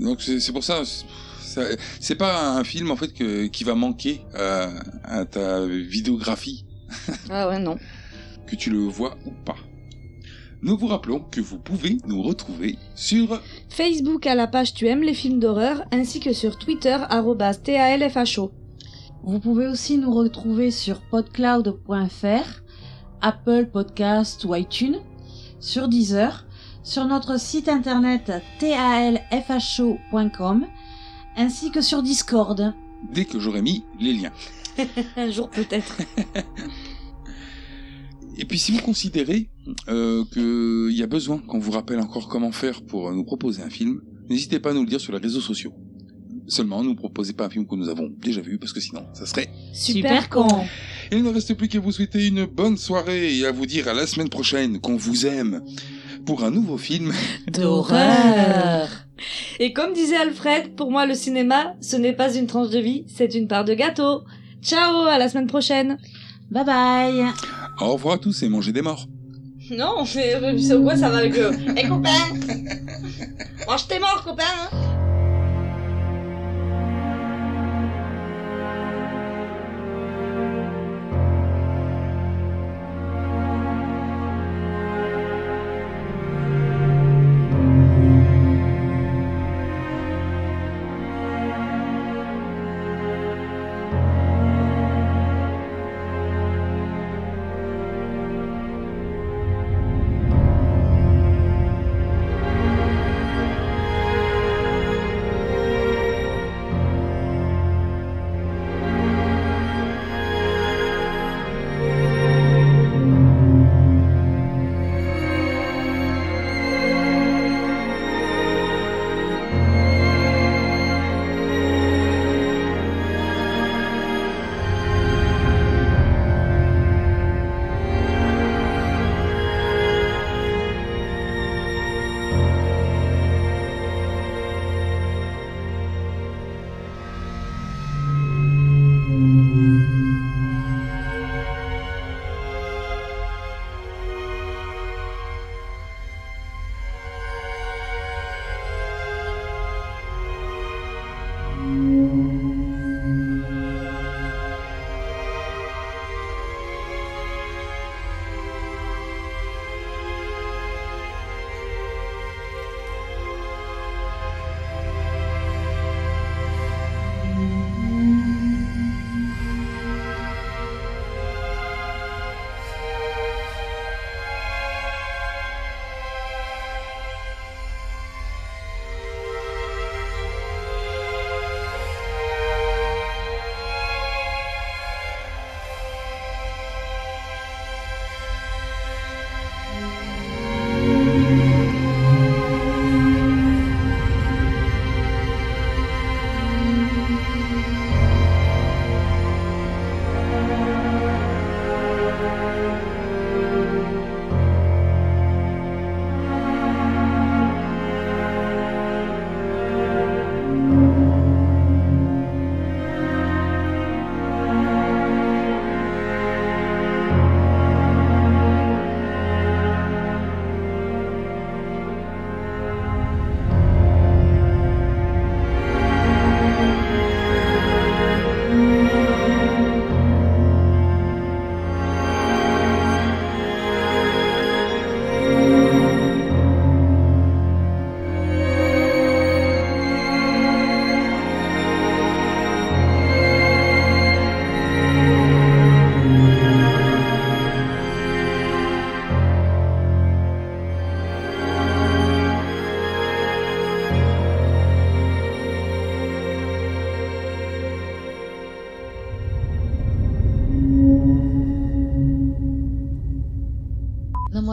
S3: Donc c'est c'est pour ça, c'est- ça- c'est pas un film en fait que, qui va manquer à, à ta vidéographie,
S10: Ah ouais, non.
S3: que tu le vois ou pas. Nous vous rappelons que vous pouvez nous retrouver sur
S10: Facebook à la page Tu aimes les films d'horreur, ainsi que sur Twitter, arrobase TALFHO.
S7: Vous pouvez aussi nous retrouver sur podcloud.fr, Apple Podcast ou iTunes, sur Deezer, sur notre site internet talfho.com, ainsi que sur Discord.
S3: dès que j'aurai mis les liens.
S7: Un jour peut-être.
S3: Et puis si vous considérez euh, qu'il y a besoin qu'on vous rappelle encore comment faire pour euh, nous proposer un film, n'hésitez pas à nous le dire sur les réseaux sociaux. Seulement, ne nous proposez pas un film que nous avons déjà vu, parce que sinon, ça serait...
S7: Super con.
S3: Il ne reste plus qu'à vous souhaiter une bonne soirée et à vous dire à la semaine prochaine qu'on vous aime pour un nouveau film...
S10: D'horreur. Et comme disait Alfred, pour moi, le cinéma, ce n'est pas une tranche de vie, c'est une part de gâteau. Ciao, à la semaine prochaine.
S7: Bye bye.
S3: Au revoir à tous et mangez des morts.
S10: Non, mais c'est quoi ça va avec le. Eh copain Mange tes morts, copain hein
S16: Thank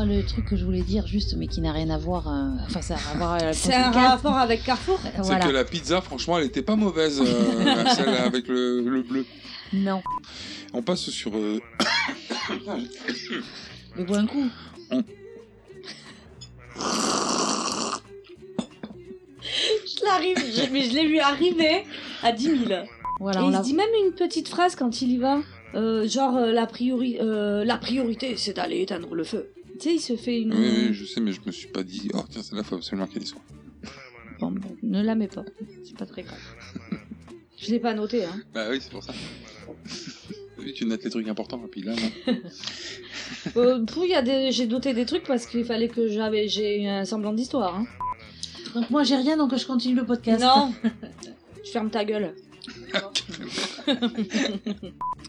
S7: le truc que je voulais dire juste, mais qui n'a rien à voir. euh, enfin, ça a à voir avec la
S10: C'est un
S7: conquête.
S10: rapport avec Carrefour
S7: Euh,
S3: C'est
S7: voilà.
S3: que la pizza, franchement, elle était pas mauvaise, euh, celle avec le, le bleu.
S7: Non.
S3: On passe sur. euh,
S7: Mais bois un coup.
S10: Je l'arrive, je- mais je l'ai vu arriver à 10 000.
S7: Voilà,
S10: Et
S7: on
S10: il
S7: l'a-
S10: se dit même une petite phrase quand il y va. euh, genre, euh, la, priori- euh, la priorité, c'est d'aller éteindre le feu. Tu sais, il se fait une...
S3: Oui, oui, je sais, mais je me suis pas dit. Oh, tiens, celle-là, faut absolument qu'elle y soit.
S10: Ne la mets pas, c'est pas très grave. Je l'ai pas noté, hein.
S3: Bah oui, c'est pour ça. tu notes les trucs importants, et puis là, non.
S10: Euh, pou, il y a des... j'ai noté des trucs parce qu'il fallait que j'avais... j'ai un semblant d'histoire. Hein.
S17: Donc moi j'ai rien, donc je continue le podcast.
S10: Non Tu fermes ta gueule.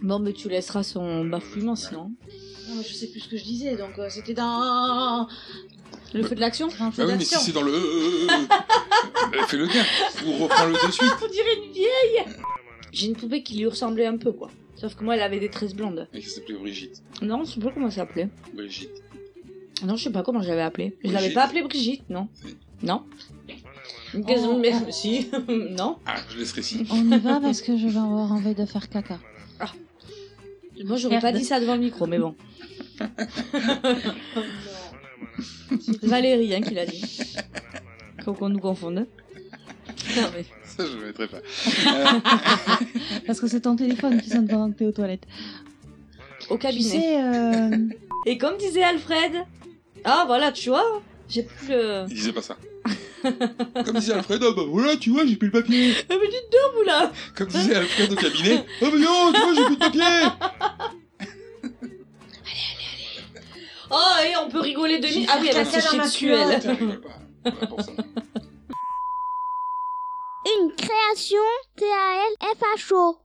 S10: bon, mais tu laisseras son bafouillement sinon.
S17: Non, mais je sais plus ce que je disais, donc euh, c'était dans
S10: le feu de l'action.
S17: Dans le feu
S3: Bah oui, mais si
S17: d'action.
S3: c'est dans le. euh, euh, euh, bah, Fais le bien, ou reprends le de suite.
S10: On dirait une vieille J'ai une poupée qui lui ressemblait un peu, quoi. Sauf que moi, elle avait des tresses blondes.
S3: Et qui s'appelait Brigitte.
S10: Non, je sais pas comment ça s'appelait.
S3: Brigitte.
S10: Non, je sais pas comment je l'avais appelée. Je l'avais
S3: Brigitte.
S10: pas appelée Brigitte, non. Non. Une question de merde, si. non.
S3: Ah, je laisserai ici.
S7: On y va parce que je vais avoir envie de faire caca.
S10: Moi, j'aurais pas
S7: Merde.
S10: dit ça devant le micro, mais bon. Valérie, hein, qui l'a dit. Faut qu'on nous confonde. Non, mais...
S3: Ça, je le mettrai pas.
S7: Parce que c'est ton téléphone qui sonne pendant que t'es aux toilettes.
S10: Au cabinet.
S7: Tu sais, euh,
S10: Et comme disait Alfred, ah voilà, tu vois, j'ai plus le.
S3: Il disait pas ça. Comme disait Alfredo, bah voilà, tu vois, j'ai plus le papier.
S10: Ah, mais dites donc, vous là
S3: Comme disait Alfred au cabinet, oh mais non, tu vois, j'ai plus de papier.
S10: Oh, et on peut rigoler de
S17: J'ai
S10: mi- Ah oui,
S17: fait
S10: elle va
S17: caca
S10: se
S17: dans ma
S10: chier dessus,
S17: culotte.
S10: elle.
S17: Ça rigole
S4: Une création T-A-L-F-H-O.